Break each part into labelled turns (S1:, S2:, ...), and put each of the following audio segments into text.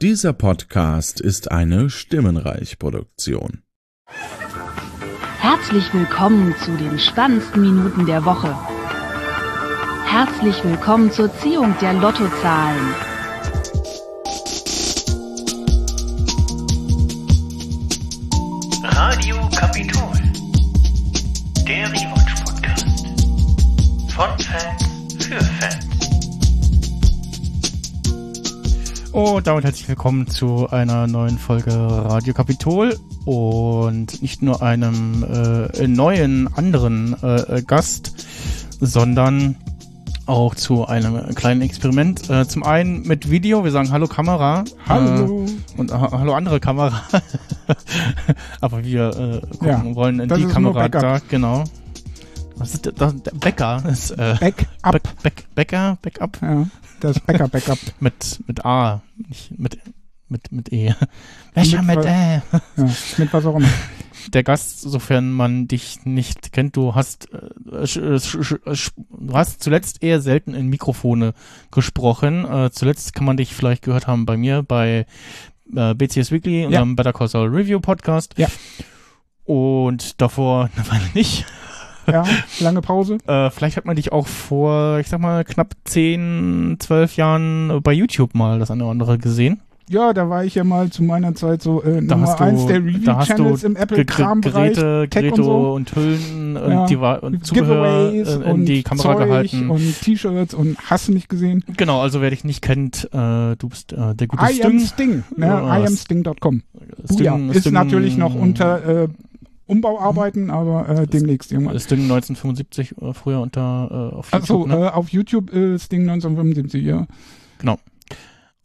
S1: Dieser Podcast ist eine Stimmenreich-Produktion.
S2: Herzlich willkommen zu den spannendsten Minuten der Woche. Herzlich willkommen zur Ziehung der Lottozahlen.
S3: Radio Kapitol. Der Rewatch Podcast. Von Fans für Fans.
S4: Und damit herzlich willkommen zu einer neuen Folge Radio Kapitol und nicht nur einem äh, neuen anderen äh, äh, Gast, sondern auch zu einem kleinen Experiment. Äh, zum einen mit Video, wir sagen Hallo Kamera. Hallo. Äh, und ha Hallo andere Kamera. Aber wir äh, gucken,
S5: Ja,
S4: wollen in
S5: das
S4: die
S5: ist
S4: Kamera
S5: nur Backup.
S4: da, genau. Was ist der, der, der Bäcker? Ist, äh,
S5: Backup.
S4: Back, Back, Bäcker, Backup.
S5: ja, das Backup, Backup.
S4: Mit, mit A, nicht mit, mit, mit E. Welcher
S5: Mit
S4: mit, Ä?
S5: Ja, mit was auch immer.
S4: Der Gast, sofern man dich nicht kennt, du hast, äh, sch, sch, sch, sch, du hast zuletzt eher selten in Mikrofone gesprochen. Äh, zuletzt kann man dich vielleicht gehört haben bei mir, bei äh, BCS Weekly, unserem Better Call Saul Review Podcast.
S5: Ja.
S4: Und davor eine Weile nicht.
S5: Ja, lange Pause.
S4: Äh, vielleicht hat man dich auch vor, ich sag mal, knapp 10, 12 Jahren bei YouTube mal das eine oder andere gesehen.
S5: Ja, da war ich ja mal zu meiner Zeit so äh,
S4: Da
S5: Nummer
S4: hast du-
S5: eins der
S4: da hast
S5: Review-Channels
S4: du
S5: im
S4: Ge- Ge-
S5: Apple-Kram-Bereich.
S4: Geräte,
S5: Tech und
S4: Geräte
S5: so.
S4: und Hüllen und,
S5: Ja.
S4: die, Wa- und Zubehör äh, in die Kamera
S5: Zeug
S4: gehalten.
S5: und T-Shirts und hast du nicht gesehen?
S4: genau, also wer dich nicht kennt, äh, du bist äh, der gute
S5: I am
S4: Sting.
S5: Sting. Ne?
S4: Ja,
S5: I am Sting.com.
S4: Sting-
S5: Ja, ist
S4: Sting-
S5: natürlich noch
S4: hm.
S5: unter äh, Umbauarbeiten, aber äh, demnächst irgendwann.
S4: Sting 1975 äh, früher unter äh, auf YouTube,
S5: Achso,
S4: ne?
S5: äh, auf YouTube äh, Sting 1975, ja.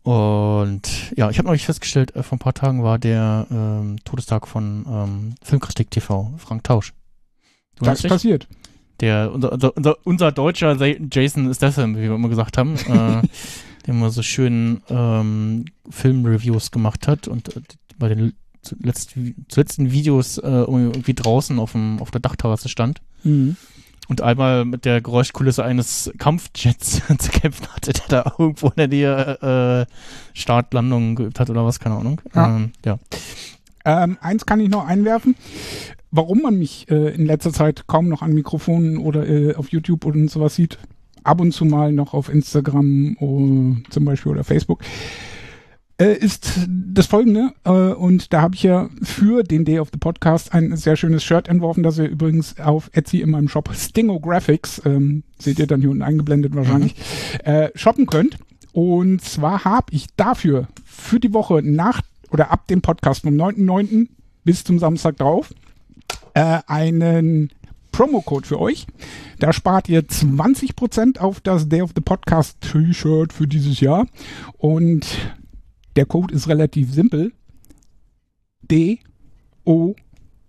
S4: Und ja, ich habe neulich festgestellt, äh, vor ein paar Tagen war der ähm, Todestag von ähm, Filmkritik TV, Frank Tausch. Du erinnerst
S5: Das ist
S4: dich?
S5: passiert.
S4: Der, unser, unser, unser, unser deutscher Sa- Jason Statham, wie wir immer gesagt haben, äh, der immer so schön ähm, Filmreviews gemacht hat und äh, bei den zuletzt, zuletzten Videos äh, irgendwie draußen auf, dem, auf der Dachterrasse stand
S5: Mhm.
S4: und einmal mit der Geräuschkulisse eines Kampfjets zu kämpfen hatte, der da irgendwo in der Nähe äh, Startlandung geübt hat oder was, keine Ahnung.
S5: Ja.
S4: Ähm, ja.
S5: Ähm, eins kann ich noch einwerfen. Warum man mich äh, in letzter Zeit kaum noch an Mikrofonen oder äh, auf YouTube und sowas sieht, ab und zu mal noch auf Instagram oh, zum Beispiel oder Facebook, äh, ist das folgende. Äh, und da habe ich ja für den Day of the Podcast ein sehr schönes Shirt entworfen, das ihr übrigens auf Etsy in meinem Shop Stingographics, ähm, seht ihr dann hier unten eingeblendet wahrscheinlich, äh, shoppen könnt. Und zwar habe ich dafür für die Woche nach oder ab dem Podcast vom 9.9. bis zum Samstag drauf äh, einen Promocode für euch. Da spart ihr 20% auf das Day of the Podcast T-Shirt für dieses Jahr. Und der Code ist relativ simpel. D O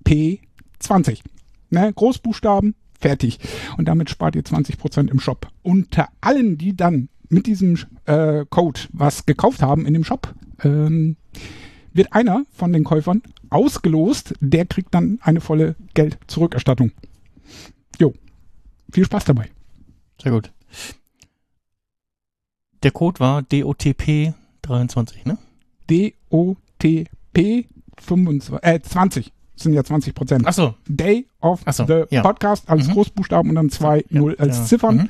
S5: P 20. Ne? Großbuchstaben, fertig. Und damit spart ihr 20% im Shop. Unter allen, die dann mit diesem äh, Code was gekauft haben in dem Shop, ähm, wird einer von den Käufern ausgelost. Der kriegt dann eine volle Geld-Zurückerstattung. Jo. Viel Spaß dabei.
S4: Sehr gut. Der Code war DOTP23, ne?
S5: DOTP 25, äh, 20. Das sind ja 20 Prozent.
S4: Achso,
S5: Day of
S4: Ach so,
S5: the
S4: ja.
S5: Podcast als
S4: Mhm.
S5: Großbuchstaben und dann 2, 0 als Ziffern.
S4: Mhm.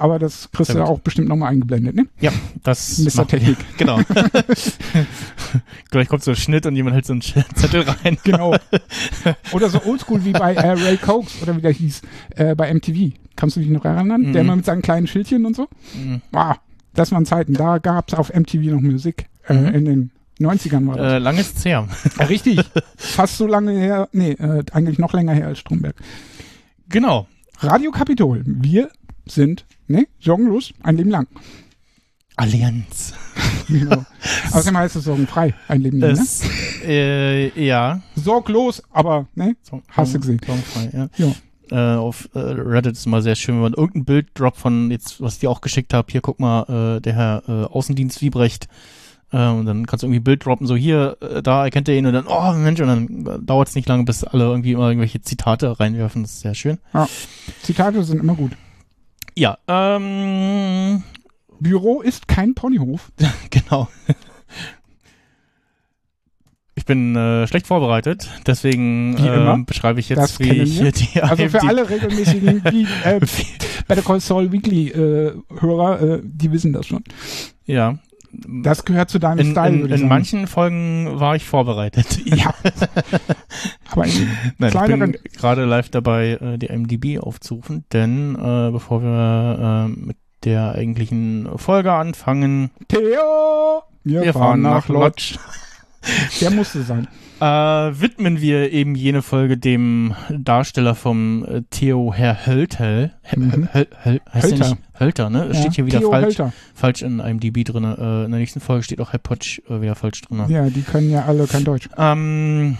S5: Aber das kriegst
S4: Sehr
S5: du
S4: gut.
S5: auch bestimmt nochmal eingeblendet, ne?
S4: Ja, das.
S5: Mr.
S4: macht-
S5: Technik.
S4: Genau. Gleich kommt so ein Schnitt und jemand hält so einen Sch- Zettel rein.
S5: Genau. oder so oldschool wie bei äh, Ray Cokes oder wie der hieß, äh, bei MTV. Kannst du dich noch erinnern? Der
S4: Mhm.
S5: immer mit seinen kleinen Schildchen und so.
S4: Mhm.
S5: Wow, das waren Zeiten. Da gab's auf MTV noch Musik. Äh,
S4: Mhm.
S5: In den 90ern war das.
S4: Äh, lang ist's her.
S5: richtig. Fast so lange her, nee, äh, eigentlich noch länger her als Stromberg.
S4: Genau.
S5: Radio Kapitol. Wir sind, ne, sorgenlos, ein Leben lang.
S4: Allianz.
S5: Genau. Außerdem heißt es sorgenfrei, ein Leben lang. Ne?
S4: Es, äh, ja.
S5: Sorglos, aber, ne?
S4: Song-
S5: Hast du gesehen.
S4: Songfrei, ja. Äh,
S5: Ja.
S4: auf äh, Reddit ist mal sehr schön, wenn man irgendein Bild droppt von jetzt, was ich dir auch geschickt habe, hier guck mal, äh, der Herr äh, Außendienst Wiebrecht. Äh, und dann kannst du irgendwie ein Bild droppen, so hier, äh, da erkennt er ihn und dann, oh Mensch, und dann dauert es nicht lange, bis alle irgendwie immer irgendwelche Zitate reinwerfen. Das ist sehr schön.
S5: Zitate sind immer gut.
S4: Ja, ähm,
S5: Büro ist kein Ponyhof.
S4: genau. bin äh, schlecht vorbereitet, deswegen
S5: Wie immer.
S4: ähm, beschreibe ich jetzt,
S5: Das
S4: wie
S5: kennen
S4: ich
S5: wir.
S4: hier die
S5: Also für
S4: IMDb
S5: alle regelmäßigen Be äh, Better Call Saul Weekly äh, Hörer, äh, die wissen das schon.
S4: Ja.
S5: Das gehört zu deinem
S4: in,
S5: Style.
S4: in,
S5: würde ich
S4: in
S5: sagen.
S4: manchen Folgen war ich vorbereitet.
S5: Ja. Aber in
S4: Nein, ich
S5: kleineren.
S4: bin gerade live dabei, äh, die IMDb aufzurufen, denn äh, bevor wir äh, mit der eigentlichen Folge anfangen,
S5: Theo! Wir, fahren, nach Lodge.
S4: Lodge.
S5: Der musste sein.
S4: Äh, widmen wir eben jene Folge dem Darsteller vom äh, Theo Herr Höltel. Hö-
S5: Mhm.
S4: Höl- Höl- heißt der
S5: Hölter.
S4: nicht Hölter, ne? Es
S5: Ja.
S4: Steht hier wieder
S5: Theo
S4: falsch,
S5: Hölter.
S4: falsch in einem DB drin. Äh, in der nächsten Folge steht auch Herr Potsch äh, wieder falsch drin.
S5: Ja, die können ja alle kein Deutsch.
S4: Ähm,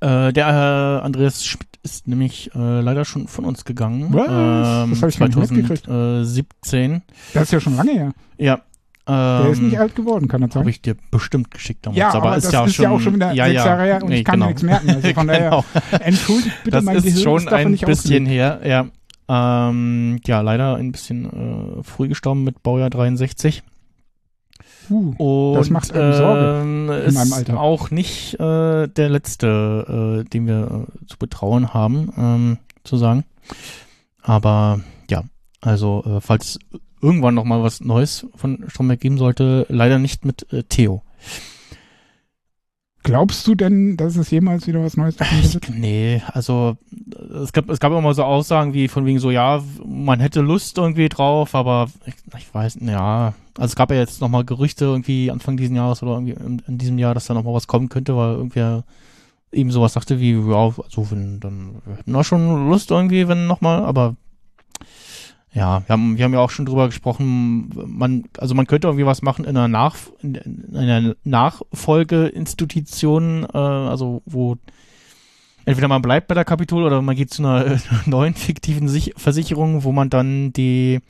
S4: äh, der äh, Andreas Schmidt ist nämlich äh, leider schon von uns gegangen.
S5: Was?
S4: Ähm,
S5: Das hab ich gar nicht mitgekriegt.
S4: 2017.
S5: Das ist ja schon lange her.
S4: Ja. Ähm,
S5: Der ist nicht alt geworden, kann das sein?
S4: Habe ich dir bestimmt geschickt damals.
S5: ja,
S4: aber,
S5: aber
S4: ist
S5: das
S4: ja
S5: ist
S4: schon,
S5: ja auch schon wieder
S4: ja,
S5: sechs
S4: ja.
S5: Jahre her und
S4: Nee,
S5: ich kann mir
S4: genau.
S5: nichts merken. Also von daher,
S4: genau.
S5: entschuldigt bitte
S4: Das
S5: mein
S4: ist
S5: Gehirn
S4: schon
S5: davon
S4: ein
S5: nicht
S4: bisschen her. Ja. Ähm, ja, leider ein bisschen äh, früh gestorben mit Baujahr 63.
S5: ausgelegt. Uh,
S4: Und
S5: Das macht einem Sorge
S4: ähm,
S5: in
S4: ist
S5: meinem Alter.
S4: auch nicht äh, der letzte, äh, den wir äh, zu betrauen haben, ähm, zu sagen. Aber ja, also äh, falls irgendwann noch mal was Neues von Stromberg geben sollte, leider nicht mit äh, Theo.
S5: glaubst du denn, dass es jemals wieder was Neues davon
S4: Ich,
S5: gibt?
S4: nee, also äh, es gab es gab immer so Aussagen wie von wegen so ja, man hätte Lust irgendwie drauf, aber ich, ich weiß, ja, also es gab ja jetzt nochmal Gerüchte irgendwie Anfang diesen Jahres oder irgendwie in, in diesem Jahr, dass da nochmal was kommen könnte, weil irgendwer eben sowas sagte wie ja, also wenn dann wir hätten wir schon Lust irgendwie, wenn nochmal, aber ja, wir haben, wir haben ja auch schon drüber gesprochen, man, also man könnte irgendwie was machen in einer, Nach, in, in einer Nachfolgeinstitution, äh, also wo entweder man bleibt bei der Kapitol oder man geht zu einer äh, neuen fiktiven Sich Versicherung, wo man dann die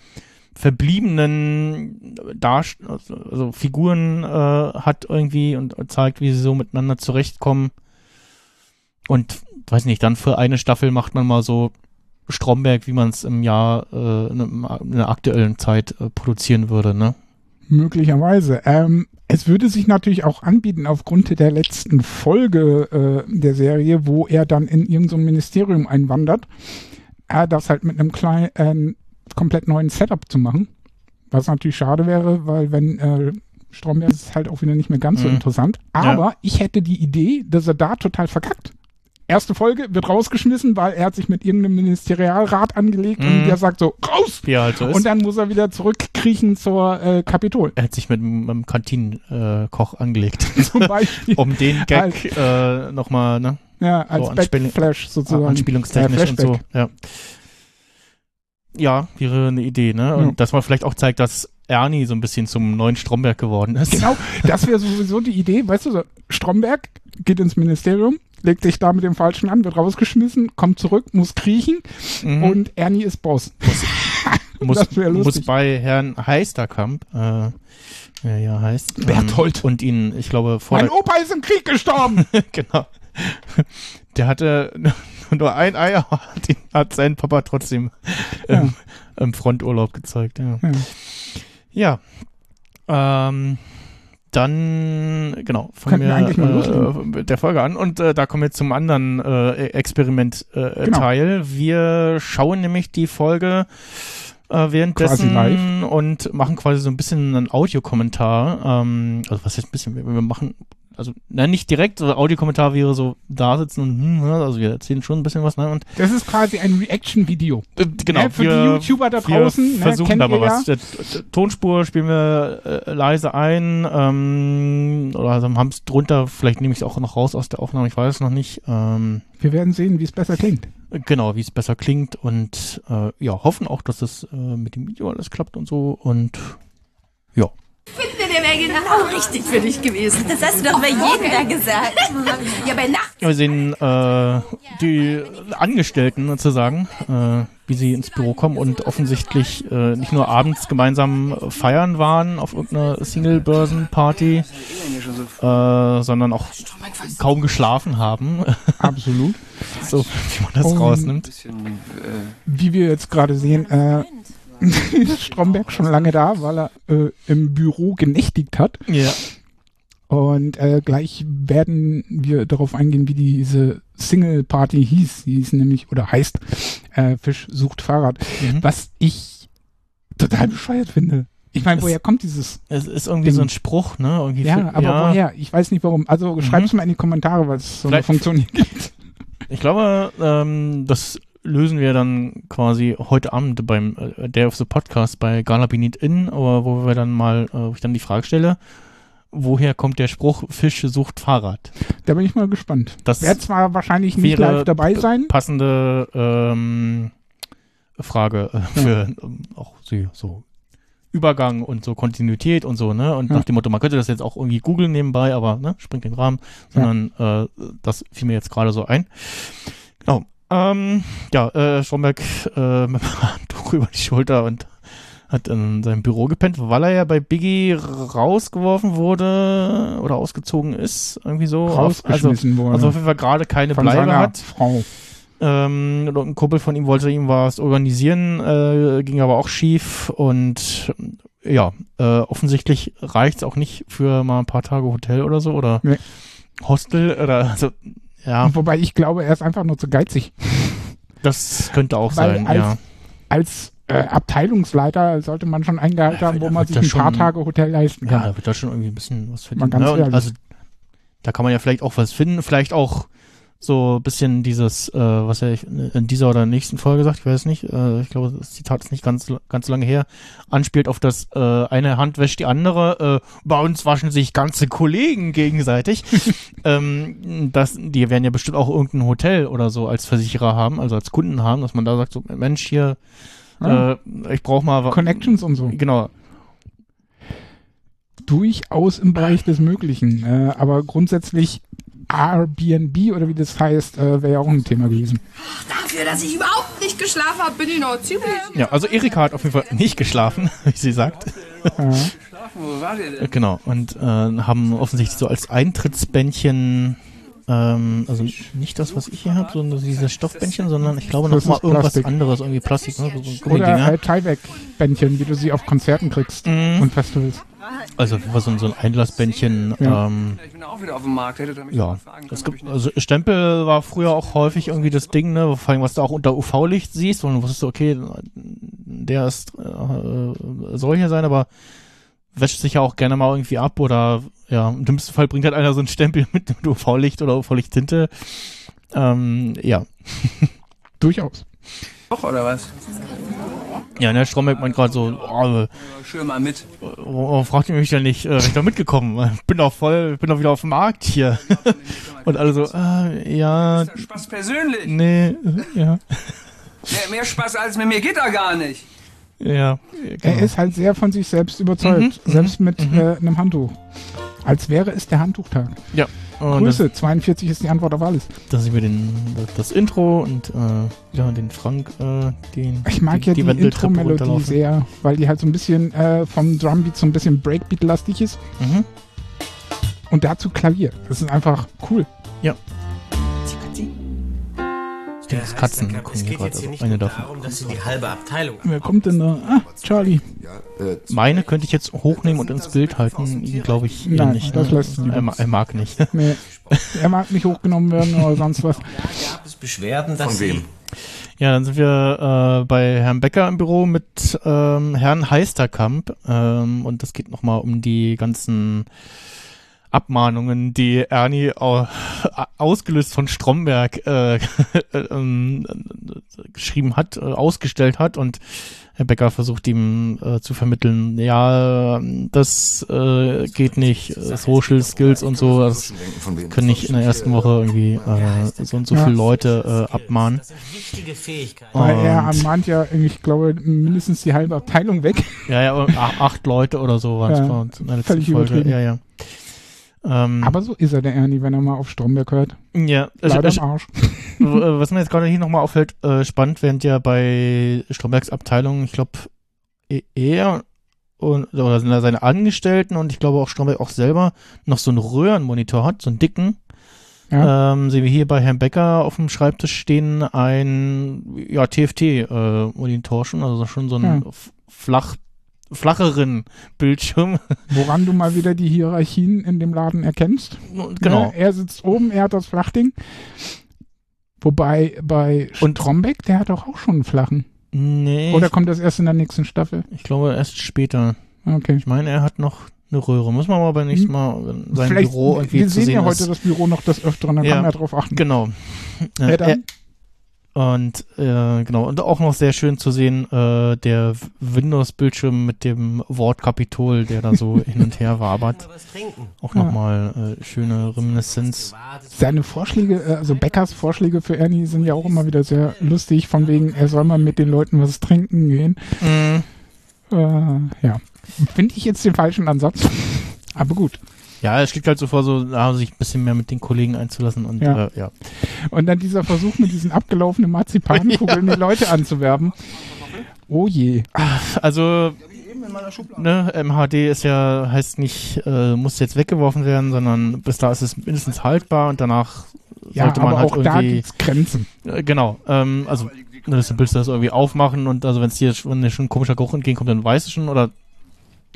S4: verbliebenen Darst also, also Figuren äh, hat irgendwie und zeigt, wie sie so miteinander zurechtkommen. Und weiß nicht, dann für eine Staffel macht man mal so Stromberg, wie man es im Jahr äh, in, einem- in der aktuellen Zeit äh, produzieren würde, ne?
S5: Möglicherweise. Ähm, es würde sich natürlich auch anbieten, aufgrund der letzten Folge äh, der Serie, wo er dann in irgendein so ein Ministerium einwandert, äh, das halt mit einem kleinen, äh, komplett neuen Setup zu machen. Was natürlich schade wäre, weil wenn äh, Stromberg ist es halt auch wieder nicht mehr ganz so
S4: Mhm.
S5: interessant. Aber ich hätte die Idee, dass er da total verkackt. Erste Folge wird rausgeschmissen, weil er hat sich mit irgendeinem Ministerialrat angelegt und
S4: Mhm.
S5: der sagt so, raus!
S4: Wie er halt so ist.
S5: Und dann muss er wieder zurückkriechen zur äh, Kapitol.
S4: er hat sich mit einem Kantinenkoch äh, angelegt.
S5: zum Beispiel.
S4: um den
S5: Als-
S4: Gag äh, nochmal, ne?
S5: ja, als
S4: so Anspiel-
S5: Backflash sozusagen.
S4: Anspielungstechnisch
S5: äh,
S4: und so. Ja. ja, wäre eine Idee, ne? Und
S5: Ja.
S4: dass man vielleicht auch zeigt, dass Ernie so ein bisschen zum neuen Stromberg geworden ist.
S5: Genau, das wäre sowieso die Idee, weißt du, so, Stromberg geht ins Ministerium, legt sich da mit dem Falschen an, wird rausgeschmissen, kommt zurück, muss kriechen
S4: Mhm.
S5: und Ernie ist Boss.
S4: muss,
S5: das wär lustig.
S4: muss bei Herrn Heisterkamp, äh, wer ja heißt. ähm,
S5: Berthold.
S4: Und ihn, ich glaube, vor
S5: Mein
S4: der,
S5: Opa ist im Krieg gestorben.
S4: genau. Der hatte nur ein Ei, aber hat, ihn, hat seinen Papa trotzdem ähm, im Fronturlaub gezeigt. Ja.
S5: Ja.
S4: Ja. Ähm, dann, genau, fangen
S5: Könnten wir eigentlich mal
S4: wir
S5: loslegen.
S4: äh, mit der Folge an und äh, da kommen wir zum anderen äh, Experiment-Teil. Äh,
S5: Genau.
S4: Teil. Wir schauen nämlich die Folge äh, währenddessen
S5: Quasi live.
S4: und machen quasi so ein bisschen einen Audiokommentar. Ähm, also was heißt ein bisschen, wir, wir machen, also nein, nicht direkt, also Audiokommentar wäre so da sitzen und hm, ne, also wir erzählen schon ein bisschen was, ne? Und
S5: Das ist quasi ein Reaction-Video.
S4: äh, genau,
S5: ne, für
S4: wir,
S5: die YouTuber da draußen,
S4: wir
S5: ne,
S4: versuchen
S5: kennt
S4: da mal
S5: ihr
S4: was. Äh, Tonspur spielen wir äh, leise ein ähm, oder also haben es drunter, vielleicht nehme ich es auch noch raus aus der Aufnahme, ich weiß es noch nicht. Ähm,
S5: Wir werden sehen, wie es besser klingt.
S4: genau, wie es besser klingt und äh, ja, hoffen auch, dass es äh, mit dem Video alles klappt und so und ja.
S6: Der wäre genau richtig für dich gewesen. Das hast du doch bei jedem da gesagt. Ja, bei Nacht.
S4: Wir sehen äh, die Angestellten sozusagen, äh, wie sie ins Büro kommen und offensichtlich äh, nicht nur abends gemeinsam feiern waren auf irgendeiner Single-Börsen-Party, äh, sondern auch kaum geschlafen haben,
S5: Absolut.
S4: so wie man das
S5: Und-
S4: rausnimmt.
S5: Wie wir jetzt gerade sehen, äh, ist Stromberg schon lange da, weil er äh, im Büro genächtigt hat.
S4: Ja.
S5: Und äh, gleich werden wir darauf eingehen, wie diese Single-Party hieß. Die hieß nämlich, oder heißt, äh, Fisch sucht Fahrrad.
S4: Mhm.
S5: Was ich total bescheuert finde. Ich meine,
S4: Es-
S5: woher kommt dieses?
S4: Es ist irgendwie so ein Spruch, ne? Irgendwie
S5: Ja,
S4: für-
S5: aber woher? Ich weiß nicht warum. Also schreib's mal in die Kommentare, weil es so eine
S4: Mhm. Vielleicht-
S5: Funktion hier gibt.
S4: Ich glaube, ähm, das lösen wir dann quasi heute Abend beim äh, Day of the Podcast bei Gala Beneath In, aber wo wir dann mal, äh, wo ich dann die Frage stelle, woher kommt der Spruch Fisch sucht Fahrrad?
S5: Da bin ich mal gespannt.
S4: Das
S5: Werd zwar wahrscheinlich nicht
S4: wäre
S5: live dabei
S4: p-
S5: sein.
S4: Passende ähm, Frage äh, für ähm, auch so- so Übergang und so Kontinuität und so, ne? Und
S5: Ja.
S4: nach dem Motto, man könnte das jetzt auch irgendwie googeln nebenbei, aber ne, springt den Rahmen, sondern äh, das fiel mir jetzt gerade so ein. Genau. Ähm, ja, äh, Stromberg äh, mit dem Handtuch über die Schulter und hat in seinem Büro gepennt, weil er ja bei Biggie rausgeworfen wurde oder ausgezogen ist, irgendwie so. Auf- Also,
S5: Rausgeschmissen worden.
S4: also halt auf jeden Fall gerade keine
S5: von
S4: Bleibe
S5: seiner
S4: hat.
S5: Frau.
S4: Ähm, und ein Kumpel von ihm wollte ihm was organisieren, äh, ging aber auch schief und ja, äh, offensichtlich reicht's auch nicht für mal ein paar Tage Hotel oder so oder
S5: Nee.
S4: Hostel oder also ja,
S5: Wobei ich glaube, er ist einfach nur zu geizig.
S4: das könnte auch
S5: Weil
S4: sein,
S5: als-
S4: ja.
S5: Als äh, Abteilungsleiter sollte man schon ein Gehalt
S4: Ja,
S5: haben, wo
S4: da
S5: man
S4: wird
S5: sich
S4: ja
S5: ein paar
S4: schon-
S5: Tage Hotel leisten
S4: Ja,
S5: kann.
S4: da wird da schon irgendwie ein bisschen was
S5: Mal
S4: finden.
S5: ganz
S4: ne? Und
S5: ehrlich.
S4: also da kann man ja vielleicht auch was finden, vielleicht auch so ein bisschen dieses, äh, was er in dieser oder nächsten Folge gesagt, ich weiß nicht, äh, ich glaube, das Zitat ist nicht ganz, ganz lange her, anspielt auf das äh, eine Hand wäscht die andere, äh, bei uns waschen sich ganze Kollegen gegenseitig. ähm, das, die werden ja bestimmt auch irgendein Hotel oder so als Versicherer haben, also als Kunden haben, dass man da sagt, so, Mensch, hier,
S5: Ja.
S4: äh, ich brauche mal wa-
S5: Connections und so.
S4: Genau,
S5: Durchaus im Bereich des Möglichen. Äh, aber grundsätzlich Airbnb oder wie das heißt, äh, wäre ja auch ein Thema gewesen.
S7: Dafür, dass ich überhaupt nicht geschlafen habe, bin ich noch ziemlich.
S4: Ja, also Erika hat auf jeden Fall nicht geschlafen, wie sie sagt. genau, und äh, haben offensichtlich so als Eintrittsbändchen, ähm, also nicht das, was ich hier habe, sondern dieses Stoffbändchen, sondern ich glaube
S5: Das
S4: nochmal
S5: ist
S4: irgendwas
S5: Plastik.
S4: anderes, irgendwie Plastik, ne? so- so
S5: Oder
S4: Gummidinger.
S5: äh, Tyvek-Bändchen, wie du sie auf Konzerten kriegst
S4: Mhm.
S5: und Festivals.
S4: Also auf jeden Fall so ein- so ein Einlassbändchen.
S5: Ja.
S4: Ähm,
S8: Ich bin auch wieder auf dem Markt, hätte damit
S4: ja, es gibt, also Stempel war früher auch häufig irgendwie das Ding, ne? Vor allem, was du auch unter UV-Licht siehst, und du wusstest, okay, der ist, äh, soll hier sein, aber wäscht sich ja auch gerne mal irgendwie ab oder ja, im dümmsten Fall bringt halt einer so einen Stempel mit, mit UV-Licht oder UV-Lichttinte. Ähm, ja.
S5: Durchaus.
S8: auch, oder was?
S4: Ja, ne, Stromberg meint gerade so, oh,
S8: Schön mal mit.
S4: warum fragt ihr mich denn nicht, äh, bin ich doch mitgekommen? Ich bin doch voll, ich bin doch wieder auf dem Markt hier. Und alle so, äh, ja,
S8: Spaß persönlich.
S4: nee, äh, ja,
S8: Mehr, mehr Spaß als mit mir geht da gar nicht.
S4: ja.
S5: Er
S4: genau. Mhm.
S5: ist halt sehr von sich selbst überzeugt. Selbst mit äh, einem Handtuch. Als wäre es der Handtuchtag.
S4: Ja, Oh, und das,
S5: Grüße, 42 ist die Antwort auf alles.
S4: dann sehen wir den, das Intro und äh, ja, den Frank, äh, den
S5: Ich mag ja die,
S4: Wendeltreppe
S5: Intro-Melodie
S4: runterlaufen.
S5: sehr, weil die halt so ein bisschen äh, vom Drumbeat so ein bisschen Breakbeat-lastig ist.
S4: Mhm.
S5: Und dazu Klavier. Das ist einfach cool.
S4: Ich denke, das Katzen gucken wir gerade, also eine davon.
S9: darum, dass sie die halbe Abteilung
S5: Wer kommt denn da? Ah, Charlie.
S4: Meine könnte ich jetzt hochnehmen und ins Bild halten, glaube ich eher
S5: Nein,
S4: nicht. ne?
S5: das lässt sie lieber.
S4: er, ma- er mag nicht.
S5: Nee. Er mag nicht hochgenommen werden oder sonst was.
S9: gab es Beschwerden, dass Von wem?
S4: ja, dann sind wir äh, bei Herrn Becker im Büro mit ähm, Herrn Heisterkamp ähm, und das geht nochmal um die ganzen Abmahnungen, die Ernie au ausgelöst von Stromberg äh, ähm, geschrieben hat, äh, ausgestellt hat und Herr Becker versucht ihm äh, zu vermitteln, ja, ähm, das äh, geht nicht, äh, Social Skills und so, das können nicht in der ersten Woche irgendwie äh, so und so
S5: Ja.
S4: viele Leute äh, abmahnen.
S9: wichtige Fähigkeiten.
S5: Weil er
S4: Und-
S5: mahnt ja, ich glaube, mindestens die halbe Abteilung weg.
S4: Ja, ja, und a- acht Leute oder so waren es
S5: Ja,
S4: bei uns in der letzten
S5: völlig
S4: Folge.
S5: übertrieben.
S4: Ja, ja. Ähm,
S5: Aber so ist er, der Ernie, wenn er mal auf Stromberg hört.
S4: ja, es,
S5: Leider
S4: Also es,
S5: am Arsch.
S4: w- äh, was mir jetzt gerade hier nochmal auffällt, äh, spannend, während ja bei Strombergs Abteilung, ich glaube, er und, oder sind da seine Angestellten und ich glaube auch Stromberg auch selber noch so einen Röhrenmonitor hat, so einen dicken.
S5: Ja.
S4: Ähm, sehen wir hier bei Herrn Becker auf dem Schreibtisch stehen ein ja, TFT-Monitor schon, äh, also schon so ein
S5: Ja.
S4: f- flach flacheren Bildschirm.
S5: Woran du mal wieder die Hierarchien in dem Laden erkennst.
S4: Und genau.
S5: Ne? Er sitzt oben, er hat das Flachding. Wobei bei
S4: Und-
S5: Strombeck, der hat doch auch schon einen flachen.
S4: Nee,
S5: Oder kommt das erst in der nächsten Staffel?
S4: ich glaube erst später.
S5: Okay.
S4: Ich meine, er hat noch eine Röhre. Muss man mal beim nächsten Mal wenn sein
S5: Hm. Vielleicht,
S4: Büro irgendwie
S5: wir
S4: zu
S5: sehen
S4: sehen
S5: ja
S4: ist.
S5: heute das Büro noch des Öfteren, da
S4: Ja.
S5: kann man ja drauf achten.
S4: Genau.
S5: Ja,
S4: Äh,
S5: dann,
S4: Und äh, genau, und auch noch sehr schön zu sehen, äh, der Windows-Bildschirm mit dem Wort Kapitol, der da so hin und her wabert.
S9: Was trinken?
S4: Auch
S5: Ja.
S4: nochmal äh, schöne Reminiszenz.
S5: Seine Vorschläge, äh, also Beckers Vorschläge für Ernie sind ja auch immer wieder sehr lustig, von wegen, er soll mal mit den Leuten was trinken gehen.
S4: Mhm.
S5: Äh, ja. Finde ich jetzt den falschen Ansatz. Aber gut.
S4: Ja, es schlägt halt so vor, so ah, sich ein bisschen mehr mit den Kollegen einzulassen und
S5: Ja.
S4: ja. Äh, ja.
S5: Und dann dieser Versuch mit diesen abgelaufenen Marzipankugeln die Leute anzuwerben. Oh je.
S4: Also ne, MHD ist ja, heißt nicht, äh, muss jetzt weggeworfen werden, sondern bis da ist es mindestens haltbar und danach
S5: Ja,
S4: sollte man
S5: aber
S4: halt
S5: auch da
S4: irgendwie.
S5: gibt's Grenzen.
S4: Äh, Genau, ähm, also ne, das- du willst das irgendwie aufmachen und also wenn's dir, sch- wenn dir schon ein komischer Geruch entgegenkommt, dann weißt du schon oder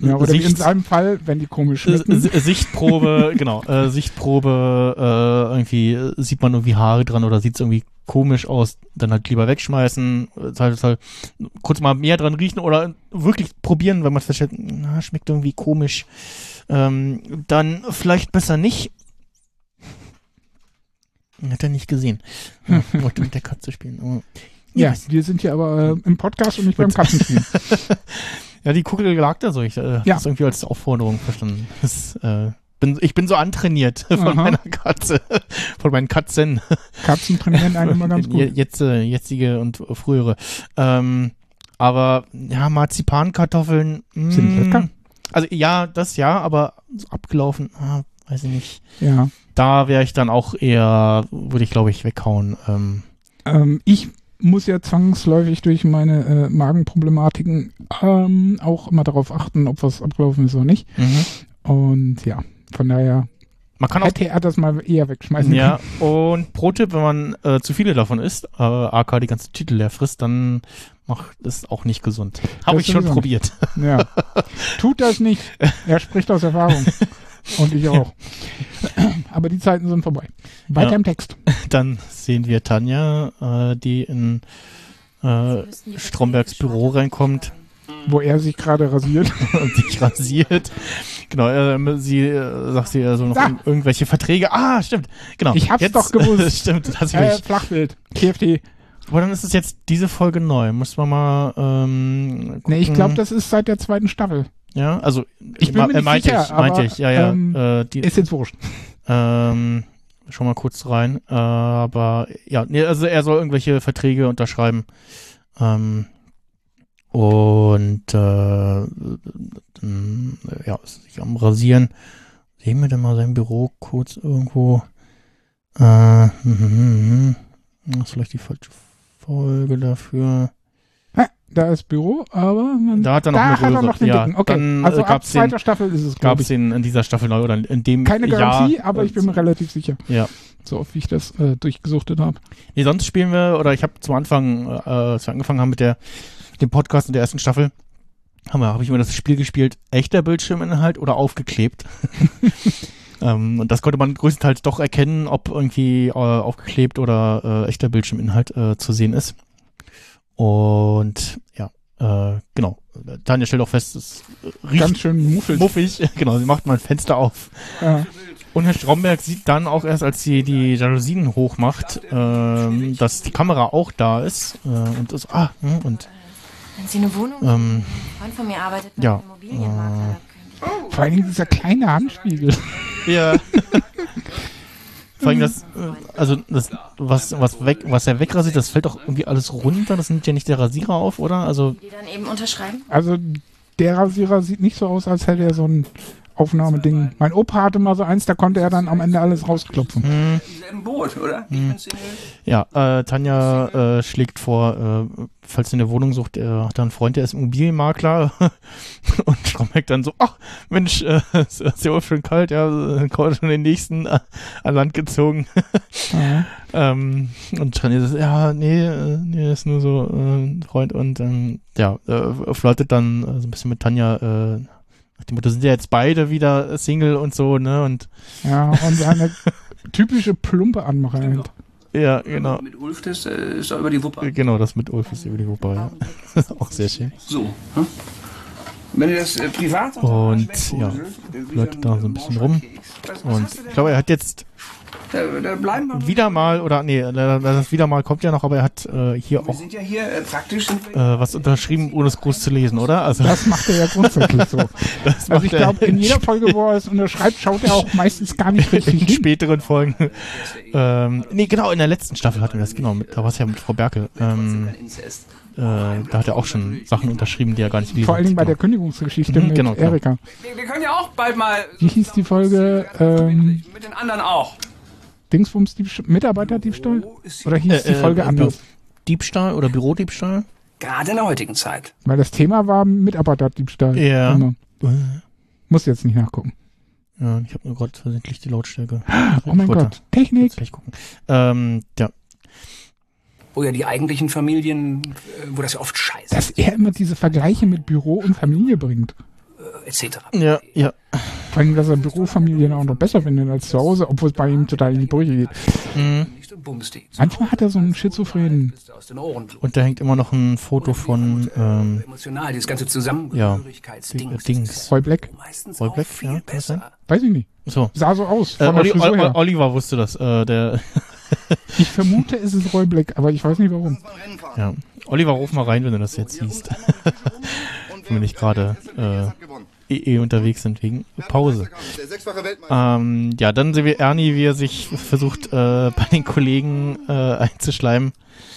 S5: Ja, oder wie in
S4: Sicht-
S5: seinem Fall, wenn die komisch
S4: äh,
S5: schmecken.
S4: S- Sichtprobe, genau, äh, Sichtprobe, äh, irgendwie äh, sieht man irgendwie Haare dran oder sieht's irgendwie komisch aus, dann halt lieber wegschmeißen, äh, teil, teil, kurz mal mehr dran riechen oder wirklich probieren, wenn man feststellt, na, schmeckt irgendwie komisch, ähm, dann vielleicht besser nicht. Hat er nicht gesehen. Ja, wollte mit der Katze spielen. aber-
S5: Ja, wir sind hier aber äh, im Podcast und nicht beim Katzenspiel.
S4: Ja, die Kugel lag da so. Ich äh, hab
S5: Ja.
S4: das irgendwie als Aufforderung verstanden. Das, äh, bin, ich bin so antrainiert von
S5: Aha.
S4: meiner Katze, von meinen Katzen.
S5: Katzen trainieren einen immer ganz
S4: Je-
S5: gut.
S4: Jetzt, äh, jetzige und frühere. Ähm, aber ja, Marzipankartoffeln mh,
S5: Sind lecker.
S4: Also ja, das ja, aber so abgelaufen, ah, weiß ich nicht.
S5: Ja.
S4: Da wäre ich dann auch eher, würde ich glaube ich weghauen. Ähm,
S5: Ähm, ich muss ja zwangsläufig durch meine äh, Magenproblematiken ähm, auch immer darauf achten, ob was abgelaufen ist oder nicht.
S4: mhm.
S5: Und ja, von daher
S4: Man kann auch
S5: hätte er das mal eher wegschmeißen
S4: Ja, und Pro-Tipp, wenn man äh, zu viele davon isst, äh, AK die ganzen Titel leer frisst, dann macht das auch nicht gesund. Habe
S5: Das
S4: ich schon
S5: sowieso.
S4: probiert.
S5: können. Ja. Tut das nicht. Er spricht aus Erfahrung. Und ich auch. Aber die Zeiten sind vorbei. Weiter
S4: Ja.
S5: im Text.
S4: Dann sehen wir Tanja, äh, die in äh, Strombergs Büro reinkommt
S5: Wo er sich gerade rasiert.
S4: und dich rasiert. Genau, ähm, sie äh, sagt, sie äh, soll noch
S5: Ah.
S4: irgend- irgendwelche Verträge. Ah, stimmt. Genau.
S5: Ich hab's doch gewusst.
S4: stimmt, hast du
S5: äh,
S4: mich.
S5: Flachbild. TFT.
S4: Aber dann ist es jetzt diese Folge neu. Muss man mal ähm, gucken.
S5: Nee, ich glaube, das ist seit der zweiten Staffel.
S4: Ja, also
S5: Ich bin mir nicht
S4: meinte
S5: sicher,
S4: ich, meinte
S5: aber,
S4: ich, ja, ja.
S5: ähm,
S4: äh, die,
S5: Ist jetzt wurscht.
S4: ähm, schau mal kurz rein. Äh, aber ja, nee, also er soll irgendwelche Verträge unterschreiben. Ähm, und äh, dann, äh, ja, ist sich am Rasieren. Sehen wir denn mal sein Büro kurz irgendwo? Äh, mhm, mhm, mhm. das ist vielleicht die falsche Folge dafür.
S5: Ha, Da ist Büro, aber man,
S4: Da hat er noch
S5: da
S4: eine
S5: hat er
S4: größere.
S5: noch den
S4: Ja,
S5: dicken. Okay,
S4: dann,
S5: also
S4: äh,
S5: ab
S4: gab's den-
S5: zweiter Staffel ist es,
S4: Gab
S5: glaube
S4: es
S5: ich.
S4: den in dieser Staffel neu oder in dem
S5: Keine
S4: Jahr? Äh,
S5: Garantie, aber ich bin mir relativ sicher.
S4: Ja.
S5: So oft wie ich das äh, durchgesuchtet habe.
S4: Nee, sonst spielen wir, oder ich habe zum Anfang, äh, als wir angefangen haben mit der, dem Podcast in der ersten Staffel, habe hab ich immer das Spiel gespielt, echter Bildschirminhalt oder aufgeklebt. ähm, und das konnte man größtenteils doch erkennen, ob irgendwie äh, aufgeklebt oder äh, echter Bildschirminhalt äh, zu sehen ist. Und ja, äh, genau. Tanja stellt auch fest, es riecht
S5: Ganz schön muffelt. Äh,
S4: muffig. Genau, sie macht mal ein Fenster auf.
S5: Ja.
S4: Und Herr Stromberg sieht dann auch erst, als sie die Jalousien hochmacht, ähm, dass die Kamera auch da ist. Äh, und ist, ah, hm, und
S6: Wenn Sie eine Wohnung haben,
S4: ähm,
S6: ein Freund von mir arbeitet
S4: ja,
S6: einem Immobilienmakler.
S5: Äh.
S6: da könnte
S5: Vor allen Dingen dieser kleine Handspiegel.
S4: ja. Vor allem das, äh, also das, was, was, weg, was er wegrasiert, das fällt doch irgendwie alles runter. Das nimmt ja nicht der Rasierer auf, oder? Also,
S6: ich Die dann eben unterschreiben?
S5: Also der Rasierer sieht nicht so aus, als hätte er so einen Aufnahmeding. Mein Opa hatte mal so eins, da konnte er dann am Ende alles rausklopfen.
S4: hm.
S8: Im selben Boot, oder?
S4: Mhm.
S8: Ich bin Single.
S4: Ja, äh, Tanja äh, schlägt vor, äh, falls du eine Wohnung sucht, äh, hat er einen Freund, der ist Immobilienmakler und Stromberg dann so, ach Mensch, äh, ist ja sehr schön kalt, ja, äh, schon den nächsten äh, an Land gezogen. ähm, und Tanja sagt, ja, nee, äh, nee, ist nur so äh, ein Freund und ähm, ja, äh, flirtet dann äh, so ein bisschen mit Tanja, äh, nach dem Motto, sind ja jetzt beide wieder Single und so, ne? Und
S5: Ja, und eine typische plumpe Anmache. halt.
S4: ja, genau.
S8: Mit Ulf, das äh, ist doch über die Wupper.
S4: Genau, das mit Ulf ist über die Wupper, ja. Auch sehr schön.
S8: So. Hm? Wenn ihr das äh, privat
S4: Und,
S8: wegholen
S4: ja,
S8: dürft, äh, wie
S4: Leute da so ein bisschen rum.
S8: Was, was
S4: Und
S8: hast du
S4: ich
S8: denn?
S4: glaube, er hat jetzt
S8: Da, da bleiben wir.
S4: wieder mal, oder nee, das das wieder mal kommt ja noch, aber er hat äh, hier
S8: Wir
S4: auch äh,
S8: sind ja hier äh, praktisch. Sind wir
S4: was unterschrieben, ohne es groß zu lesen, oder? Also,
S5: Das macht er ja grundsätzlich so.
S4: das
S5: Also
S4: macht
S5: ich
S4: er
S5: glaube, in jeder Folge, wo er es unterschreibt, schaut er auch meistens gar nicht richtig
S4: in
S5: hin.
S4: späteren Folgen.
S5: eh-
S4: ähm, nee, genau, in der letzten Staffel hatten wir das, genau. Mit, da war es ja mit Frau Berkel. Ähm,
S8: kein Inzest.
S4: äh, da hat er auch schon Sachen unterschrieben, die er gar nicht gelesen
S5: Vor allen Dingen bei
S4: hat.
S5: der Kündigungsgeschichte
S4: Mhm,
S5: mit
S4: genau, genau.
S5: Erika.
S8: Wir, wir können ja auch bald mal.
S5: Wie hieß die Folge? Ähm,
S8: Mit den anderen auch.
S5: Dingsbums Diebstahl, Mitarbeiterdiebstahl? Oder hieß
S4: Äh,
S5: die
S4: äh,
S5: Folge
S4: Bü-
S5: anders?
S4: Diebstahl oder Bürodiebstahl?
S8: Gerade in der heutigen Zeit.
S5: Weil das Thema war Mitarbeiterdiebstahl.
S4: Ja.
S5: Immer. Muss jetzt nicht nachgucken.
S4: Ja, ich habe nur gerade versehentlich die Lautstärke.
S5: Oh mein
S4: Warte,
S5: Gott. Technik.
S4: Jetzt gleich gucken. Ähm, ja,
S8: Wo ja die eigentlichen Familien, äh, wo das ja oft scheiße
S5: Dass er immer diese Vergleiche mit Büro und Familie bringt.
S8: ist, etc.
S4: ja, ja.
S5: Vor allem, dass er Bürofamilien auch noch besser findet als zu Hause, obwohl es bei ihm total in die Brüche geht.
S8: Nicht und bummst die.
S5: Manchmal hat er so einen schizophrenen.
S8: Bist du aus den Ohren blut.
S4: Und da hängt immer noch ein Foto von ähm,
S8: Emotional, dieses ganze
S4: ja,
S8: Zusammengehörigkeitsding.
S4: Ding-
S8: das ist
S4: Dings.
S5: Roy Black.
S8: Meistens
S4: Roy
S8: auch
S4: Black,
S8: viel
S4: ja, kann das sein?
S8: besser.
S5: Weiß ich nicht.
S4: So.
S5: Sah so aus.
S4: Äh,
S5: Von der
S4: Oli
S5: Frisur
S4: Oli
S5: her.
S4: Oliver wusste das. Äh, der
S5: Ich vermute, es ist Roy Black, aber ich weiß nicht warum.
S4: ja. Oliver, ruf mal rein, wenn du das jetzt siehst. wenn wir nicht gerade äh, eh eh unterwegs sind wegen Pause. Ähm, ja, dann sehen wir Ernie, wie er sich versucht, äh, bei den Kollegen äh, einzuschleimen.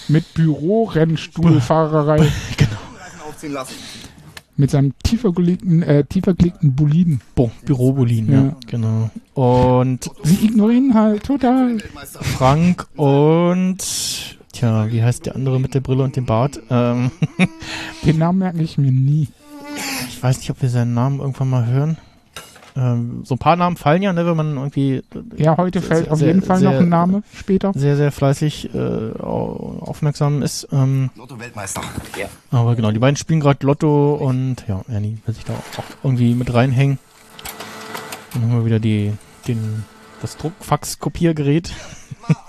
S5: Mit Büro-Rennstuhlfahrerei.
S4: genau.
S5: Mit seinem tiefergelegten, äh, tiefergelegten Boliden.
S4: Bon, Bürobulin, ja.
S5: Ja.
S4: Genau. Und
S5: Sie ignorieren halt total.
S4: Frank und tja, wie heißt der andere mit der Brille und dem Bart? Ähm,
S5: Den Namen merke ich mir nie.
S4: Ich weiß nicht, ob wir seinen Namen irgendwann mal hören. Ähm, so ein paar Namen fallen ja, ne, wenn man irgendwie
S5: Ja, heute
S4: Sehr-
S5: fällt auf
S4: sehr-
S5: jeden Fall noch
S4: sehr-
S5: ein Name später.
S4: sehr, sehr fleißig äh, au- aufmerksam ist. Ähm,
S3: Lotto-Weltmeister.
S4: aber genau, die beiden spielen gerade Lotto und ja, Ernie will sich da auch irgendwie mit reinhängen. Dann haben wir wieder die, den, das Druckfax-Kopiergerät.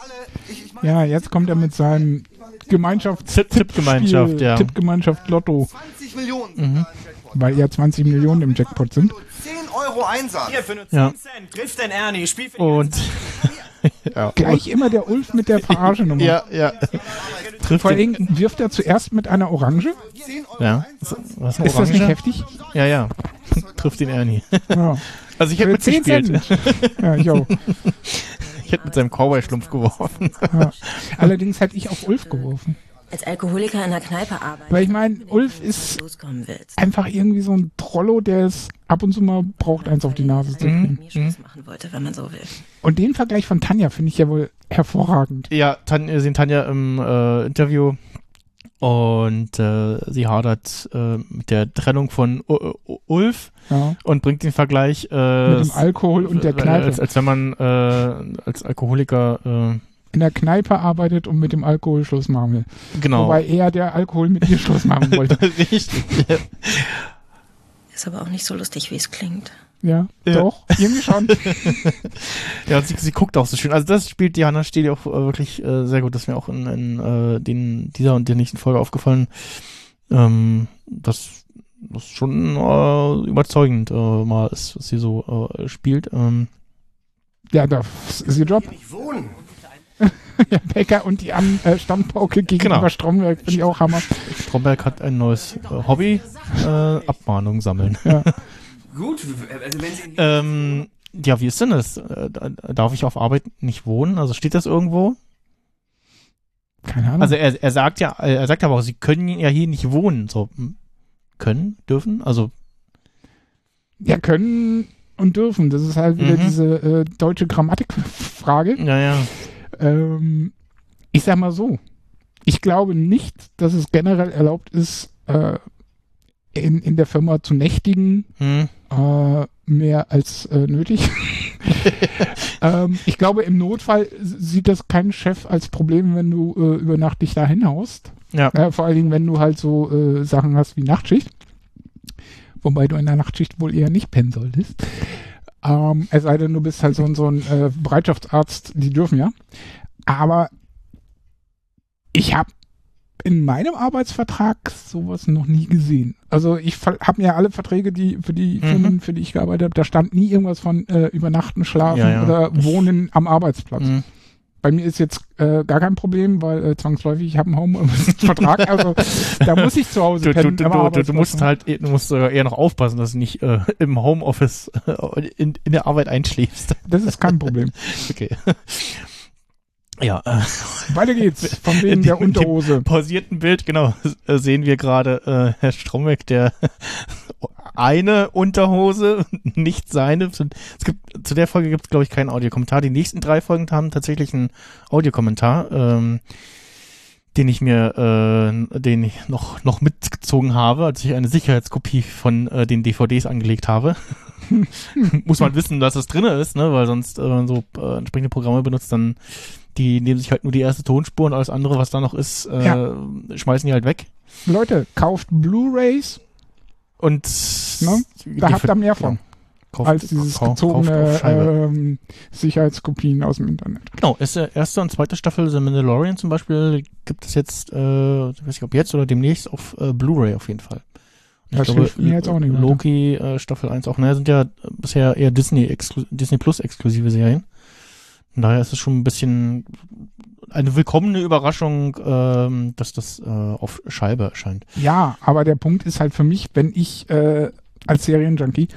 S5: Ja, jetzt kommt er mit seinem Gemeinschafts
S4: Tipp- Tippgemeinschaft,
S5: Spiel-
S4: ja.
S5: Tippgemeinschaft Lotto,
S3: 20 Millionen.
S4: Mhm.
S5: weil ja 20 Millionen im Jackpot sind.
S3: 10 Euro Einsatz.
S9: Hier für nur
S4: Ja.
S9: 10 Cent. Griff den Ernie. Spiel für
S4: Und
S5: Gleich immer der Ulf mit der Verarsche-Nummer.
S4: ja, ja. Trifft
S5: Vor
S4: den,
S5: allem wirft er zuerst mit einer Orange.
S4: ja. Was, was
S5: Ist das nicht heftig?
S4: Ja, ja. Trifft den Ernie.
S5: Ja.
S4: Also ich hätte
S5: Für 10
S4: mitgespielt.
S5: Cent. Ja, ich auch.
S4: Ich hätte mit seinem Cowboy-Schlumpf geworfen.
S5: Ja. Allerdings hätte ich auf Ulf geworfen.
S6: Als Alkoholiker in der Kneipe arbeiten.
S5: Weil ich meine, Ulf ist
S6: loskommen willst.
S5: einfach irgendwie so ein Trollo, der es ab und zu mal braucht, eins auf die Nase zu
S4: Mhm.
S5: kriegen.
S6: Mir Schluss machen wollte, wenn man so will.
S5: Und den Vergleich von Tanja finde ich ja wohl hervorragend.
S4: Ja, Tan äh, sehen Tanja im äh, Interview und äh, sie hadert äh, mit der Trennung von U U Ulf
S5: Ja.
S4: und bringt den Vergleich äh,
S5: Mit dem Alkohol und der
S4: äh, Als,
S5: Kneipe.
S4: als wenn man äh, als Alkoholiker
S5: In der Kneipe arbeitet und mit dem Alkohol Schluss machen will.
S4: äh, genau
S5: Wobei er der Alkohol mit ihr Schluss machen wollte.
S4: richtig ja.
S6: Ist aber auch nicht so lustig, wie es klingt.
S5: Ja,
S4: Ja.
S5: doch. Irgendwie schon.
S4: ja und sie, sie guckt auch so schön also das spielt die Hannah Steele auch äh, wirklich äh, sehr gut das ist mir auch in, in äh, den dieser und der nächsten Folge aufgefallen ähm, das das ist schon äh, überzeugend äh, mal ist was sie so äh, spielt ähm,
S5: Ja, das ist ihr Job.
S3: Wohnen.
S5: Ja, Becker und die am äh, Stammpauke gegenüber
S4: Genau.
S5: Stromberg finde ich auch Hammer.
S4: Stromberg hat ein neues äh, Hobby, äh, Abmahnung sammeln.
S8: Gut, also wenn sie.
S4: ähm, ja, wie ist denn das? Äh, da- darf ich auf Arbeit nicht wohnen? Also steht das irgendwo?
S5: Keine Ahnung.
S4: Also er, er sagt ja, er sagt aber auch, sie können ja hier nicht wohnen. So, hm, können, dürfen? Also,
S5: ja, können und dürfen. Das ist halt
S4: Mhm.
S5: wieder diese äh, deutsche Grammatikfrage.
S4: Ja, ja.
S5: Ähm, ich sag mal so, ich glaube nicht, dass es generell erlaubt ist, äh, in, in der Firma zu nächtigen,
S4: Hm.
S5: äh, mehr als äh, nötig. ähm, ich glaube, im Notfall s- sieht das kein Chef als Problem, wenn du äh, über Nacht dich da hinhaust.
S4: Ja.
S5: Ja, vor allen Dingen, wenn du halt so äh, Sachen hast wie Nachtschicht. Wobei du in der Nachtschicht wohl eher nicht pennen solltest. Ähm, es sei denn, du bist halt so, ein- so ein äh, Bereitschaftsarzt, die dürfen ja. Aber ich habe in meinem Arbeitsvertrag sowas noch nie gesehen. Also ich habe mir alle Verträge, die für die Firmen, für die ich gearbeitet habe, da stand nie irgendwas von äh, übernachten, schlafen
S4: Ja, ja.
S5: oder
S4: Das-
S5: wohnen am Arbeitsplatz.
S4: Mhm.
S5: Bei mir ist jetzt äh, gar kein Problem, weil äh, zwangsläufig ich habe einen Homeoffice-Vertrag, also da muss ich zu Hause
S4: Du, du,
S5: pennen,
S4: du,
S5: am
S4: du, du, du
S5: Arbeitsplatz.
S4: musst halt eh- du musst sogar eher noch aufpassen, dass du nicht äh, im Homeoffice äh, in, in der Arbeit einschläfst.
S5: Das ist kein Problem.
S4: Okay. Ja, äh,
S5: Weiter geht's. Von wegen
S4: Mit
S5: der
S4: dem- mit dem-
S5: Unterhose.
S4: pausierten Bild, genau, äh, sehen wir gerade äh, Herr Strombeck, der eine Unterhose, nicht seine. Es gibt, zu der Folge gibt es, glaube ich, keinen Audiokommentar. Die nächsten drei Folgen haben tatsächlich einen Audiokommentar, ähm, den ich mir, äh, den ich noch, noch mitgezogen habe, als ich eine Sicherheitskopie von äh, den DVDs angelegt habe. Muss man wissen, dass das drinne ist, ne? weil sonst, wenn man so äh, entsprechende Programme benutzt, dann die nehmen sich halt nur die erste Tonspur und alles andere, was da noch ist, äh,
S5: Ja.
S4: schmeißen die halt weg.
S5: Leute, kauft Blu-Rays,
S4: Und
S5: Ne? da
S4: die
S5: habt ihr mehr von,
S4: Kauft-
S5: als dieses
S4: kau- kauft
S5: gezogene
S4: auf Scheibe.
S5: ähm, Sicherheitskopien aus dem Internet.
S4: Genau, ist, äh, erste und zweite Staffel The Mandalorian zum Beispiel gibt es jetzt, äh, weiß ich ob jetzt oder demnächst auf äh, Blu-ray auf jeden Fall. Und
S5: Das hilft mir jetzt auch nicht weiter.
S4: Loki äh, Staffel 1 auch, naja, sind ja äh, bisher eher Disney, exklu- Disney Plus exklusive Serien. Von daher ist es schon ein bisschen eine willkommene Überraschung, ähm, dass das äh, auf Scheibe erscheint.
S5: Ja, aber der Punkt ist halt für mich, wenn ich äh, als Serienjunkie,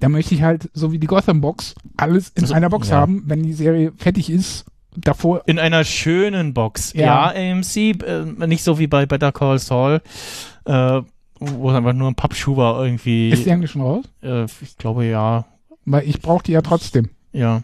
S5: da möchte ich halt, so wie die Gotham Box, alles in
S4: Also,
S5: einer Box
S4: ja.
S5: haben, wenn die Serie fertig ist, davor.
S4: In einer schönen Box. Ja,
S5: Ja.
S4: AMC, äh, nicht so wie bei Better Call Saul, äh, wo es einfach nur ein Pappschuber
S5: Ist die
S4: irgendwie,
S5: eigentlich schon raus?
S4: äh, ich glaube ja,
S5: Weil ich brauche die ja trotzdem.
S4: ja,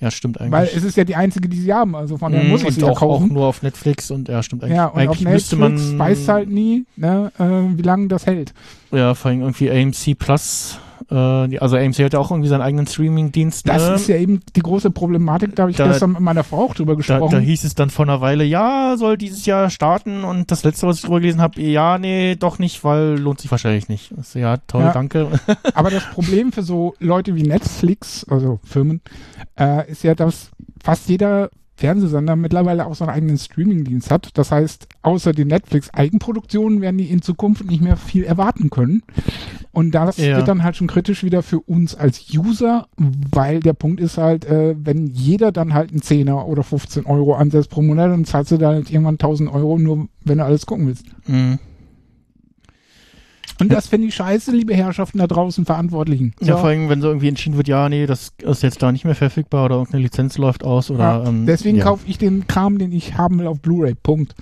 S4: ja, stimmt eigentlich. Mhm.
S5: Weil es ist ja die einzige, die sie haben, also von daher muss ich
S4: und
S5: sie ja
S4: auch, auch
S5: kaufen.
S4: nur auf Netflix und ja, stimmt eigentlich.
S5: Ja, und
S4: eigentlich
S5: auf
S4: müsste
S5: Netflix
S4: man,
S5: weiß halt nie, ne, äh, wie lange das hält.
S4: Ja, vor allem irgendwie AMC Plus, äh, die- also AMC hat ja auch irgendwie seinen eigenen Streaming-Dienst.
S5: Das
S4: ne?
S5: ist ja eben die große Problematik, da habe ich
S4: Da-
S5: gestern mit meiner Frau auch drüber
S4: Da,
S5: gesprochen.
S4: da hieß es dann vor einer Weile, ja, soll dieses Jahr starten und das letzte, was ich drüber gelesen habe, ja, nee, doch nicht, weil lohnt sich wahrscheinlich nicht. Ich so, Ja, toll,
S5: Ja.
S4: danke.
S5: Aber das Problem für so Leute wie Netflix, also Firmen, äh, ist ja, dass fast jeder Fernsehsender mittlerweile auch seinen eigenen Streamingdienst hat. Das heißt, außer den Netflix-Eigenproduktionen werden die in Zukunft nicht mehr viel erwarten können. Und das
S4: Ja.
S5: wird dann halt schon kritisch wieder für uns als User, weil der Punkt ist halt, äh, wenn jeder dann halt einen Zehner oder 15 Euro ansetzt pro Monat, dann zahlst du da halt irgendwann 1000 Euro, nur wenn du alles gucken willst.
S4: Mhm.
S5: Und das finde ich scheiße, liebe Herrschaften da draußen, Verantwortlichen.
S4: Ja, vor allem, wenn so irgendwie entschieden wird, ja, nee, das ist jetzt da nicht mehr verfügbar oder irgendeine Lizenz läuft aus oder.
S5: Ja,
S4: ähm,
S5: Deswegen
S4: ja.
S5: kaufe ich den Kram, den ich haben will, auf Blu-ray. Punkt.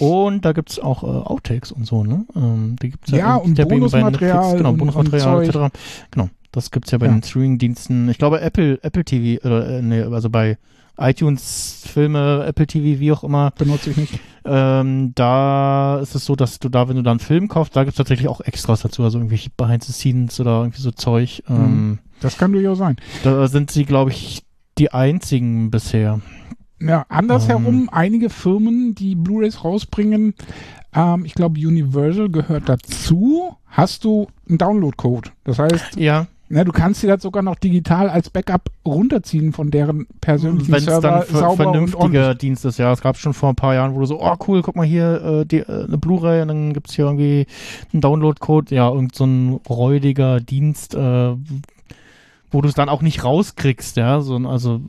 S4: Und da gibt's auch äh, Outtakes und so, ne? Ähm, die gibt's ja,
S5: Ja,
S4: in-
S5: und
S4: der bei- bei
S5: Bonusmaterial
S4: Netflix, Genau,
S5: und-
S4: Bonusmaterial
S5: und
S4: etc. Genau, das gibt's ja bei
S5: Ja.
S4: den Streaming-Diensten. Ich glaube, Apple, Apple TV, oder, äh, nee, also bei iTunes, Filme, Apple TV, wie auch immer,
S5: Benutze ich nicht.
S4: ähm, da ist es so, dass du da, wenn du da einen Film kaufst, da gibt's tatsächlich auch Extras dazu, also irgendwelche Behind-the-Scenes oder irgendwie so Zeug.
S5: Mhm.
S4: Ähm,
S5: Das kann durchaus sein.
S4: Da sind sie, glaube ich, die einzigen bisher.
S5: Ja, andersherum,
S4: Ähm.
S5: einige Firmen, die Blu-rays rausbringen, ähm, ich glaube, Universal gehört dazu, hast du einen Download-Code. Das heißt,
S4: Ja,
S5: ne, du kannst dir das sogar noch digital als Backup runterziehen von deren persönlichen
S4: wenn es
S5: Also Server.
S4: dann ver
S5: sauber und ordentlich.
S4: vernünftiger Dienst ist. Ja, es gab schon vor ein paar Jahren, wo du so, oh cool, guck mal hier, äh, die, äh, eine Blu-ray und dann gibt's hier irgendwie einen Download-Code, ja, irgend so ein räudiger Dienst, äh, wo du es dann auch nicht rauskriegst, ja, so, ein- also,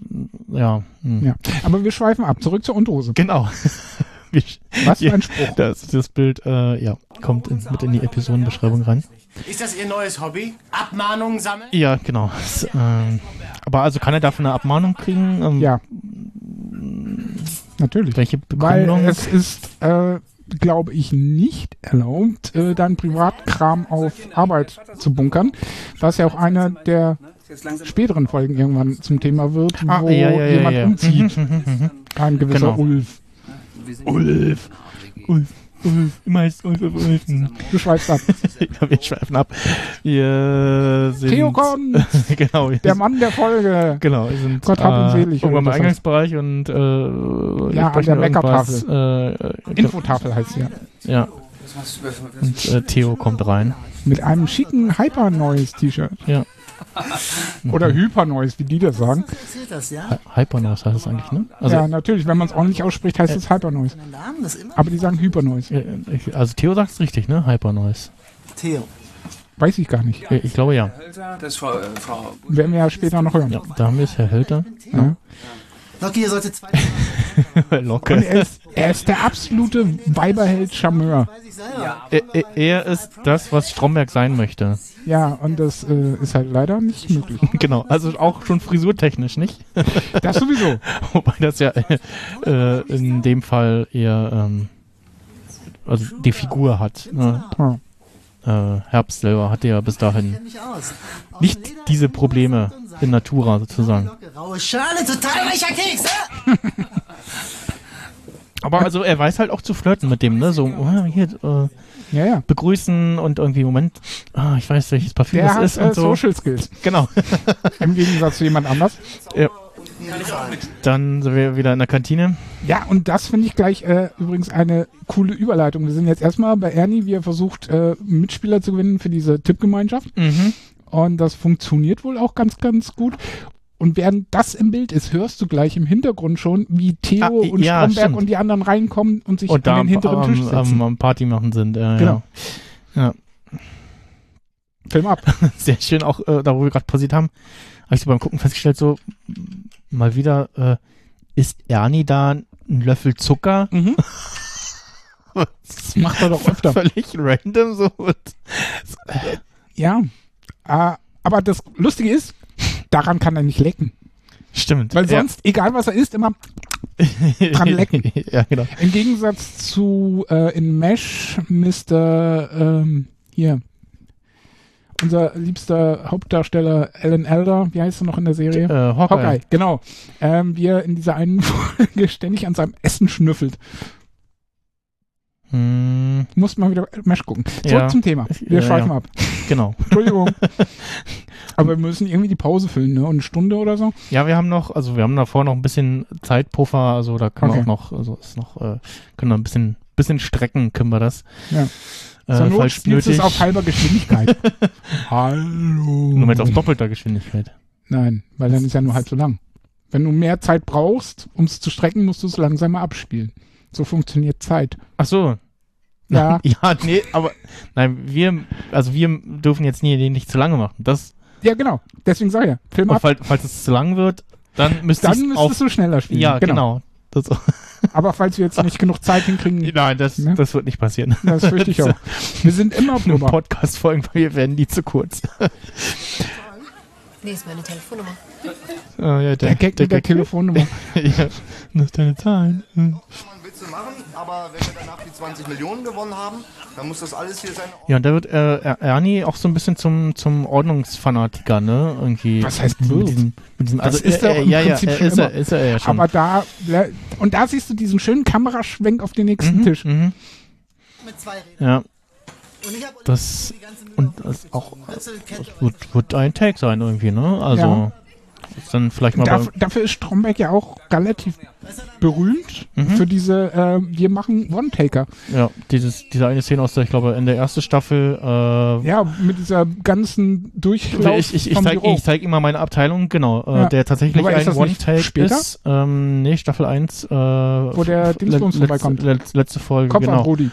S4: ja. Hm.
S5: Ja. Aber wir schweifen ab. Zurück zur Unterhose.
S4: Genau. Wie sch-
S5: Was für
S4: Ja.
S5: ein Spruch.
S4: das, das Bild, äh, ja, kommt in, mit in die Episodenbeschreibung rein.
S9: Ist das Ihr neues Hobby? Abmahnungen sammeln?
S4: Ja, genau. S- ähm, aber also kann er dafür eine Abmahnung kriegen? Ähm,
S5: Ja. Natürlich.
S4: Welche
S5: Weil
S4: Begründung?
S5: es ist, äh, glaube ich, nicht erlaubt, äh, deinen Privatkram auf Arbeit zu bunkern, was ja auch einer der
S8: jetzt langsam
S5: späteren Folgen irgendwann zum Thema wird,
S4: Ah,
S5: wo
S4: ja, ja, ja,
S5: jemand
S4: ja. Mhm,
S5: umzieht. Ein gewisser
S4: Genau.
S5: Ulf.
S4: Ulf. Ulf. Ulf. Immer heißt Ulf, Ulf, Ulf.
S5: Du schweifst ab.
S4: Ja, wir schweifen ab. Wir sind...
S5: Theokon,
S4: genau. wir
S5: der
S4: sind-
S5: Mann der Folge.
S4: Genau, wir sind
S5: Gott hab ihn
S4: äh,
S5: selig,
S4: irgendwann im
S5: oder was
S4: Eingangsbereich und äh, ja,
S5: an der Bäckertafel.
S4: Äh, äh,
S5: Infotafel heißt sie ja.
S4: ja, und äh, Theo kommt rein.
S5: Mit einem schicken hyper T-Shirt.
S4: Ja. Mhm.
S5: Oder hyper wie die das sagen.
S10: Erzählt das, ja?
S4: Hypernos heißt es eigentlich, ne? Also,
S5: ja, natürlich, wenn man es ordentlich ausspricht, heißt es hyper
S10: Meine Damen, das immer?
S5: Aber die sagen hyper
S4: äh, ich- also Theo sagt es richtig, ne? Hypernoise.
S10: Theo.
S5: Weiß ich gar nicht.
S4: Äh, Ich glaube ja.
S8: Hölter, das ist Frau, äh,
S4: Hm.
S8: Frau
S5: Werden wir ja später noch hören.
S4: ja da haben wir es, Herr Hölter.
S5: Ja.
S10: Loki, ihr solltet zwei
S4: Locke.
S5: Und er ist, er ist der absolute Weiberheld-Charmeur.
S10: bei sich selber. Ja.
S4: Er, er- er ist das, was Stromberg sein möchte.
S5: Ja, und das äh, ist halt leider nicht möglich.
S4: Genau, also auch schon frisurtechnisch, nicht?
S5: Das sowieso.
S4: Wobei das ja äh, äh, in dem Fall eher ähm, also die Figur hat. Ne?
S5: Ja.
S4: Äh, Herbst selber hatte ja bis dahin
S10: Mich aus. Oh, Aus
S4: nicht
S10: Leder,
S4: diese Probleme in Natura sozusagen.
S10: Locke, raue Schale, total weicher Keks, hä?
S4: Aber also er weiß halt auch zu flirten mit dem, ne? So, oh, hier, äh,
S5: Ja, ja.
S4: begrüßen und irgendwie, Moment, ah, ich weiß, welches Parfüm
S5: Der
S4: das
S5: hat
S4: ist
S5: äh,
S4: und so.
S5: Social Skills.
S4: Genau.
S5: Im Gegensatz zu jemand anders.
S4: Dann sind wir wieder in der Kantine.
S5: Ja, und das finde ich gleich äh, übrigens eine coole Überleitung. Wir sind jetzt erstmal bei Ernie, wie er versucht, äh, Mitspieler zu gewinnen für diese Tippgemeinschaft.
S4: Mhm.
S5: Und das funktioniert wohl auch ganz, ganz gut. Und während das im Bild ist, hörst du gleich im Hintergrund schon, wie Theo
S4: Ah, i-
S5: und
S4: ja,
S5: Stromberg
S4: stimmt.
S5: und die anderen reinkommen und sich
S4: Und da
S5: an
S4: am,
S5: den hinteren
S4: am,
S5: Tisch setzen.
S4: am, am Party machen sind. Äh,
S5: Genau.
S4: Ja.
S5: Film ab.
S4: ja. Sehr schön, auch äh, da, wo wir gerade pausiert haben, habe ich so beim Gucken festgestellt, so m- mal wieder, äh, ist Ernie da ein Löffel Zucker?
S5: Das Mhm. macht er doch öfter.
S4: Völlig random so. Und
S5: Ja. Äh, aber das Lustige ist, daran kann er nicht lecken.
S4: Stimmt.
S5: Weil sonst, egal was er isst, immer
S4: ja.
S5: dran lecken.
S4: ja, genau.
S5: im Gegensatz zu äh, in Mesh, Mr. Ähm, hier. Unser liebster Hauptdarsteller Alan Elder, wie heißt er noch in der Serie?
S4: Äh, Hawkeye.
S5: Hawkeye, genau. Ähm, wie er in dieser einen Folge ständig an seinem Essen schnüffelt.
S4: Hm.
S5: Muss mal wieder Mesh gucken. Zurück
S4: Ja.
S5: zum Thema. Wir
S4: Ja,
S5: schweifen
S4: ja.
S5: ab.
S4: Genau.
S5: Entschuldigung. Aber wir müssen irgendwie die Pause füllen, ne? Und eine Stunde oder so.
S4: Ja, wir haben noch, also wir haben davor noch ein bisschen Zeitpuffer, also da können wir
S5: Okay.
S4: auch noch, also ist noch, äh, können wir ein bisschen, bisschen strecken, können wir das.
S5: Ja.
S4: Äh,
S5: Zur Not
S4: falls
S5: spielst du es
S4: nötig,
S5: auf halber Geschwindigkeit. Hallo.
S4: nur jetzt auf doppelter Geschwindigkeit.
S5: Nein, weil dann ist ja nur halb so lang. Wenn du mehr Zeit brauchst, um es zu strecken, musst du es langsamer abspielen. So funktioniert Zeit.
S4: Ach so.
S5: Ja,
S4: Ja, nee, aber nein, wir, also wir dürfen jetzt nie den nicht zu lange machen. Das,
S5: ja genau. Deswegen sag ich ja, Film
S4: und
S5: ab,
S4: falls, falls es zu lang wird, dann müsste
S5: dann
S4: ich auf,
S5: müsstest du schneller spielen.
S4: ja, genau. Das,
S5: Aber falls wir jetzt nicht genug Zeit hinkriegen,
S4: nein, das,
S5: Ne?
S4: das wird nicht passieren.
S5: das fürchte ich auch. Wir sind immer
S4: Nur
S5: drüber.
S4: Podcast-Folgen, weil wir werden die zu kurz.
S6: Nee, ist meine Telefonnummer.
S4: Äh, ja,
S5: Der Gag mit der
S4: Gag-
S5: Telefonnummer.
S4: ja, das ist deine Zahlen. Hm.
S3: Kann man Witze machen, aber wenn wir danach die 20 Millionen gewonnen haben, dann muss das alles hier sein.
S4: Ja, und da wird äh, Er- Ernie auch so ein bisschen zum, zum Ordnungsfanatiker, ne? Irgendwie.
S5: Was heißt
S4: mit
S5: wird?
S4: diesem, mit diesem,
S5: Das
S4: also
S5: ist
S4: äh,
S5: er
S4: äh,
S5: im
S4: ja,
S5: Prinzip
S4: ja, äh,
S5: schon
S4: ist er,
S5: immer.
S4: ist er ja schon.
S5: Aber da, und da siehst du diesen schönen Kameraschwenk auf den nächsten Tisch.
S4: mhm,
S10: Mit zwei Rädern.
S4: ja,
S10: Und ich hab
S4: das
S10: die ganze Mühe
S4: und das auch wird, wird ein Take sein irgendwie, ne? Also
S5: Ja.
S4: ist dann vielleicht mal
S5: Darf,
S4: bei,
S5: dafür ist Stromberg ja auch relativ berühmt
S4: Mhm.
S5: für diese, äh, wir machen One-Taker.
S4: ja, dieses, diese eine Szene aus der, ich glaube, in der ersten Staffel, äh,
S5: Ja, mit dieser ganzen Durchlauf
S4: ich, ich, ich
S5: vom
S4: zeig,
S5: Büro.
S4: ich zeig ihm mal meine Abteilung, genau, äh,
S5: Ja.
S4: der tatsächlich
S5: Wobei, ist
S4: ein
S5: das nicht
S4: One-Take
S5: später?
S4: ist. Ähm, nee, Staffel 1, äh, Wo
S5: der Dingsbums vorbeikommt.
S4: Letzte, letzte Folge,
S5: Kopf
S4: genau.
S5: an Rudi.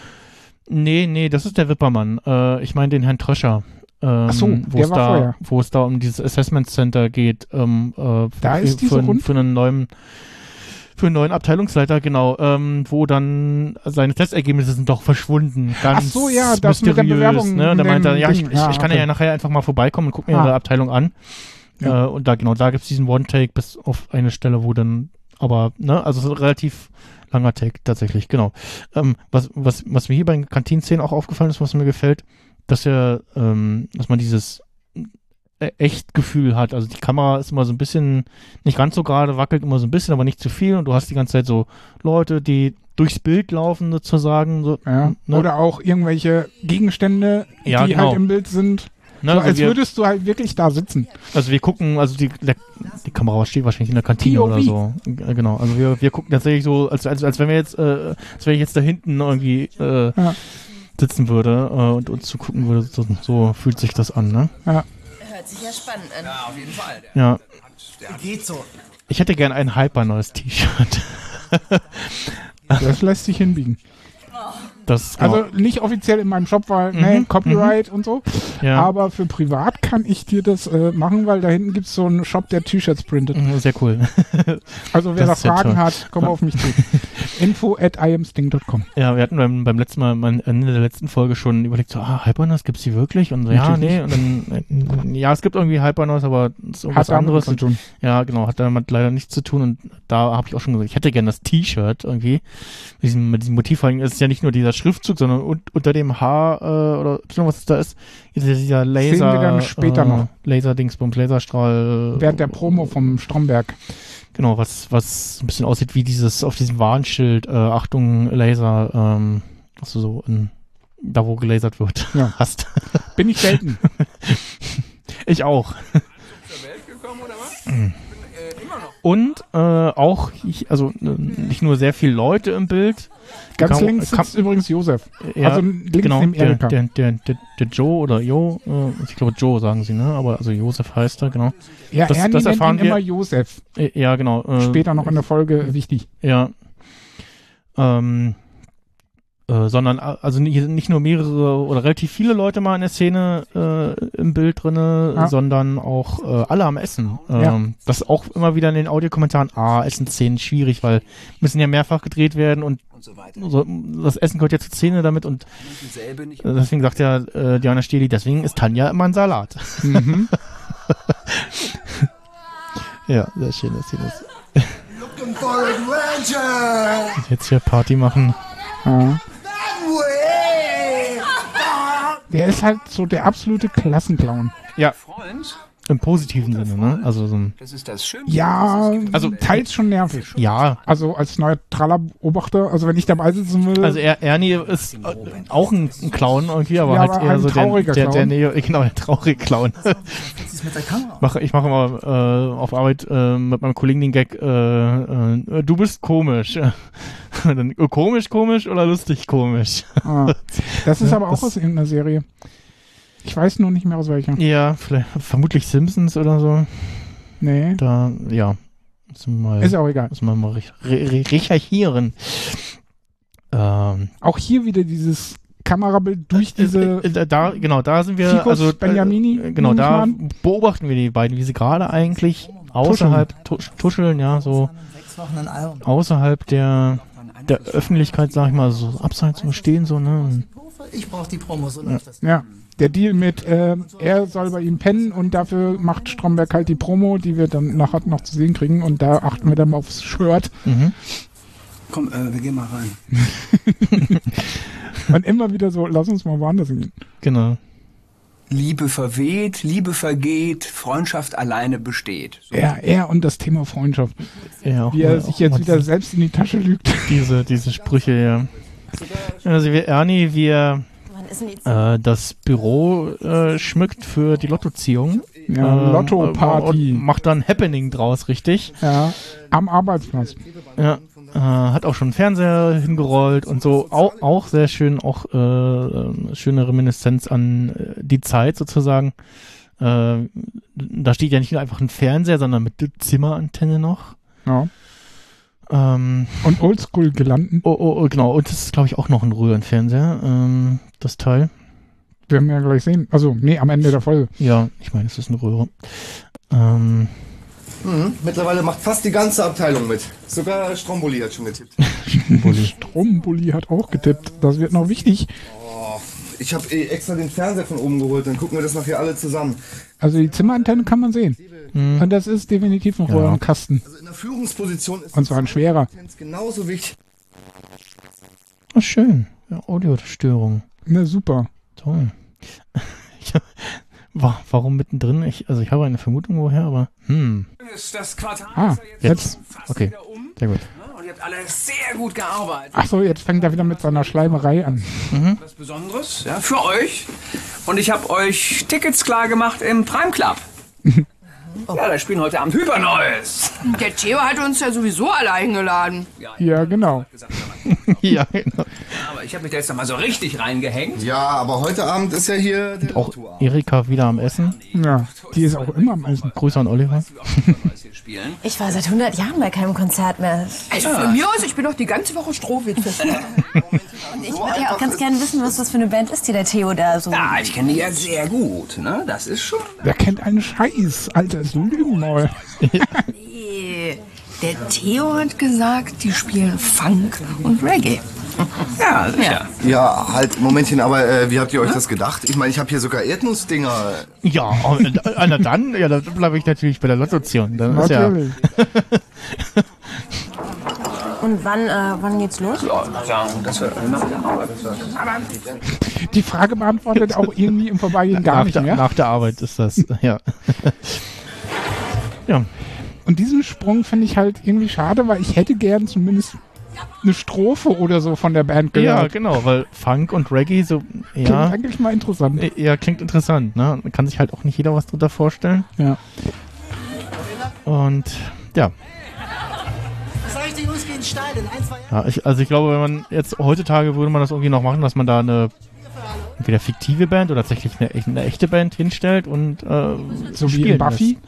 S4: Nee, nee, das ist der Wippermann. Äh, ich meine den Herrn Tröscher. Ähm,
S5: Ach so,
S4: wo
S5: der
S4: es
S5: war
S4: da,
S5: vorher.
S4: Wo es da um dieses Assessment Center geht. Ähm, äh,
S5: Da
S4: für,
S5: ist diese
S4: für, einen-
S5: Rund-
S4: für einen neuen für einen neuen Abteilungsleiter, genau, ähm, wo dann seine Testergebnisse sind doch verschwunden. Ganz
S5: Ach so, ja, das mit
S4: mysteriös,
S5: der Bewerbung
S4: Ne? Und
S5: mit
S4: er meinte,
S5: dem
S4: ja, ich,
S5: Ding.
S4: ich,
S5: Ja,
S4: ich kann
S5: okay.
S4: ja nachher einfach mal vorbeikommen und guck mir
S5: Ah.
S4: ihre Abteilung an.
S5: Ja.
S4: Äh, und da, genau, da gibt's diesen One-Take bis auf eine Stelle, wo dann, aber, ne, also es ist ein relativ langer Take tatsächlich, genau. Ähm, was, was, was mir hier bei den Kantinenszenen auch aufgefallen ist, was mir gefällt, dass er, ähm, dass man dieses äh, echt Gefühl hat. Also die Kamera ist immer so ein bisschen, nicht ganz so gerade, wackelt immer so ein bisschen, aber nicht zu viel. Und du hast die ganze Zeit so Leute, die durchs Bild laufen sozusagen. So,
S5: Ja.
S4: ne?
S5: Oder auch irgendwelche Gegenstände,
S4: Ja,
S5: die
S4: genau.
S5: halt im Bild sind.
S4: Ne,
S5: so,
S4: also
S5: als
S4: wir-
S5: würdest du halt wirklich da sitzen.
S4: Also wir gucken, also die, der, die Kamera steht wahrscheinlich in der Kantine
S5: POV.
S4: oder so. G- Genau, also wir, wir gucken tatsächlich so, als, als, als wenn wir jetzt, äh, als wenn ich jetzt da hinten irgendwie äh,
S5: Ja.
S4: sitzen würde äh, und uns zugucken würde. So, so fühlt sich das an, ne?
S5: Ja.
S6: Hört sich ja spannend an.
S8: Ja, auf jeden Fall.
S4: Ja.
S10: Geht so.
S4: Ich hätte gern ein hyper neues T-Shirt.
S5: Das lässt sich hinbiegen.
S4: Das genau,
S5: Also nicht offiziell in meinem Shop, weil ne, Copyright und so.
S4: Mhm. ja,
S5: Aber für privat kann ich dir das äh, machen, weil da hinten gibt es so einen Shop, der T-Shirts printet.
S4: Mhm, sehr cool.
S5: Also wer
S4: Das ist
S5: da
S4: ja
S5: Fragen
S4: toll.
S5: hat, komm auf mich zu. Info at iamsting.com.
S4: Ja, wir hatten beim, beim letzten Mal, am Ende der letzten Folge schon überlegt, so, ah, Hypernos gibt's die wirklich? Und so, ja,
S5: Natürlich.
S4: nee, und dann, äh, ja, es gibt irgendwie Hypernos, aber es ist irgendwas
S5: Hat damit
S4: anderes.
S5: zu tun.
S4: Ja, genau, hat damit leider nichts zu tun und da habe ich auch schon gesagt, ich hätte gern das T-Shirt irgendwie. Mit diesem, mit diesem Motiv vor allem ist ja nicht nur dieser Schriftzug, sondern un unter dem H äh, oder Y, was da ist, ist ja dieser Laser.
S5: wir dann später
S4: äh,
S5: noch.
S4: Laserdingsbums, Laserstrahl.
S5: Während der Promo vom Stromberg.
S4: Genau, was, was ein bisschen aussieht wie dieses auf diesem Warnschild, äh, Achtung, Laser, ähm, also so in, da wo gelasert wird.
S5: Ja.
S4: Hast.
S5: Bin ich selten.
S4: Ich auch. Mm. Und äh, auch, ich, also äh, nicht nur sehr viele Leute im Bild.
S5: Ganz
S4: Kam-
S5: links
S4: kam-
S5: sitzt übrigens Josef.
S4: Ja,
S5: also links
S4: genau,
S5: neben
S4: der,
S5: Erika.
S4: der, der, der, der Joe oder Jo, äh, ich glaube Joe sagen sie, ne? Aber also Josef heißt er, genau.
S5: ja,
S4: das-
S5: Ernie
S4: das
S5: nennt
S4: erfahren
S5: ihn immer
S4: wir-
S5: Josef.
S4: Äh, ja, genau. Äh,
S5: Später noch in der Folge wichtig.
S4: Ja. Ähm, äh, sondern a- also ni- hier sind nicht nur mehrere oder relativ viele Leute mal in der Szene äh, im Bild drinne,
S5: Ja.
S4: sondern auch äh, alle am Essen. Ähm,
S5: Ja.
S4: Das auch immer wieder in den Audiokommentaren, ah, Essenszenen schwierig, weil müssen ja mehrfach gedreht werden und
S8: Und so weiter.
S4: so, das Essen gehört ja zur Szene damit und
S8: Dieselbe nicht.
S4: äh, deswegen sagt ja äh, Diana Steli, deswegen ist Tanja immer ein Salat.
S5: Mhm.
S4: Ja, sehr schön, dass sie das
S10: Looking for adventure.
S4: jetzt hier Party machen.
S5: ja.
S10: That way.
S5: Der ist halt so der absolute Klassenclown.
S8: Freund,
S4: Im positiven Sinne, ne? Also so ein,
S8: das ist das Schöne.
S5: Ja,
S4: Also-
S5: teils schon nervig.
S4: ja,
S5: Also als neutraler Beobachter, also wenn ich dabei sitzen würde,
S4: Also er, Ernie ist äh, auch ein, ein Clown irgendwie, aber
S5: Ja,
S4: halt
S5: aber
S4: eher
S5: ein
S4: so der,
S5: trauriger
S4: der, der,
S5: Clown.
S4: Neo- genau, der traurige Clown.
S10: Was ist mit der Kamera?
S4: Mache- ich mache mal äh, auf Arbeit äh, mit meinem Kollegen den Gag, äh, äh, du bist komisch. Dann, äh, komisch, komisch oder lustig, komisch.
S5: Ah, das ist
S4: Ja,
S5: aber auch
S4: das-
S5: aus irgendeiner Serie. Ich weiß nur nicht mehr aus welcher.
S4: Ja, vielleicht, vermutlich Simpsons oder so.
S5: Nee,
S4: Da, ja, müssen wir mal,
S5: ist auch egal.
S4: müssen wir mal re re recherchieren. Ähm,
S5: Auch hier wieder dieses Kamerabild durch diese.
S4: Äh, äh, da, genau, da sind wir.
S5: Ficus
S4: also, äh,
S5: Benjamini,
S4: äh, Genau,
S5: nehme ich mal
S4: da
S5: an.
S4: beobachten wir die beiden, wie sie gerade eigentlich außerhalb tuscheln, tuscheln ja, so
S10: In sechs Wochen ein Album.
S4: außerhalb der, der Öffentlichkeit, sag ich mal, so abseits so stehen, so, ne?
S10: Ich brauche die Promo, so läuft das.
S5: Ja, der Deal mit, ähm, er soll bei ihm pennen und dafür macht Stromberg halt die Promo, die wir dann nachher noch zu sehen kriegen und da achten wir dann mal aufs Shirt.
S8: Komm, äh, wir gehen mal rein.
S5: Und immer wieder so, lass uns mal woanders hingehen.
S4: Genau.
S8: Liebe verweht, Liebe vergeht, Freundschaft alleine besteht. So.
S5: Ja, er und das Thema Freundschaft.
S4: Ja, auch,
S5: Wie
S4: mal-
S5: er sich
S4: auch
S5: jetzt
S4: mal
S5: wieder
S4: diese,
S5: selbst in die Tasche lügt.
S4: diese, diese Sprüche, ja. Also, wir, Ernie, wir
S6: Wann ist denn die Zeit?
S4: äh, das Büro äh, schmückt für die Lottoziehung.
S5: Ja,
S4: Ähm,
S5: Lotto-Party.
S4: Und macht dann Happening draus, richtig?
S5: Ja, am Arbeitsplatz.
S4: Ja, äh, hat auch schon einen Fernseher hingerollt und so. Auch, auch sehr schön, auch äh, ähm, schöne Reminiszenz an äh, die Zeit sozusagen. Äh, da steht ja nicht nur einfach ein Fernseher, sondern mit Zimmerantenne noch.
S5: Ja.
S4: Ähm,
S5: Und oldschool gelandet.
S4: oh, oh, oh, genau. Und das ist, glaube ich, auch noch ein Röhrenfernseher, ähm, das Teil.
S5: Werden wir ja gleich sehen. Also, nee, am Ende der Folge.
S4: Ja, ich meine, es ist eine Röhre. Ähm,
S3: Mittlerweile macht fast die ganze Abteilung mit. Sogar Stromboli hat schon getippt.
S5: Stromboli hat auch getippt. Das wird noch wichtig.
S3: Ich habe eh extra den Fernseher von oben geholt, dann gucken wir das nachher alle zusammen.
S5: Also die Zimmerantenne kann man sehen. Und das ist definitiv ein Röhrenkasten.
S3: Also in der Führungsposition ist
S5: Und zwar ein schwerer.
S3: Kompetenz genauso wichtig.
S4: oh,
S5: Ne,
S4: schön. Ja, Audiostörung.
S5: Na super.
S4: Toll. Ich hab- Wa- Warum mittendrin? Ich, also ich habe eine Vermutung, woher, aber hm.
S8: Ist Das Quartal
S5: Ah,
S8: ist ja jetzt,
S4: Jetzt.
S8: fast
S4: Okay,
S8: wieder um.
S4: sehr gut.
S8: ne? Und ihr habt alle sehr gut gearbeitet.
S5: Ach so, jetzt fängt er wieder mit seiner Schleimerei an.
S8: Was Besonderes ja, für euch. Und ich habe euch Tickets klar gemacht im Prime Club. Ja, da spielen heute Abend Hypernoise.
S7: Der Theo hat uns ja sowieso alle eingeladen.
S5: Ja, genau.
S4: ja, genau.
S8: Aber ich habe mich da jetzt noch mal so richtig reingehängt.
S3: Ja, aber heute Abend ist ja hier der
S4: Auch
S3: Lottoabend.
S4: Erika wieder am Essen.
S5: Ja, die ist auch immer am Essen.
S4: Grüße an Oliver.
S8: Wie wir auch Hypernoise hier spielen.
S6: Ich war seit 100 Jahren bei keinem Konzert mehr.
S7: Also von mir aus, ich bin doch die ganze Woche Strohwitwe.
S6: Ich würde ja auch ganz gerne wissen, was das für eine Band ist, die der Theo da so.
S7: Ah.
S8: Ja, ich kenne die ja sehr gut. Ne? Das ist schon.
S5: Wer kennt einen Scheiß? Alter, ist ein Lügenmaul.
S7: Der Theo hat gesagt, die spielen Funk und Reggae.
S8: Ja, sicher.
S3: Ja, halt, Momentchen, aber äh, wie habt ihr euch das gedacht? Ich meine, ich habe hier sogar Erdnussdinger.
S4: Ja, oh, äh, na dann, ja, da bleibe ich natürlich bei der Lottozion. Dann ist ja,
S5: Natürlich.
S6: Und wann, äh, wann geht's los?
S8: Ja, ich muss sagen, das war nach der Arbeit. Das war
S5: Die Frage beantwortet auch irgendwie im Vorbeigehen gar
S4: nach,
S5: nicht
S4: der,
S5: mehr.
S4: nach der Arbeit ist das. Ja. ja.
S5: Und diesen Sprung finde ich halt irgendwie schade, weil ich hätte gern zumindest eine Strophe oder so von der Band
S4: ja,
S5: gehört.
S4: genau, weil Funk und Reggae so,
S5: Klingt
S4: ja,
S5: eigentlich mal interessant.
S4: äh, ja, klingt interessant, ne? Kann sich halt auch nicht jeder was drunter vorstellen.
S5: Ja.
S4: Und ja,
S10: Was soll ich die Jungs gehen steil in ein, zwei Jahren?
S4: ja ich, also ich glaube, wenn man jetzt heutzutage würde man das irgendwie noch machen, dass man da eine entweder fiktive Band oder tatsächlich eine, echt- eine echte Band hinstellt und äh,
S5: So wie
S4: spielen
S5: in Buffy.
S4: lässt,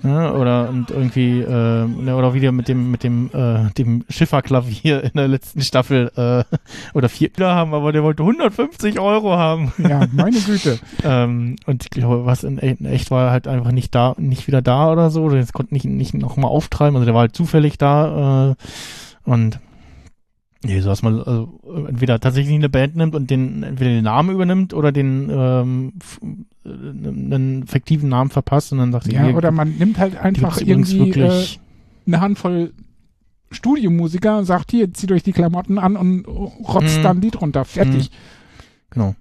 S4: Ne? Oder und irgendwie, äh, ne, oder wieder mit dem, mit dem, äh, dem Schifferklavier in der letzten Staffel äh, oder vier Klar haben, aber der wollte 150 Euro haben.
S5: Ja, meine Güte.
S4: Ähm, und ich glaube, was in, in echt war, halt einfach nicht da, nicht wieder da oder so. Oder jetzt konnte nicht, nicht nochmal auftreiben. Also der war halt zufällig da. Äh, und nee, so dass man also, entweder tatsächlich eine Band nimmt und den entweder den Namen übernimmt oder den ähm, f- äh, einen fiktiven Namen verpasst und dann sagt
S5: Ja,
S4: hier,
S5: oder man nimmt halt
S4: die
S5: einfach
S4: gibt's übrigens
S5: irgendwie äh,
S4: wirklich.
S5: eine Handvoll Studiomusiker und sagt, hier, zieht euch die Klamotten an und rotzt
S4: Mhm.
S5: dann ein Lied runter. Fertig.
S4: genau.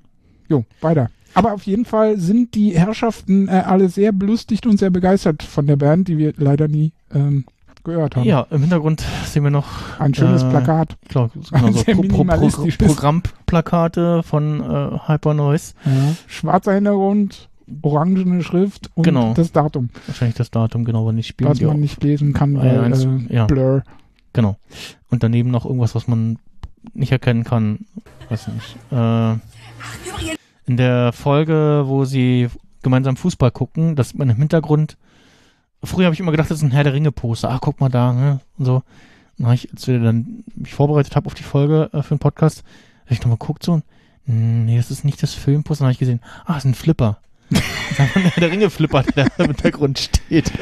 S5: Jo, weiter. Aber auf jeden Fall sind die Herrschaften äh, alle sehr belustigt und sehr begeistert von der Band, die wir leider nie ähm, gehört haben.
S4: Ja, im Hintergrund sehen wir noch
S5: Ein schönes
S4: äh,
S5: Plakat.
S4: Ich glaube, genau so
S5: Sehr
S4: Pro Pro Pro
S5: minimalistisch.
S4: Programmplakate von äh, Hypernoise.
S5: Ja. Mhm. Schwarzer Hintergrund, orangene Schrift und
S4: Genau.
S5: das Datum,
S4: Wahrscheinlich das Datum genau, wann ich spielen
S5: was
S4: die
S5: man nicht lesen kann,
S4: Ein-
S5: weil
S4: eins-
S5: äh,
S4: ja.
S5: Blur.
S4: Genau. Und daneben noch irgendwas, was man nicht erkennen kann. Weiß nicht. Äh, in der Folge, wo sie gemeinsam Fußball gucken, das sieht man im Hintergrund. Früher habe ich immer gedacht, das ist ein Herr der Ringe-Poster. Ach, guck mal da, ne? Und so. Und hab ich, als wir dann mich vorbereitet habe auf die Folge äh, für den Podcast, habe ich nochmal geguckt so und nee, das ist nicht das Filmposter. Dann habe ich gesehen, ah, das ist ein Flipper. Das ist einfach ein Herr der Ringe-Flipper, der da im Hintergrund steht.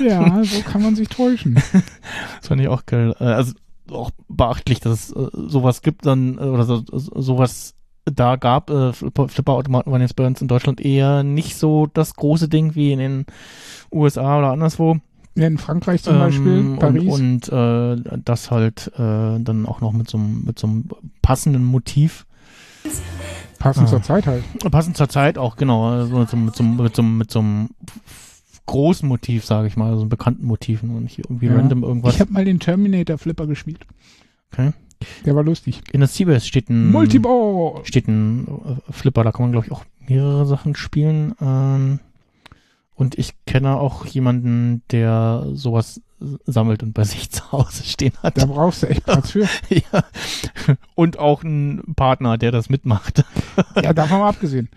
S5: Ja, so kann man sich täuschen.
S4: Das fand ich auch geil. Äh, Also auch beachtlich, dass es äh, sowas gibt dann, äh, oder so, so- sowas da gab. Äh, Flipper- Flipperautomaten waren jetzt bei uns in Deutschland eher nicht so das große Ding wie in den USA oder anderswo.
S5: Ja, in Frankreich zum Beispiel,
S4: Ähm,
S5: Paris.
S4: Und, und äh, das halt äh, dann auch noch mit so einem mit so einem passenden Motiv.
S5: Passend
S4: ah.
S5: zur Zeit halt.
S4: Passend zur Zeit auch, genau. Also mit so, einem- mit so, einem- mit so, einem- mit so einem großen Motiv, sage ich mal, also einem bekannten Motiv und nicht irgendwie
S5: Ja.
S4: random irgendwas.
S5: Ich habe mal den Terminator Flipper gespielt.
S4: Okay. Mm.
S5: Der war lustig.
S4: in der Seabase steht ein
S5: Multiball.
S4: steht ein äh, Flipper, da kann man glaube ich auch mehrere Sachen spielen. Ähm, und ich kenne auch jemanden, der sowas sammelt und bei sich zu Hause stehen hat.
S5: Da brauchst du echt Platz für.
S4: ja. Und auch einen Partner, der das mitmacht.
S5: Ja, davon mal abgesehen.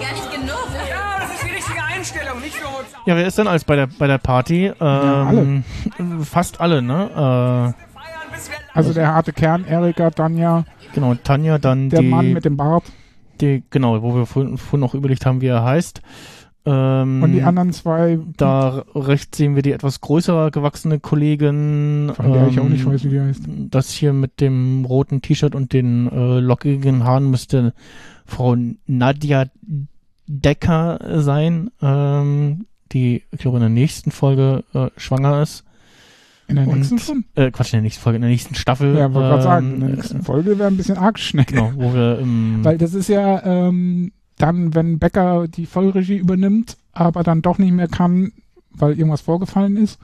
S8: Ja, das ist die richtige Einstellung, nicht für uns.
S4: Ja, wer ist denn alles bei der bei der Party? Ähm,
S5: alle.
S4: Fast alle, ne?
S8: Feiern, bis wir
S5: Also der harte Kern, Erika, Danja,
S4: Äh, genau, Tanja, dann
S5: der
S4: die,
S5: Mann mit dem Bart
S4: die, genau, wo wir vorhin, vorhin noch überlegt haben, wie er heißt. Ähm,
S5: und die anderen zwei,
S4: Da rechts sehen wir die etwas größer gewachsene Kollegin.
S5: von der ich auch
S4: ähm,
S5: nicht weiß, wie die heißt.
S4: Das hier mit dem roten T-Shirt und den äh, lockigen Haaren müsste Frau Nadja Decker sein, ähm, die, ich glaube, in der nächsten Folge äh, schwanger ist.
S5: In der
S4: und-
S5: nächsten Folge?
S4: Äh, Quatsch, in der nächsten Folge, in der nächsten Staffel.
S5: Ja, wollte gerade sagen, in der
S4: ähm, genau,
S5: nächsten Folge wäre ein bisschen arg schnell.
S4: äh, Genau, wo wir ähm,
S5: Weil das ist ja ähm, dann, wenn Becker die Vollregie übernimmt, aber dann doch nicht mehr kann, weil irgendwas vorgefallen ist.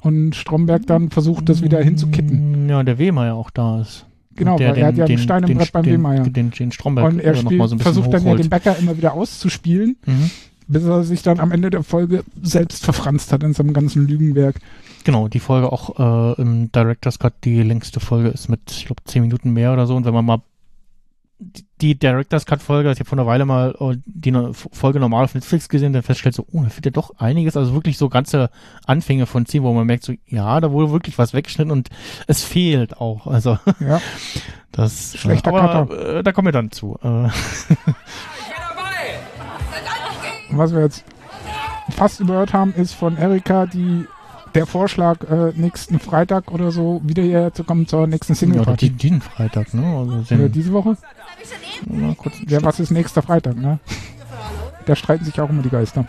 S5: Und
S4: Mhm.
S5: Stromberg dann versucht, das wieder hinzukitten.
S4: Mm, Ja, der Wehmeier auch da ist.
S5: Genau,
S4: Und Mhm. der
S5: weil er hat ja einen Stein im Brett beim
S4: den,
S5: Wehmeier.
S4: Den, den, den Stromberg
S5: Und er
S4: noch
S5: spielt,
S4: mal so ein bisschen
S5: versucht dann ja
S4: hochholt.
S5: den Becker immer wieder auszuspielen,
S4: Mhm.
S5: bis er sich dann am Ende der Folge selbst verfranst hat in seinem ganzen Lügenwerk.
S4: Genau, die Folge auch äh, im Director's Cut die längste Folge ist mit, ich glaube, 10 Minuten mehr oder so. Und wenn man mal die- die Director's Cut Folge, also ich habe vor einer Weile mal äh, die no- Folge normal auf Netflix gesehen, dann feststellt so, oh, da fehlt ja doch einiges. Also wirklich so ganze Anfänge von Szenen, wo man merkt so, ja, da wurde wirklich was weggeschnitten und es fehlt auch. Also
S5: Ja.
S4: das
S5: Schlechter
S4: äh, aber,
S5: Cutter.
S4: Äh, da kommen wir dann zu. Äh,
S5: Und was wir jetzt fast überhört haben, ist von Erika die der Vorschlag, äh, nächsten Freitag oder so wieder hierher zu kommen zur nächsten
S4: ja, oder die,
S5: Single-Party.
S4: diesen Freitag, ne? Also den,
S5: Oder Äh, diese Woche?
S4: mal kurz,
S5: Ja, was ist nächster Freitag, ne? Da streiten sich auch immer die Geister.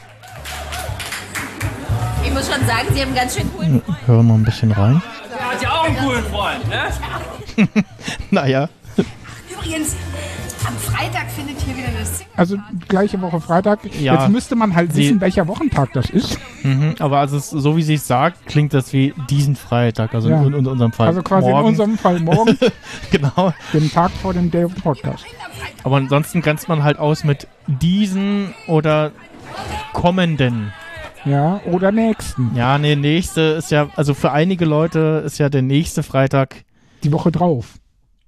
S6: Ich muss schon sagen, sie haben ganz schön cool.
S4: hören wir mal ein bisschen rein.
S8: Der hat ja auch einen coolen Freund, ne?
S4: naja.
S7: Übrigens, am Freitag findet hier wieder eine Single.
S5: Also gleiche Woche Freitag.
S4: Ja.
S5: Jetzt müsste man halt
S4: Sie-
S5: wissen, welcher Wochentag das ist.
S4: Mhm, aber also es, so wie sie es sagt, klingt das wie diesen Freitag, also
S5: Ja.
S4: in, in unserem Fall.
S5: Also quasi in
S4: morgen.
S5: unserem Fall morgen,
S4: Genau.
S5: den Tag vor dem Day of the Podcast.
S4: Aber ansonsten grenzt man halt aus mit diesen oder kommenden.
S5: Ja, oder nächsten.
S4: Ja, nee, nächste ist ja, also für einige Leute ist ja der nächste Freitag,
S5: Die Woche drauf.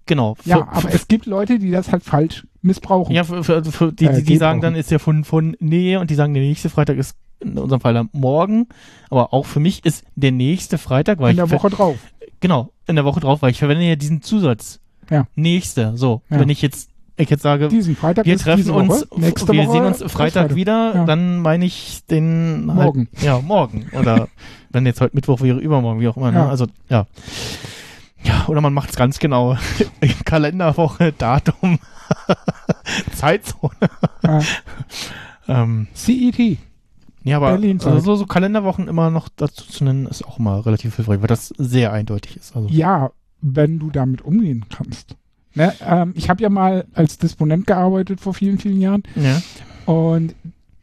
S4: genau. Für,
S5: Ja, aber
S4: für,
S5: es gibt Leute, die das halt falsch missbrauchen.
S4: ja, für, für, also für die,
S5: Äh,
S4: die, die
S5: geht
S4: sagen
S5: auch.
S4: dann, ist ja von, von Nähe und die sagen, der nächste Freitag ist in unserem Fall dann morgen. Aber auch für mich ist der nächste Freitag, weil
S5: in der
S4: ich
S5: Woche drauf.
S4: Genau, in der Woche drauf, weil ich verwende ja diesen Zusatz.
S5: Ja.
S4: Nächste. So,
S5: Ja.
S4: wenn ich jetzt, ich jetzt sage,
S5: Diesen Freitag
S4: wir
S5: ist
S4: treffen
S5: diese
S4: uns,
S5: Woche. Nächste
S4: wir
S5: Woche
S4: sehen uns
S5: ist
S4: Freitag wieder,
S5: Ja.
S4: dann meine ich den
S5: Morgen.
S4: Halt, ja, morgen. Oder wenn jetzt heute Mittwoch wäre, übermorgen, wie auch immer. Ne?
S5: Ja.
S4: Also, ja. Ja, oder man macht es ganz genau. Kalenderwoche, Datum, Zeitzone.
S5: Ja.
S4: ähm,
S5: CET.
S4: ja, aber
S5: Berlin
S4: also so, so Kalenderwochen immer noch dazu zu nennen, ist auch mal relativ hilfreich, weil das sehr eindeutig ist. Also.
S5: Ja, wenn du damit umgehen kannst. Ne, ähm, ich habe ja mal als Disponent gearbeitet vor vielen, vielen Jahren
S4: Ja.
S5: und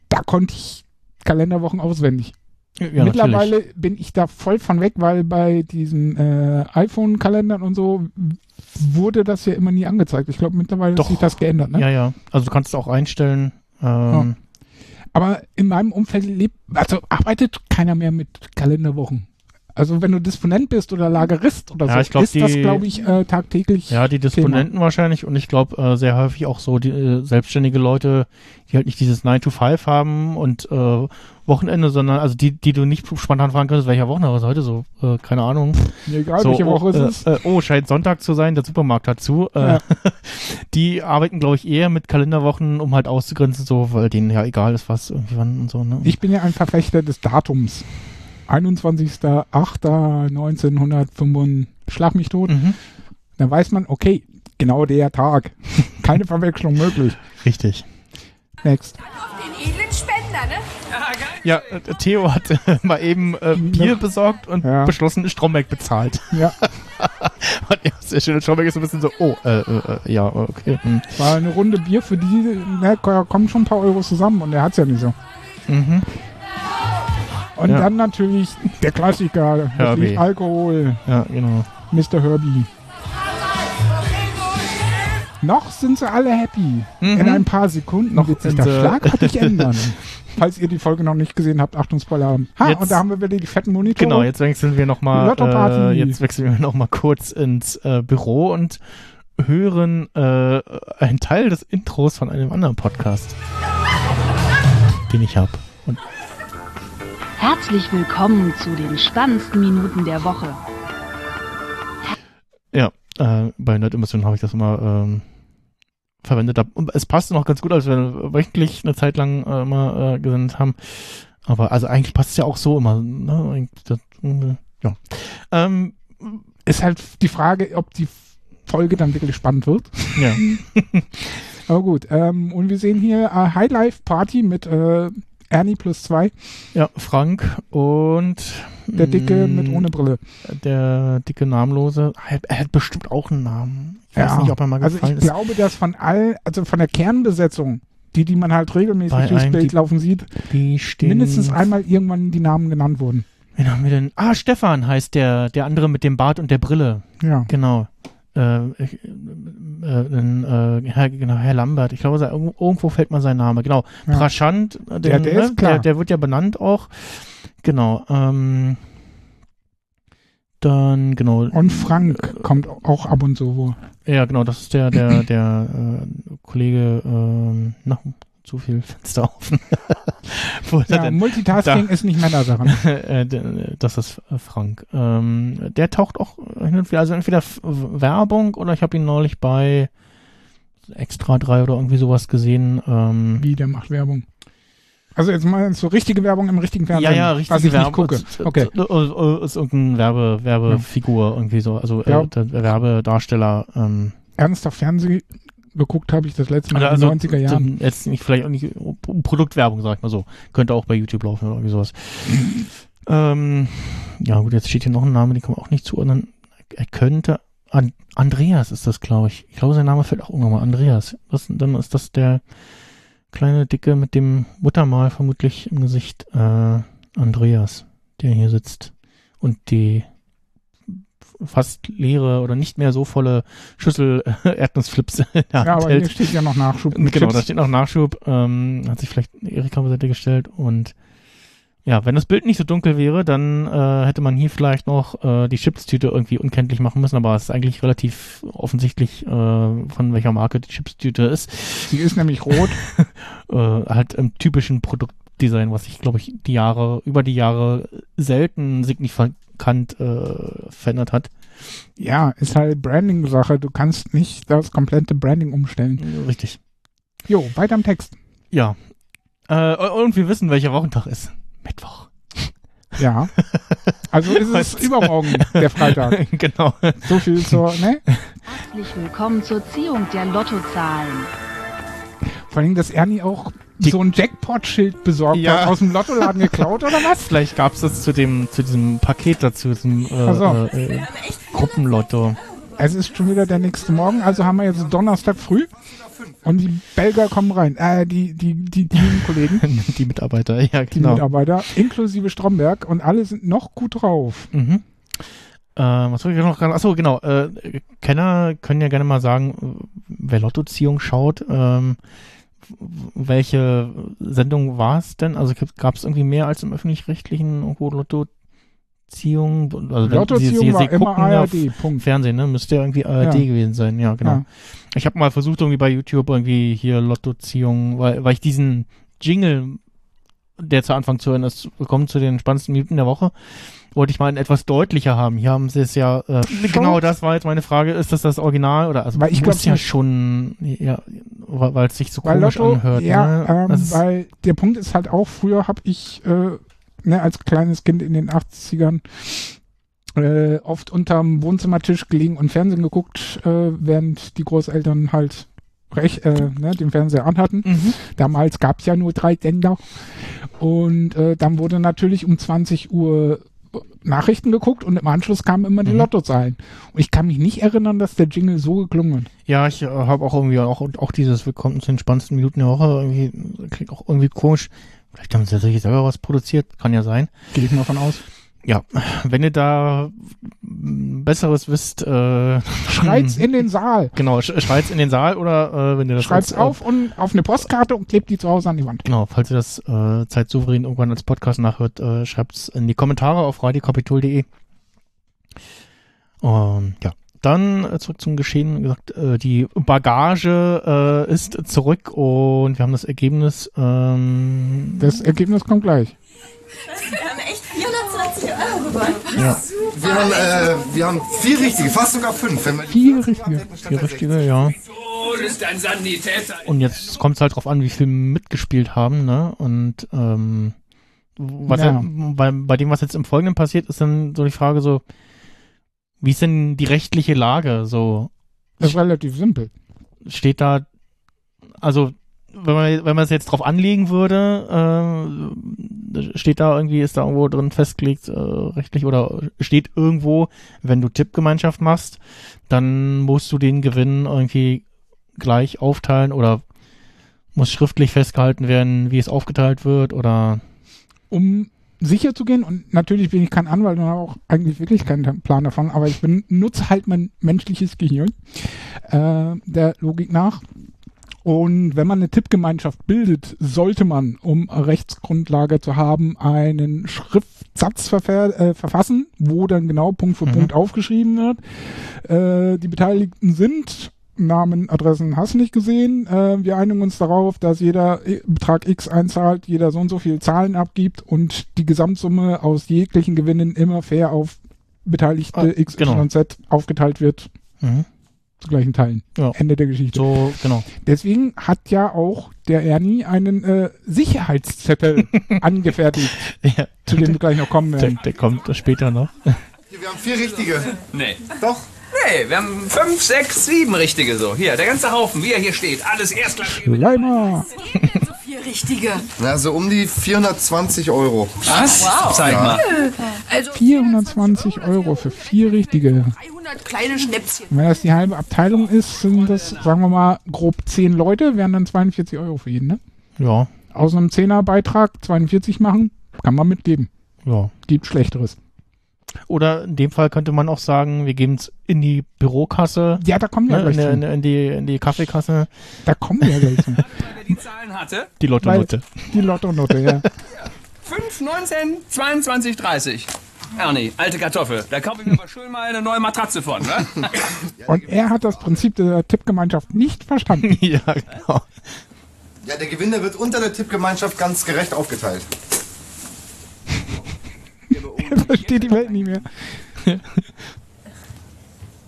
S5: da konnte ich Kalenderwochen auswendig.
S4: Ja,
S5: Mittlerweile bin ich da voll von weg, weil bei diesen äh, iPhone-Kalendern und so wurde das ja immer nie angezeigt. Ich glaube, mittlerweile
S4: Doch.
S5: hat sich das geändert. Ne?
S4: Ja, ja. Also du kannst auch einstellen. Ähm,
S5: Aber in meinem Umfeld lebt, also arbeitet keiner mehr mit Kalenderwochen. Also wenn du Disponent bist oder Lagerist oder
S4: Ja,
S5: so,
S4: ich glaub,
S5: ist das,
S4: die-
S5: glaube ich, äh, tagtäglich.
S4: ja, die Disponenten wahrscheinlich und ich glaube äh, sehr häufig auch so die äh, selbstständige Leute, die halt nicht dieses 9 to 5 haben und äh, Wochenende, sondern also die, die du nicht spontan fragen könntest, welcher Wochentag ist heute so, äh, keine Ahnung.
S5: Mir egal,
S4: so,
S5: welche
S4: oh,
S5: Woche es
S4: äh,
S5: ist.
S4: Äh, oh, scheint Sonntag zu sein, der Supermarkt hat zu. Äh,
S5: Ja.
S4: Die arbeiten, glaube ich, eher mit Kalenderwochen, um halt auszugrenzen, so, weil denen ja egal ist, was irgendwie wann und so. Ne?
S5: Ich bin ja ein Verfechter des Datums. 21.08.1905, schlag mich tot.
S4: Mhm.
S5: Dann weiß man, okay, genau der Tag. Keine Verwechslung möglich.
S4: Richtig.
S5: Next.
S7: Den edlen Spender, ne?
S4: Ja, äh, Theo hat äh, mal eben äh, Bier besorgt und
S5: Ja.
S4: beschlossen, Stromberg bezahlt.
S5: Ja,
S4: Und ja, sehr schön. Und Stromberg ist so ein bisschen so, oh, äh, äh, äh, ja, okay. hm.
S5: war eine Runde Bier für die, ne, da kommen schon ein paar Euro zusammen und er hat's ja nicht so.
S4: Mhm.
S5: Und
S4: Ja.
S5: dann natürlich der Klassiker,
S4: Herbie.
S5: natürlich Alkohol,
S4: Ja, genau.
S5: Mr. Herbie. Noch sind sie alle happy. In ein paar Sekunden
S4: Mhm. Noch
S5: wird sich
S4: sind
S5: der
S4: sie-
S5: schlagartig ändern. Falls ihr die Folge noch nicht gesehen habt, Achtung, Spoiler. Ha,
S4: Jetzt-
S5: und da haben wir wieder die fetten Monitore.
S4: Genau, jetzt wechseln wir nochmal,
S5: Lottoparty.
S4: äh, jetzt wechseln wir noch mal kurz ins äh, Büro und hören äh, einen Teil des Intros von einem anderen Podcast, den ich habe. Und
S2: Herzlich willkommen zu den spannendsten Minuten der Woche.
S4: Ja, äh, bei Nerd Emotion habe ich das immer ähm, verwendet. hab. Und Es passte noch ganz gut, als wir wöchentlich eine Zeit lang äh, immer äh, gesendet haben. Aber also eigentlich passt es ja auch so immer. Ne? Eigentlich Das, äh, ja. Ähm,
S5: Ist halt die Frage, ob die Folge dann wirklich spannend wird.
S4: ja.
S5: Aber gut. Ähm, und wir sehen hier äh, Highlife Party mit äh, Ernie plus zwei,
S4: ja, Frank und
S5: der Dicke
S4: mh,
S5: mit ohne Brille.
S4: Der dicke Namenlose. Er hat, er hat bestimmt auch einen Namen. Ich weiß nicht, ob er mal
S5: also
S4: gefallen
S5: ich glaube, dass von all, also von der Kernbesetzung, die, die man halt regelmäßig
S4: Bei
S5: durchs
S4: einem,
S5: Bild
S4: die-
S5: laufen sieht,
S4: Die stehen.
S5: mindestens einmal irgendwann die Namen genannt wurden.
S4: Wen haben wir denn? Ah, Stefan heißt der, der andere mit dem Bart und der Brille.
S5: Ja.
S4: Genau. Äh, ich, äh, äh, äh, Herr, genau, Herr Lambert. Ich glaube, se- irgendwo- irgendwo fällt mal sein Name. Genau.
S5: Ja.
S4: Prashant, äh,
S5: Der-
S4: den,
S5: der
S4: ne?
S5: ist klar.
S4: Der, der wird ja benannt auch. Genau. Ähm, dann, genau.
S5: Und Frank kommt auch ab und zu vor.
S4: Ja, genau, das ist der, der, der äh, Kollege, ähm, na, zu viel Fenster offen. Wo ist er
S5: Ja,
S4: denn?
S5: Multitasking
S4: Da.
S5: ist nicht ne? mehr da daran.
S4: Äh, d- das ist äh, Frank. Ähm, der taucht auch hin und wieder, also entweder F- Werbung oder ich habe ihn neulich bei Extra 3 oder irgendwie sowas gesehen. Ähm,
S5: Wie, der macht Werbung. Also jetzt mal so richtige Werbung im richtigen
S4: ja,
S5: Fernsehen.
S4: ja, richtig.
S5: Was ich nicht
S4: Werbung.
S5: gucke.
S4: Ist,
S5: Okay.
S4: äh,
S5: Hm.
S4: ist, ist irgendein Werbe, Werbefigur irgendwie so, also äh,
S5: Ja.
S4: der Werbedarsteller. Ähm,
S5: Ernsthaft Fernsehen geguckt habe ich das letzte Mal
S4: Oder also
S5: in den 90er Jahren.
S4: zum- Jetzt nicht, vielleicht auch nicht um Produktwerbung, sag ich mal so. Könnte auch bei YouTube laufen oder irgendwie sowas. ähm, ja, gut, jetzt steht hier noch ein Name, den kann man auch nicht zuordnen. Er könnte. An Andreas ist das, glaube ich. Ich glaube, sein Name fällt auch irgendwann mal. Andreas. Das, dann ist das der kleine Dicke mit dem Muttermal vermutlich im Gesicht. Äh, Andreas, der hier sitzt. Und die fast leere oder nicht mehr so volle Schüssel äh, Erdnussflips in der Hand
S5: Ja, aber
S4: hält.
S5: hier steht ja noch Nachschub. mit
S4: Genau, da
S5: Chips.
S4: steht noch Nachschub. Ähm, hat sich vielleicht Erika beiseite gestellt und ja, wenn das Bild nicht so dunkel wäre, dann äh, hätte man hier vielleicht noch äh, die Chipstüte irgendwie unkenntlich machen müssen, aber es ist eigentlich relativ offensichtlich, äh, von welcher Marke die Chipstüte ist.
S5: Die ist nämlich rot.
S4: Äh, halt im typischen Produktdesign, was ich, glaube ich, die Jahre, über die Jahre selten signifikant äh, verändert hat.
S5: ja, ist halt Branding-Sache. Du kannst nicht das komplette Branding umstellen.
S4: Richtig.
S5: Jo, weiter am Text.
S4: Ja. Äh, und wir wissen, welcher Wochentag ist. Mittwoch.
S5: Ja. Also ist es
S4: Was?
S5: übermorgen, der Freitag.
S4: genau.
S5: So viel zur, ne?
S2: Herzlich willkommen zur Ziehung der Lottozahlen.
S5: Vor allem, dass Ernie auch
S4: Die-
S5: so ein Jackpot-Schild besorgt
S4: Ja.
S5: hat, aus dem Lottoladen geklaut oder was?
S4: Ah, Vielleicht gab es das zu dem zu diesem Paket dazu, diesem äh,
S5: Ach so.
S4: äh, äh, Gruppenlotto.
S5: Es ist schon wieder der nächste Morgen, also haben wir jetzt Donnerstag früh und die Belgier kommen rein. Äh, die, die, die, die Kollegen,
S4: Die Mitarbeiter, ja
S5: die
S4: genau.
S5: Mitarbeiter, inklusive Stromberg und alle sind noch gut drauf.
S4: mhm. äh, was wollte ich noch gerade? Achso, genau. Äh, Kenner können ja gerne mal sagen, äh, wer Lottoziehung schaut, ähm, w- welche Sendung war es denn? Also gab es irgendwie mehr als im öffentlich-rechtlichen irgendwo Lottoziehung? Also, wenn-
S5: Lottoziehung war immer
S4: gucken ja
S5: ARD, Punkt.
S4: Fernsehen, ne? Müsste ja irgendwie ARD
S5: Ja.
S4: gewesen sein, ja, genau.
S5: Ja.
S4: Ich habe mal versucht, irgendwie bei YouTube irgendwie hier Lottoziehung, weil, weil ich diesen Jingle, der zu Anfang zu hören ist, willkommen zu den spannendsten Minuten der Woche, wollte ich mal einen etwas deutlicher haben. Hier haben sie es ja, äh, genau das war jetzt meine Frage, ist das das Original oder, also
S5: Weil ich
S4: muss
S5: glaub's
S4: ja
S5: nicht.
S4: schon, ja, weil weil es sich so
S5: Weil
S4: komisch
S5: Lotto,
S4: anhört, ne?
S5: ja,
S4: Das
S5: ähm,
S4: ist-
S5: weil der Punkt ist halt auch, früher habe ich äh, ne, als kleines Kind in den 80ern äh, oft unterm Wohnzimmertisch gelegen und Fernsehen geguckt, äh, während die Großeltern halt rech, äh, ne, den Fernseher anhatten.
S4: mhm.
S5: Damals gab es ja nur drei Sender. Und äh, dann wurde natürlich um 20 Uhr Nachrichten geguckt und im Anschluss kamen immer die
S4: Mhm.
S5: Lottozahlen. Und ich kann mich nicht erinnern, dass der Jingle so geklungen hat.
S4: Ja, ich äh, habe auch irgendwie auch, auch dieses Willkommen zu den spannendsten Minuten der Woche irgendwie klingt auch irgendwie komisch. Vielleicht haben sie sich selber was produziert, kann ja sein.
S5: Gehe ich mal von
S4: Hm.
S5: aus.
S4: Ja, wenn ihr da mm, besseres wisst, äh,
S5: Schreit's in den Saal.
S4: genau, sch schreit's in den Saal oder äh, wenn ihr das
S5: Schreib's
S4: als, äh,
S5: auf und auf eine Postkarte und klebt die zu Hause an die Wand.
S4: Genau, falls ihr das äh, zeitsouverän irgendwann als Podcast nachhört, äh, schreibt's in die Kommentare auf radiokapitol.de. Ähm, ja, dann äh, zurück zum Geschehen. Wie gesagt, äh, die Bagage äh, ist zurück und wir haben das Ergebnis. Ähm,
S5: Das Ergebnis kommt gleich.
S6: Wir haben echt 420 Euro gewonnen.
S3: Wir haben, äh, wir haben vier richtige, fast sogar fünf. Wenn wir die
S5: Vier
S3: 20 gehabt
S5: richtige.
S3: hätten, statt
S4: die
S3: der
S4: richtige, ja.
S8: Oh, das ist ein Sanitäter.
S4: Und jetzt kommt es halt drauf an, wie viel mitgespielt haben, ne? Und ähm, was
S5: Ja.
S4: ja. bei, bei dem, was jetzt im Folgenden passiert, ist dann so die Frage so, wie ist denn die rechtliche Lage so?
S5: Das ist relativ simpel.
S4: steht da, also wenn man, wenn man es jetzt drauf anlegen würde, äh, steht da irgendwie, ist da irgendwo drin festgelegt äh, rechtlich oder steht irgendwo, wenn du Tippgemeinschaft machst, dann musst du den Gewinn irgendwie gleich aufteilen oder Muss schriftlich festgehalten werden, wie es aufgeteilt wird oder
S5: um sicher zu gehen, und natürlich bin ich kein Anwalt und habe auch eigentlich wirklich keinen Plan davon, aber ich benutze halt mein menschliches Gehirn äh, der Logik nach. Und wenn man eine Tippgemeinschaft bildet, sollte man, um Rechtsgrundlage zu haben, einen Schriftsatz verfer- äh, verfassen, wo dann genau Punkt für
S4: Mhm.
S5: Punkt aufgeschrieben wird. Äh, die Beteiligten sind Namen, Adressen hast du nicht gesehen. Äh, wir einigen uns darauf, dass jeder I- Betrag X einzahlt, jeder so und so viel Zahlen abgibt und die Gesamtsumme aus jeglichen Gewinnen immer fair auf Beteiligte
S4: Ah,
S5: X,
S4: genau.
S5: Y und Z aufgeteilt wird zu gleichen Teilen.
S4: Ja.
S5: Ende der Geschichte.
S4: so, genau.
S5: Deswegen hat ja auch der Ernie einen äh, Sicherheitszettel angefertigt,
S4: Ja,
S5: zu dem wir gleich noch kommen
S4: der,
S5: werden.
S4: der kommt später noch.
S3: Hier, wir haben vier richtige.
S8: Nee.
S3: Doch.
S8: Nee, wir haben fünf, sechs, sieben richtige so. Hier, der ganze Haufen, wie er hier steht. Alles erstklassig.
S5: Leimer.
S6: Vier richtige.
S3: Na, so um die 420 Euro.
S8: Was? Zeig mal.
S7: Also
S5: 420 Euro für vier richtige.
S7: 300 kleine Schnäpschen.
S5: Wenn das die halbe Abteilung ist, sind das, sagen wir mal, grob 10 Leute, wären dann 42 Euro für jeden, ne?
S4: Ja,
S5: Aus einem 10er-Beitrag 42 machen, kann man mitgeben.
S4: ja.
S5: Gibt Schlechteres.
S4: Oder in dem Fall könnte man auch sagen, wir geben es in die Bürokasse,
S5: Ja, da kommen wir
S4: ne,
S5: gleich
S4: in,
S5: zu.
S4: in, in, die, in die Kaffeekasse.
S5: Da kommen wir gleich zu.
S8: Wer die Zahlen hatte?
S4: Die Lotto-Note.
S5: Die Lotto-Note, ja.
S8: 5, 19, 22, 30. Ernie, alte Kartoffel. Da kaufe ich mir aber schön mal eine neue Matratze von, ne?
S5: Und er hat das Prinzip der Tippgemeinschaft nicht verstanden.
S4: ja, genau.
S3: Ja, der Gewinn, der wird unter der Tippgemeinschaft ganz gerecht aufgeteilt.
S5: Er versteht die Welt nicht mehr.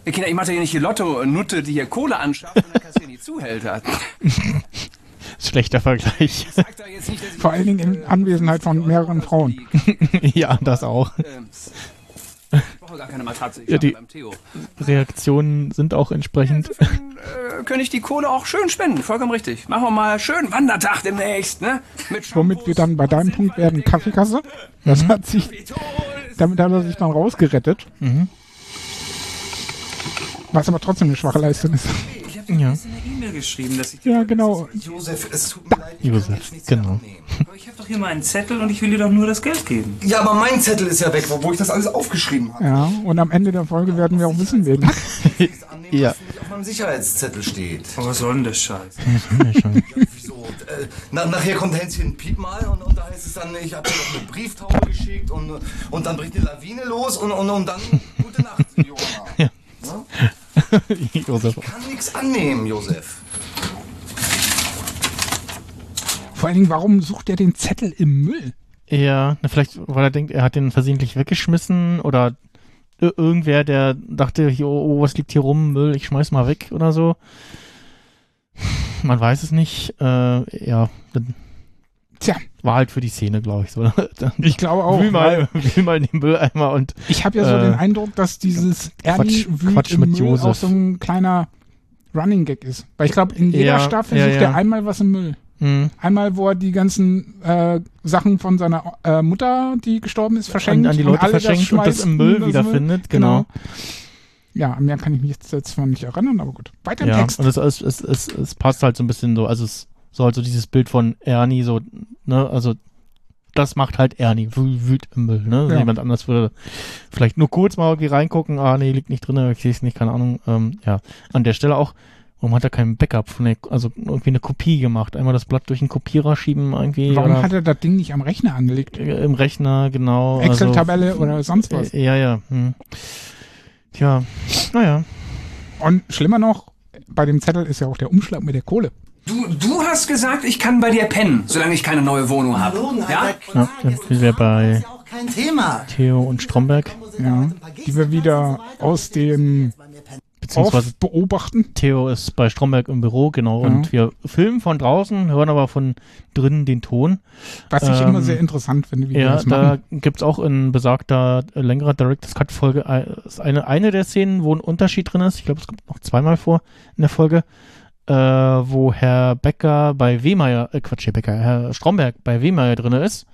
S8: Ihr Kinder, ich mache hier nicht die Lotto-Nutte, die hier Kohle anschafft und dann kassieren die Zuhälter.
S4: Schlechter Vergleich.
S8: Sagt doch jetzt nicht, dass ich
S5: Vor allen Dingen in Anwesenheit Halt von mehreren Frauen.
S4: ja, das auch.
S8: ähm, ich brauche gar keine Matratze. Ich ja,
S4: die-
S8: beim Theo.
S4: Reaktionen sind auch entsprechend.
S8: Äh, könnte ich die Kohle auch schön spenden, vollkommen richtig. Machen wir mal schön Wandertag demnächst, ne? Mit
S5: Womit wir dann bei deinem Punkt werden, Kaffeekasse. Das hat sich, damit hat er sich dann rausgerettet. Was aber trotzdem eine schwache Leistung ist.
S11: Ich habe dir gestern eine E-Mail geschrieben, dass ich
S5: Ja, genau.
S11: Josef, es tut mir leid, ich
S4: Josef,
S11: kann jetzt nichts
S4: genau.
S11: abnehmen. Aber ich habe doch hier meinen Zettel und ich will dir doch nur das Geld geben.
S3: Ja, aber mein Zettel ist ja weg, wo wo ich das alles aufgeschrieben habe.
S5: Ja, und am Ende der Folge werden wir auch wissen, wen.
S4: Ja.
S3: Auf meinem Sicherheitszettel steht.
S11: Oh, was soll denn das Scheiß?
S3: Wieso? Äh, na, nachher kommt Hänschen Piep mal und, und da heißt es dann, ich habe dir noch eine Brieftaube geschickt und, und dann bricht eine Lawine los und, und, und dann gute Nacht, Johanna.
S4: Josef.
S3: Kann nichts annehmen, Josef.
S5: Vor allen Dingen, warum sucht er den Zettel im Müll?
S4: Ja, na, vielleicht, weil er denkt, er hat den versehentlich weggeschmissen oder ir- irgendwer, der dachte, hier, oh, oh, was liegt hier rum, Müll, ich schmeiß mal weg oder so. Man weiß es nicht. Äh, ja, dann
S5: Tja,
S4: war halt für die Szene, glaube ich, so. Dann
S5: ich glaube auch.
S4: wühl
S5: weil
S4: mal, wühl mal in den Mülleimer und
S5: Ich habe ja so den
S4: Äh,
S5: Eindruck, dass dieses Ernie
S4: Quatsch-
S5: wühlt
S4: Quatsch
S5: im
S4: mit
S5: Müll
S4: Josef.
S5: auch so ein kleiner Running Gag ist. Weil ich glaube, in jeder
S4: Ja,
S5: Staffel
S4: ja,
S5: sucht
S4: ja.
S5: er einmal was im Müll.
S4: mh,
S5: Einmal, wo er die ganzen äh, Sachen von seiner äh, Mutter, die gestorben ist, verschenkt.
S4: an, an die Leute
S5: alle
S4: verschenkt und das
S5: schmeißen,
S4: im Müll
S5: das
S4: wiederfindet, genau.
S5: Ja, an mehr kann ich mich jetzt, jetzt zwar nicht erinnern, aber gut. Weiter im
S4: Ja,
S5: Text.
S4: und es, es, es, es, es passt halt so ein bisschen so, also es so halt so dieses Bild von Ernie, so, ne, also das macht halt Ernie, wü- wüt im Müll, ne? Also
S5: Ja.
S4: Jemand anders würde vielleicht nur kurz mal irgendwie reingucken, ah nee, liegt nicht drin, ich sehe es nicht, keine Ahnung. Ähm, ja, an der Stelle auch, warum hat er keinen Backup von der, also irgendwie eine Kopie gemacht? Einmal das Blatt durch den Kopierer schieben irgendwie
S5: Warum
S4: oder
S5: hat er das Ding nicht am Rechner angelegt?
S4: äh, im Rechner, genau.
S5: Excel-Tabelle oder sonst was?
S4: Also, äh, ja, ja. Hm. Tja, naja.
S5: Und schlimmer noch, bei dem Zettel ist ja auch der Umschlag mit der Kohle.
S8: Du, du hast gesagt, ich kann bei dir pennen, solange ich keine neue Wohnung habe. Ja?
S4: Ja, jetzt sind wir bei
S10: Auch kein Thema.
S4: Theo und Stromberg.
S5: Ja, die wir wieder aus dem
S4: Beziehungsweise
S5: Off beobachten.
S4: Theo ist bei Stromberg im Büro, genau.
S5: Ja.
S4: Und wir filmen von draußen, hören aber von drinnen den Ton.
S5: Was ich
S4: Ähm,
S5: immer sehr interessant finde, wie die
S4: Ja,
S5: das machen.
S4: da gibt's auch in besagter äh, längerer Directors Cut Folge äh, ist eine, eine der Szenen, wo ein Unterschied drin ist. Ich glaube, es kommt noch zweimal vor in der Folge, äh, wo Herr Becker bei Wehmeier, äh, Quatsch, Herr Becker, Herr Stromberg bei Wehmeier drin ist.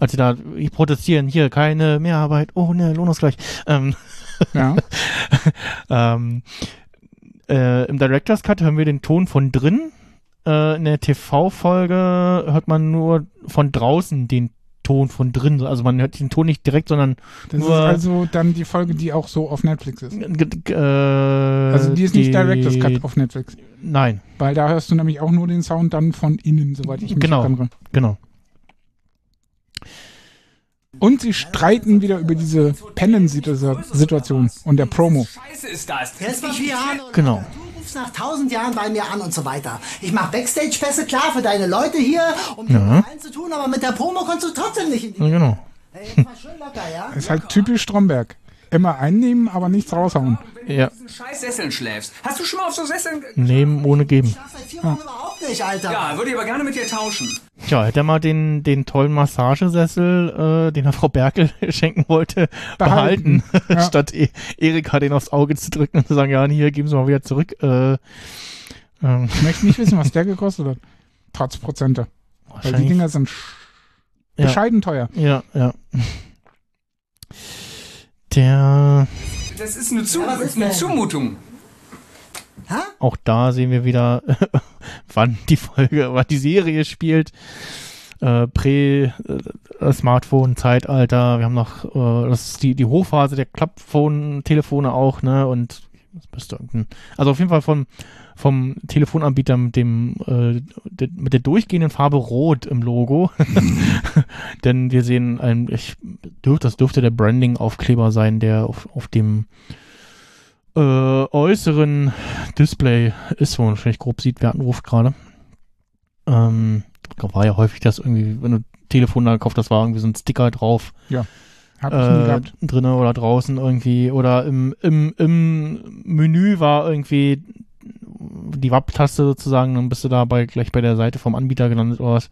S4: Als sie da ich protestieren, hier keine Mehrarbeit, oh ne, Lohnausgleich. Ähm,
S5: Ja.
S4: ähm, äh, Im Director's Cut hören wir den Ton von drin äh, in der TV-Folge hört man nur von draußen den Ton von drin. Also man hört den Ton nicht direkt, sondern
S5: Das
S4: nur
S5: ist also dann die Folge, die auch so auf Netflix ist.
S4: äh, also
S5: Also die ist nicht Director's Cut auf Netflix.
S4: Nein.
S5: Weil da hörst du nämlich auch nur den Sound dann von innen, soweit ich mich
S4: Genau,
S5: erinnere.
S4: genau.
S5: Und sie streiten wieder über diese Pennen-Situation und der Promo.
S8: Scheiße ist das.
S10: Jetzt mal
S8: Ich-
S10: vier Jahre
S5: Genau.
S10: Du rufst nach tausend Jahren bei mir an und so weiter. Ich mache Backstage-Pässe klar für deine Leute hier, um dir
S5: Ja.
S10: was einzutun, aber mit der Promo kommst du trotzdem nicht in die.
S5: Ja, genau.
S10: Ey, jetzt mal schön locker, ja?
S5: Ist halt typisch Stromberg. Immer einnehmen, aber nichts raushauen.
S4: Ja.
S8: Scheiß Sesseln schläfst. Hast du schon mal auf so Sesseln... ge-
S4: Nehmen ohne geben.
S10: Überhaupt nicht, Alter.
S8: Ja, würde ich aber gerne mit dir tauschen.
S4: Tja, hätte er mal den, den tollen Massagesessel, äh, den er Frau Berkel schenken wollte, behalten.
S5: Behalten. Ja.
S4: Statt e Erika den aufs Auge zu drücken und zu sagen, ja, hier, geben Sie mal wieder zurück. Äh, ähm,
S5: Ich möchte nicht wissen, was der gekostet hat. Trotz Prozente. Weil die
S4: Wahrscheinlich.
S5: Dinger sind sch-
S4: Ja.
S5: bescheiden teuer.
S4: ja, ja. Der,
S8: Das ist eine, Zu
S10: Ja, was ist
S8: eine
S10: denn?
S8: Zumutung.
S4: auch da sehen wir wieder, wann die Folge, wann die Serie spielt. Äh, Prä-Smartphone-Zeitalter, wir haben noch, äh, das ist die, die Hochphase der Klappphone-Telefone auch, ne, und das müsste irgendein, also auf jeden Fall vom, vom Telefonanbieter mit dem, äh, de, mit der durchgehenden Farbe Rot im Logo. Denn wir sehen ein, ich dürfte, das dürfte der Branding-Aufkleber sein, der auf, auf dem, äh, äußeren Display ist, wo man vielleicht grob sieht, wer anruft gerade. Ähm, da war ja häufig das irgendwie, wenn du Telefon da gekauft hast, war irgendwie so ein Sticker drauf.
S5: Ja. Hab ich nie
S4: äh,
S5: gehabt.
S4: drinnen oder draußen irgendwie. Oder im, im, im Menü war irgendwie die WAP-Taste sozusagen, dann bist du da bei, gleich bei der Seite vom Anbieter gelandet oder was.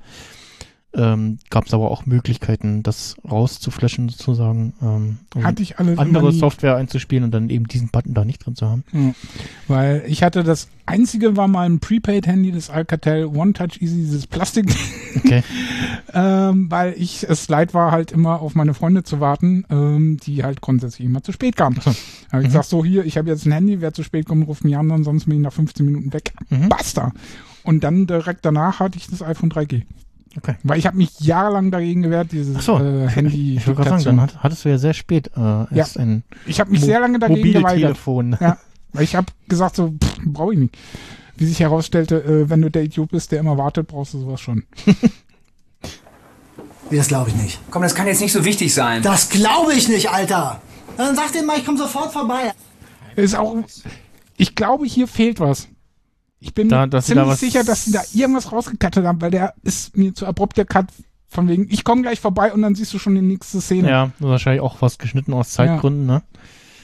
S4: Ähm, Gab es aber auch Möglichkeiten, das rauszuflashen sozusagen. Ähm, also
S5: Hatte ich alles immer
S4: Andere
S5: nie.
S4: Software einzuspielen und dann eben diesen Button da nicht drin zu haben.
S5: Ja. Weil ich hatte das einzige war mal ein Prepaid-Handy, das Alcatel One Touch Easy, dieses Plastik.
S4: Okay.
S5: ähm, weil ich es leid war, halt immer auf meine Freunde zu warten, ähm, die halt grundsätzlich immer zu spät kamen. Da
S4: Mhm.
S5: hab ich gesagt, so hier, ich habe jetzt ein Handy, wer zu spät kommt, ruft mich an, ansonsten bin ich nach 15 Minuten weg.
S4: Mhm.
S5: Basta. Und dann direkt danach hatte ich das iPhone 3G.
S4: Okay.
S5: Weil ich habe mich jahrelang dagegen gewehrt, dieses
S4: So,
S5: äh, Handy.
S4: Ich wollte gerade sagen, dann hat, hattest du ja sehr spät äh, erst ein
S5: Ich habe mich
S4: Mo-
S5: sehr lange dagegen
S4: mobile
S5: geweigert.
S4: Telefon.
S5: Ja, weil ich habe gesagt, so brauche ich nicht. Wie sich herausstellte, äh, wenn du der Idiot bist, der immer wartet, brauchst du sowas schon.
S10: Das glaube ich nicht.
S8: Komm, das kann jetzt nicht so wichtig sein.
S10: Das glaube ich nicht, Alter. Dann sag denen mal, ich komme sofort vorbei.
S5: Ist auch. Ich glaube, hier fehlt was. Ich bin
S4: Da-
S5: mir
S4: dass sie
S5: ziemlich
S4: da was-
S5: sicher, dass sie da irgendwas rausgekattet haben, weil der ist mir zu abrupt der Cut von wegen, ich komme gleich vorbei und dann siehst du schon die nächste Szene.
S4: Ja, wahrscheinlich auch was geschnitten aus Zeitgründen, ne?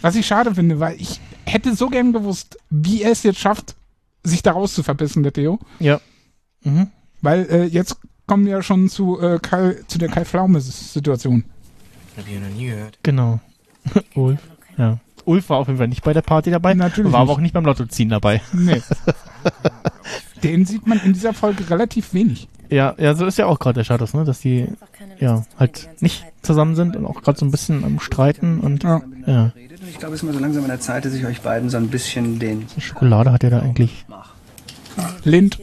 S5: Was ich schade finde, weil ich hätte so gern gewusst, wie er es jetzt schafft, sich daraus zu verbissen, der Theo.
S4: Ja. Mhm.
S5: Weil äh, jetzt kommen wir ja schon zu, äh, Kai, zu der Kai-Pflaume-Situation.
S9: Hab ich noch nie gehört.
S4: Genau. Ulf. Ja. Ulf war auf jeden Fall nicht bei der Party dabei,
S5: Natürlich
S4: war aber
S5: nicht.
S4: auch nicht beim Lottoziehen dabei.
S5: Nee. Den sieht man in dieser Folge relativ wenig.
S4: Ja, ja, so ist ja auch gerade der Status, ne? Dass die ja halt nicht zusammen sind und auch gerade so ein bisschen am Streiten und ja.
S8: Ich glaube, es ist mal so langsam an der Zeit, dass ich euch beiden so ein bisschen den...
S4: Schokolade hat er da eigentlich.
S5: Lind.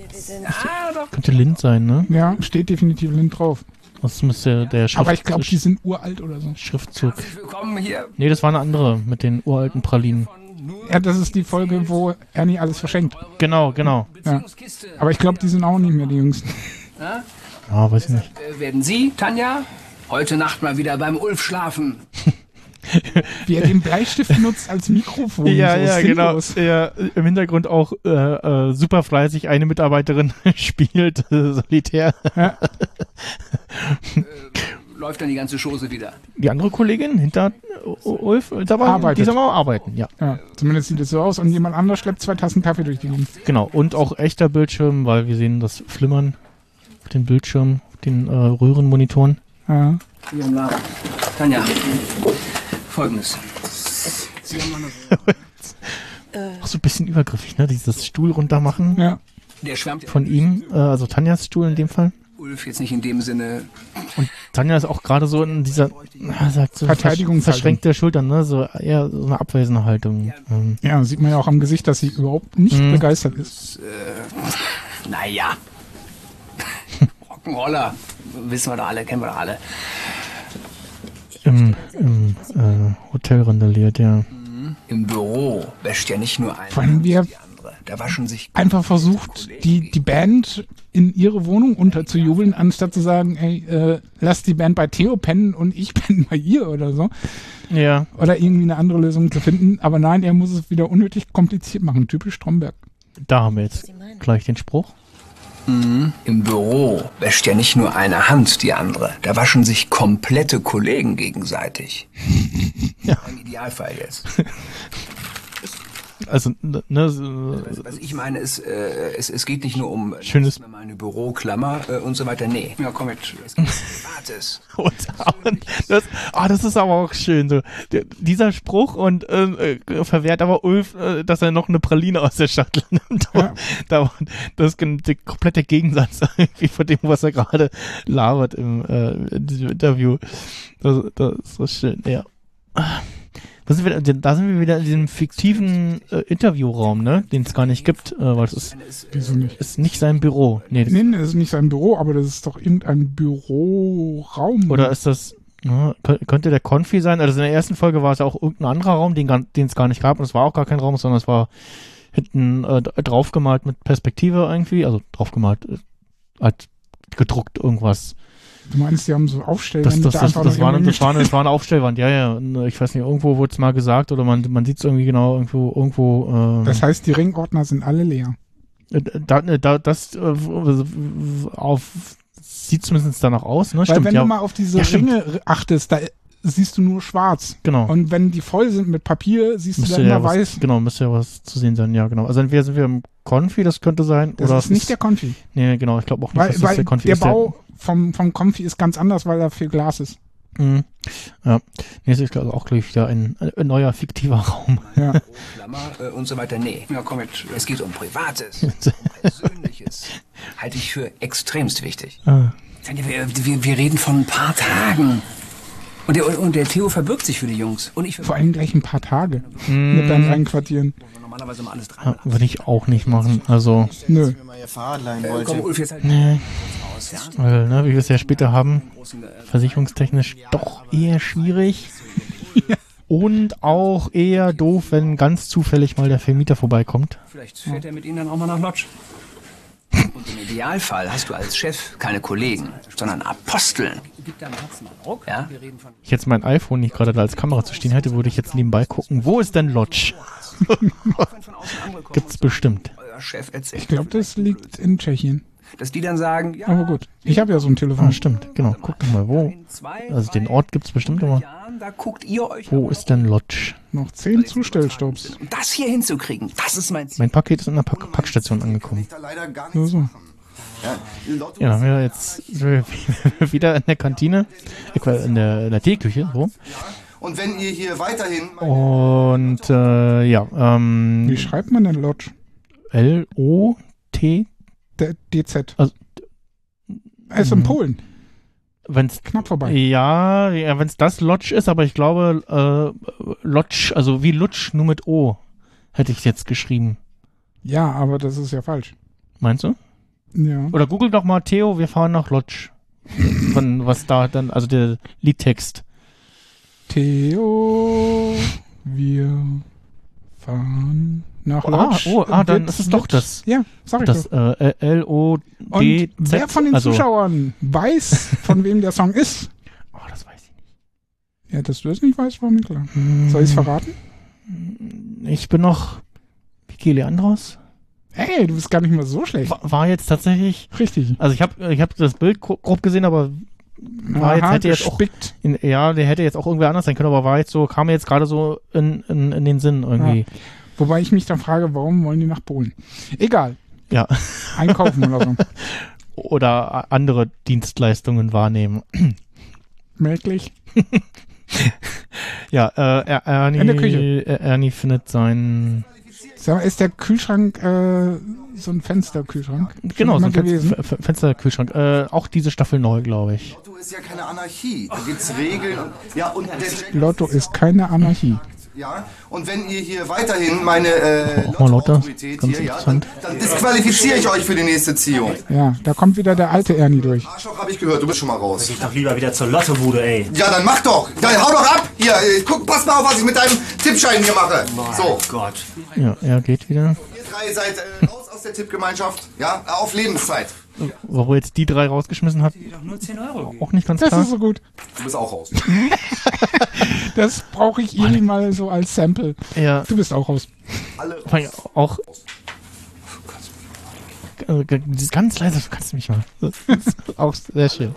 S4: Könnte Lind sein, ne?
S5: Ja, steht definitiv Lind drauf.
S4: Das müsste der Schrift
S5: Aber ich glaube, die sind uralt oder so.
S4: Schriftzug.
S8: Willkommen hier.
S4: Nee, das war eine andere mit den uralten Pralinen.
S5: Ja, das ist die Folge, wo Ernie alles verschenkt.
S4: Genau, genau.
S5: Ja. Aber ich glaube, die sind auch nicht mehr die Jüngsten.
S8: Ja?
S4: Ah, weiß nicht.
S8: Äh, werden Sie, Tanja, heute Nacht mal wieder beim Ulf schlafen.
S5: Wie er den Bleistift nutzt als Mikrofon.
S4: Ja,
S5: so
S4: ja,
S5: sinnlos.
S4: genau. Ja, Im Hintergrund auch äh, äh, super fleißig eine Mitarbeiterin spielt äh, solitär.
S8: Läuft dann die ganze Chose wieder.
S4: Die andere Kollegin hinter U- U- Ulf, da war,
S5: Arbeitet.
S4: die soll mal arbeiten, ja.
S5: Ja, zumindest sieht es so aus. Und jemand anders schleppt zwei Tassen Kaffee durch die Gegend.
S4: Genau. Und auch echter Bildschirm, weil wir sehen das Flimmern auf den Bildschirm, auf den äh, Röhrenmonitoren.
S5: Ja.
S8: Hier im Laden. Tanja, folgendes.
S4: Auch so ein bisschen übergriffig, ne? Dieses Stuhl runtermachen
S5: ja.
S8: Der schwärmt
S4: von ihm, äh, also Tanjas Stuhl in dem Fall.
S8: Ulf jetzt nicht in dem Sinne.
S4: Und Tanja ist auch gerade so in dieser na, sagt so
S5: Verteidigungshaltung.
S4: versch- verschränkte Schultern, ne? So eher so eine abweisende Haltung. Ähm,
S5: Ja, sieht man ja auch am Gesicht, dass sie überhaupt nicht
S4: Mhm.
S5: begeistert ist.
S8: Äh, Naja. Rock'n'Roller. Wissen wir doch alle, kennen wir doch alle.
S4: Im, im äh, Hotel randaliert, ja.
S8: Im Büro wäscht ja nicht nur einer.
S5: Vor allem wir
S8: Da waschen sich
S5: einfach versucht, die, die Band in ihre Wohnung unterzujubeln, anstatt zu sagen, ey, äh, lass die Band bei Theo pennen und ich penne bei ihr oder so.
S4: Ja.
S5: Oder irgendwie eine andere Lösung zu finden. Aber nein, er muss es wieder unnötig kompliziert machen. Typisch Stromberg.
S4: Da haben wir jetzt gleich den Spruch.
S8: Mhm. Im Büro wäscht ja nicht nur eine Hand die andere. Da waschen sich komplette Kollegen gegenseitig.
S4: Ja.
S8: Im Idealfall jetzt.
S4: Also, ne, so-
S8: Also, was ich meine ist, äh, es, es geht nicht nur um äh,
S4: Schönes-
S8: lass mir mal eine Büroklammer äh, und so weiter. Nee. Ja, komm jetzt. Es geht um Privates.
S4: und hauen. Das, ah, das ist aber auch schön. So. Der, dieser Spruch und ähm, äh, verwehrt aber Ulf, äh, dass er noch eine Praline aus der Schachtel nimmt. Und Da, das ist gen- der komplette Gegensatz irgendwie von dem, was er gerade labert im, äh, in diesem Interview. Das, das ist so schön, ja. Was sind wir, denn- da sind wir wieder in diesem fiktiven äh, Interviewraum, ne? Den es gar nicht gibt, äh, weil es ist,
S5: Wieso nicht?
S4: ist nicht sein Büro. Nee, das,
S5: Nee, nee, das ist nicht sein Büro, aber das ist doch irgendein Büroraum.
S4: Oder ist das, ne, kö- könnte der Konfi sein? Also in der ersten Folge war es ja auch irgendein anderer Raum, den gan- den es gar nicht gab. Und es war auch gar kein Raum, sondern es war hinten äh, d- draufgemalt mit Perspektive irgendwie. Also draufgemalt, äh, halt gedruckt irgendwas.
S5: Du meinst, die haben so
S4: Das,
S5: Aufstellwände
S4: das,
S5: da
S4: das,
S5: einfach
S4: das,
S5: noch
S4: war, eine-
S5: irgendwie
S4: das, war, eine- das war eine Aufstellwand, ja, ja. Und, äh, Ich weiß nicht, irgendwo wurde es mal gesagt oder man, man sieht es irgendwie genau irgendwo, irgendwo. Ähm,
S5: Das heißt, die Ringordner sind alle leer.
S4: äh, da, da, das äh, w- w- auf, sieht zumindest danach aus, ne?
S5: Weil
S4: stimmt,
S5: wenn
S4: ja.
S5: du mal auf diese
S4: Ja, stimmt.
S5: Ringe achtest, da siehst du nur schwarz.
S4: Genau.
S5: Und wenn die voll sind mit Papier, siehst du da immer
S4: ja was,
S5: weiß.
S4: Genau, müsste ja was zu sehen sein, ja, genau. Also entweder sind wir im Konfi, das könnte sein,
S5: Das
S4: oder.
S5: ist nicht der Konfi.
S4: Nee, genau, ich glaube auch nicht,
S5: Weil,
S4: dass das
S5: weil
S4: der
S5: der,
S4: Konfi ist.
S5: Bau vom, vom Konfi ist ganz anders, weil da viel Glas ist.
S4: Der, Mhm. ja. Nee, es ist also auch gleich wieder ein, ein neuer fiktiver Raum.
S5: Ja.
S8: Klammer äh, und so weiter. Nee. Ja, komm jetzt. Es geht um Privates. um Persönliches. Halte ich für extremst wichtig.
S4: Ah.
S8: Tanja, Wir, wir, wir reden von ein paar Tagen. Und der, und der Theo verbirgt sich für die Jungs. Und ich
S5: Vor
S8: verbirge
S5: allem gleich ein paar Tage
S4: Hm.
S5: mit deinem Einquartieren.
S8: normalerweise immer alles dran.
S4: Ja, Würde ich auch nicht machen. Also,
S5: Nö.
S8: Äh, komm, Ulf, jetzt halt.
S4: nee.
S8: Aus, ja?
S4: Weil, ne, wie wir es ja später haben, versicherungstechnisch doch eher schwierig. Und auch eher doof, wenn ganz zufällig mal der Vermieter vorbeikommt.
S8: Vielleicht fährt er mit Ihnen dann auch mal nach Lodge. Und im Idealfall hast du als Chef keine Kollegen, sondern Aposteln. Ja?
S4: ich jetzt mein iPhone nicht gerade da als Kamera zu stehen hätte, würde ich jetzt nebenbei gucken, wo ist denn Lodge? Gibt's bestimmt.
S8: Euer Chef erzählt.
S5: Ich glaube, das liegt in Tschechien.
S8: Dass die dann sagen, ja,
S5: Aber gut. Ich habe ja so ein Telefon.
S4: Ah, stimmt, genau. Guck doch mal, wo. Also den Ort gibt's bestimmt, aber
S8: da guckt ihr euch.
S4: wo ist denn Lodge?
S5: Noch zehn Zustellstaubs.
S8: Um das hier hinzukriegen, das ist mein Ziel.
S4: Mein Paket ist in der Pack Packstation angekommen.
S5: So, so.
S4: Ja, wir jetzt sind wir wieder in der Kantine, äh, in der, in der Teeküche, so.
S3: Und wenn ihr hier weiterhin
S4: Und äh, ja,
S5: Wie
S4: ähm,
S5: schreibt man denn Lodge?
S4: L-O-T,
S5: Der DZ.
S4: Also- hm.
S5: er ist in Polen.
S4: wenn's
S5: Knapp vorbei.
S4: Ja, ja wenn es das Lodge ist, aber ich glaube, äh, Lodge, also wie Lutsch, nur mit O, hätte ich jetzt geschrieben.
S5: Ja, aber das ist ja falsch.
S4: Meinst du?
S5: Ja.
S4: Oder google doch mal, Theo, wir fahren nach Lodge. Von was da dann, also der Liedtext.
S5: Theo, wir fahren nach
S4: Oh,
S5: Lodge.
S4: ah, oh, ah, dann
S5: Witz,
S4: ist es doch
S5: Witz.
S4: das.
S5: Ja, sag ich
S4: Das
S5: doch.
S4: äh,
S5: Und
S4: L-O-D-Z.
S5: wer von den
S4: also,
S5: Zuschauern weiß, von wem der Song ist?
S4: Oh, das weiß ich nicht.
S5: Ja, dass du es nicht weißt, war mir klar. Soll ich es
S4: Hm.
S5: verraten?
S4: Ich bin noch Vicky Leandros.
S5: Ey, du bist gar nicht mal so schlecht.
S4: War, war jetzt tatsächlich,
S5: Richtig.
S4: also ich habe ich hab das Bild gro- grob gesehen, aber war jetzt,
S5: Aha,
S4: hätte jetzt auch
S5: gespickt.
S4: In, ja, der hätte jetzt auch irgendwer anders sein können, aber war jetzt so, kam mir jetzt gerade so in, in, in den Sinn irgendwie.
S5: Wobei ich mich dann frage, warum wollen die nach Polen? Egal,
S4: Ja.
S5: einkaufen oder so.
S4: Oder a- andere Dienstleistungen wahrnehmen.
S5: Merklich.
S4: Ja, äh, Er- Ernie,
S5: In der Küche.
S4: Er- Ernie findet seinen,
S5: Sag mal, ist der Kühlschrank äh, so ein Fensterkühlschrank? Schon
S4: genau, so
S5: immer
S4: ein Fen
S5: gewesen.
S4: Fe- Fe- Fensterkühlschrank. Äh, auch diese Staffel neu, glaube ich.
S3: Lotto ist ja keine Anarchie. Da gibt's Regeln und ja und der Jack
S5: Lotto ist keine Anarchie.
S3: Ja, und wenn ihr hier weiterhin meine äh,
S4: Auch mal lauter.
S3: Autorität
S4: Ganz
S3: hier, ja, dann,
S4: interessant.
S3: dann disqualifiziere ich euch für die nächste Ziehung.
S5: Ja, da kommt wieder der alte Ernie durch.
S3: Arschloch habe ich gehört, du bist schon mal raus.
S12: Geh doch lieber wieder zur Lottobude, ey.
S3: Ja, dann mach doch. Dann hau doch ab. Hier, äh, guck, pass mal auf, was ich mit deinem Tippschein hier mache.
S10: Oh
S3: so. Gott.
S4: Ja, er geht wieder.
S3: Ihr drei seid äh, raus aus der Tippgemeinschaft. Ja, auf Lebenszeit.
S4: Warum jetzt die drei rausgeschmissen hat,
S3: Nur 10 Euro.
S4: auch nicht ganz
S5: Das
S4: klar.
S5: ist so gut.
S3: Du bist auch raus.
S5: Das brauche ich irgendwie mal so als Sample.
S4: Ja.
S5: Du bist auch raus.
S3: Alle
S4: Vor allem auch. Also, g- dieses ganz leise, du kannst mich mal. Das ist auch sehr schön.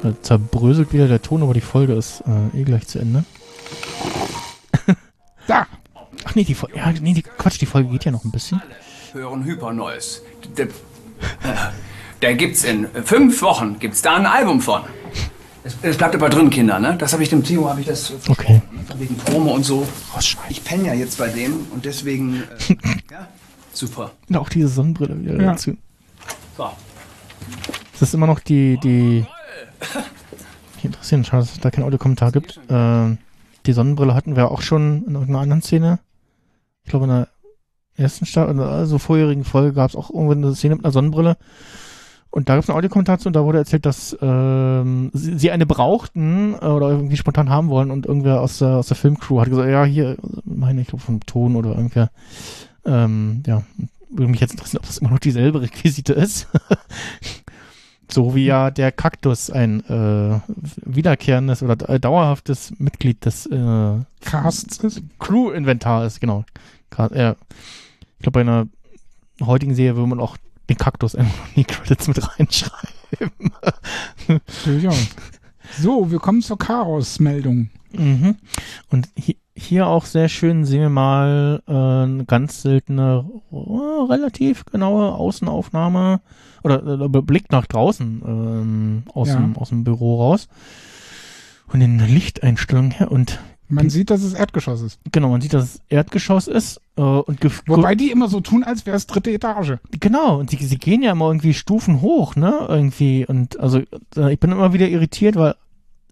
S4: Da zerbröselt wieder der Ton, aber die Folge ist äh, eh gleich zu Ende.
S5: da!
S4: Ach nee, die Folge. Ja, nee, die, Quatsch, die Folge geht ja noch ein bisschen.
S8: hören Hypernoise. Der, der gibt's in fünf Wochen, gibt's da ein Album von. Es, es bleibt aber drin, Kinder, ne? Das habe ich dem Theo, habe ich das äh,
S4: Okay.
S8: von wegen Promo und so. Ich penne ja jetzt bei dem und deswegen, äh, ja, super.
S4: Und auch diese Sonnenbrille wieder
S8: Ja.
S4: dazu.
S8: So.
S4: Ist das immer noch die, die. Mich interessiert, schade, dass es da keinen Audiokommentar gibt. Ähm, die Sonnenbrille hatten wir auch schon in irgendeiner anderen Szene. Ich glaube, in der ersten Staffel, in der also vorherigen Folge gab es auch irgendwo eine Szene mit einer Sonnenbrille. Und da gab es einen Audiokommentar zu und da wurde erzählt, dass ähm, sie, sie eine brauchten äh, oder irgendwie spontan haben wollen und irgendwer aus der, aus der Filmcrew hat gesagt, ja, hier, meine ich glaube vom Ton oder irgendwer. Ähm, ja, würde mich jetzt interessieren, ob das immer noch dieselbe Requisite ist. So wie ja der Kaktus ein äh, wiederkehrendes oder d- äh, dauerhaftes Mitglied des äh,
S5: Casts ist?
S4: Crew-Inventar ist, genau. Ca- ja. Ich glaube, bei einer heutigen Serie würde man auch den Kaktus einfach in die Credits mit reinschreiben.
S5: Ja. So, wir kommen zur Chaos-Meldung.
S4: Mhm. Und hi- hier auch sehr schön sehen wir mal äh, eine ganz seltene, oh, relativ genaue Außenaufnahme oder äh, Blick nach draußen ähm, aus,
S5: Ja.
S4: dem, aus dem Büro raus. Und den Lichteinstellungen her und
S5: Man sieht, dass es Erdgeschoss ist.
S4: Genau, man sieht, dass es Erdgeschoss ist äh, und gef-
S5: Wobei die immer so tun, als wäre es dritte Etage.
S4: Genau, und sie, sie gehen ja immer irgendwie Stufen hoch, ne? Irgendwie. Und also äh, ich bin immer wieder irritiert, weil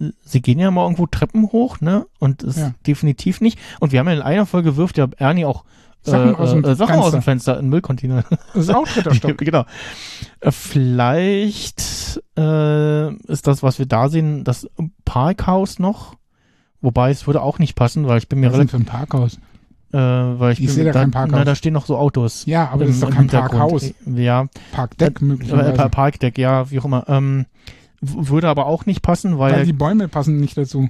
S4: äh, sie gehen ja immer irgendwo Treppen hoch, ne? Und ist
S5: Ja.
S4: definitiv nicht. Und wir haben ja in einer Folge wirft ja Ernie auch äh,
S5: Sachen aus dem
S4: äh, Sachen aus
S5: Fenster.
S4: dem Fenster in den Müllcontainer.
S5: Das ist auch dritter Stock.
S4: genau. Äh, Vielleicht äh, ist das, was wir da sehen, das Parkhaus noch. Wobei es würde auch nicht passen, weil ich bin mir
S5: Was ist denn
S4: relativ.
S5: für ein Parkhaus?
S4: Äh, weil ich,
S5: Ich
S4: bin
S5: sehe da kein Parkhaus.
S4: Na, da stehen noch so Autos.
S5: Ja, aber
S4: im-
S5: das ist doch
S4: im
S5: kein
S4: Hintergrund.
S5: Parkhaus.
S4: Ja.
S5: Parkdeck
S4: Äh,
S5: möglicherweise.
S4: Äh, Parkdeck, ja, wie auch immer. Ähm, w- würde aber auch nicht passen, weil.
S5: Weil die Bäume passen nicht dazu.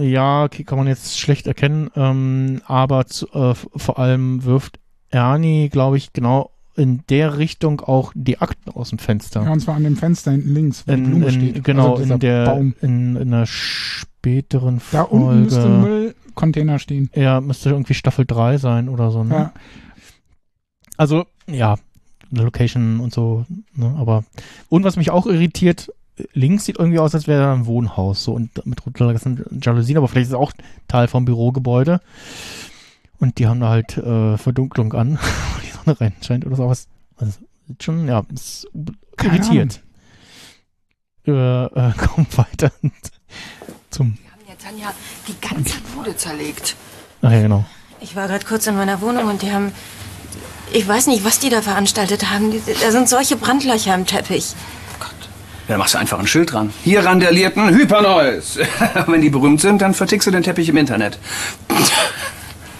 S4: Ja, okay, kann man jetzt schlecht erkennen. Ähm, aber zu, äh, f- vor allem wirft Ernie, glaube ich, genau in der Richtung auch die Akten aus dem Fenster.
S5: Ja, und zwar an dem Fenster hinten links, wo die
S4: in,
S5: Blume
S4: in,
S5: steht.
S4: genau,
S5: Also dieser
S4: in der
S5: Baum.
S4: in, in einer späteren
S5: Da
S4: Folge.
S5: unten müsste ein Müllcontainer stehen.
S4: Ja, müsste irgendwie Staffel 3 sein oder so. Ne?
S5: Ja.
S4: Also, ja, eine Location und so, ne? aber. Und was mich auch irritiert, links sieht irgendwie aus, als wäre da ein Wohnhaus, so und mit runtergelassenen Jalousien, aber vielleicht ist es auch Teil vom Bürogebäude. Und die haben da halt äh, Verdunklung an, weil die Sonne rein scheint oder so, aber es also, sieht schon, ja, es ist
S5: Keine
S4: irritiert. Äh, äh, komm weiter zum.
S6: Ja, Tanja, die ganze Bude zerlegt.
S4: Ach ja, genau.
S6: Ich war gerade kurz in meiner Wohnung und die haben. Ich weiß nicht, was die da veranstaltet haben. Die, da sind solche Brandlöcher im Teppich.
S8: Ja, da machst du einfach ein Schild dran. Hier randalierten Hypernoise. Wenn die berühmt sind, dann vertickst du den Teppich im Internet.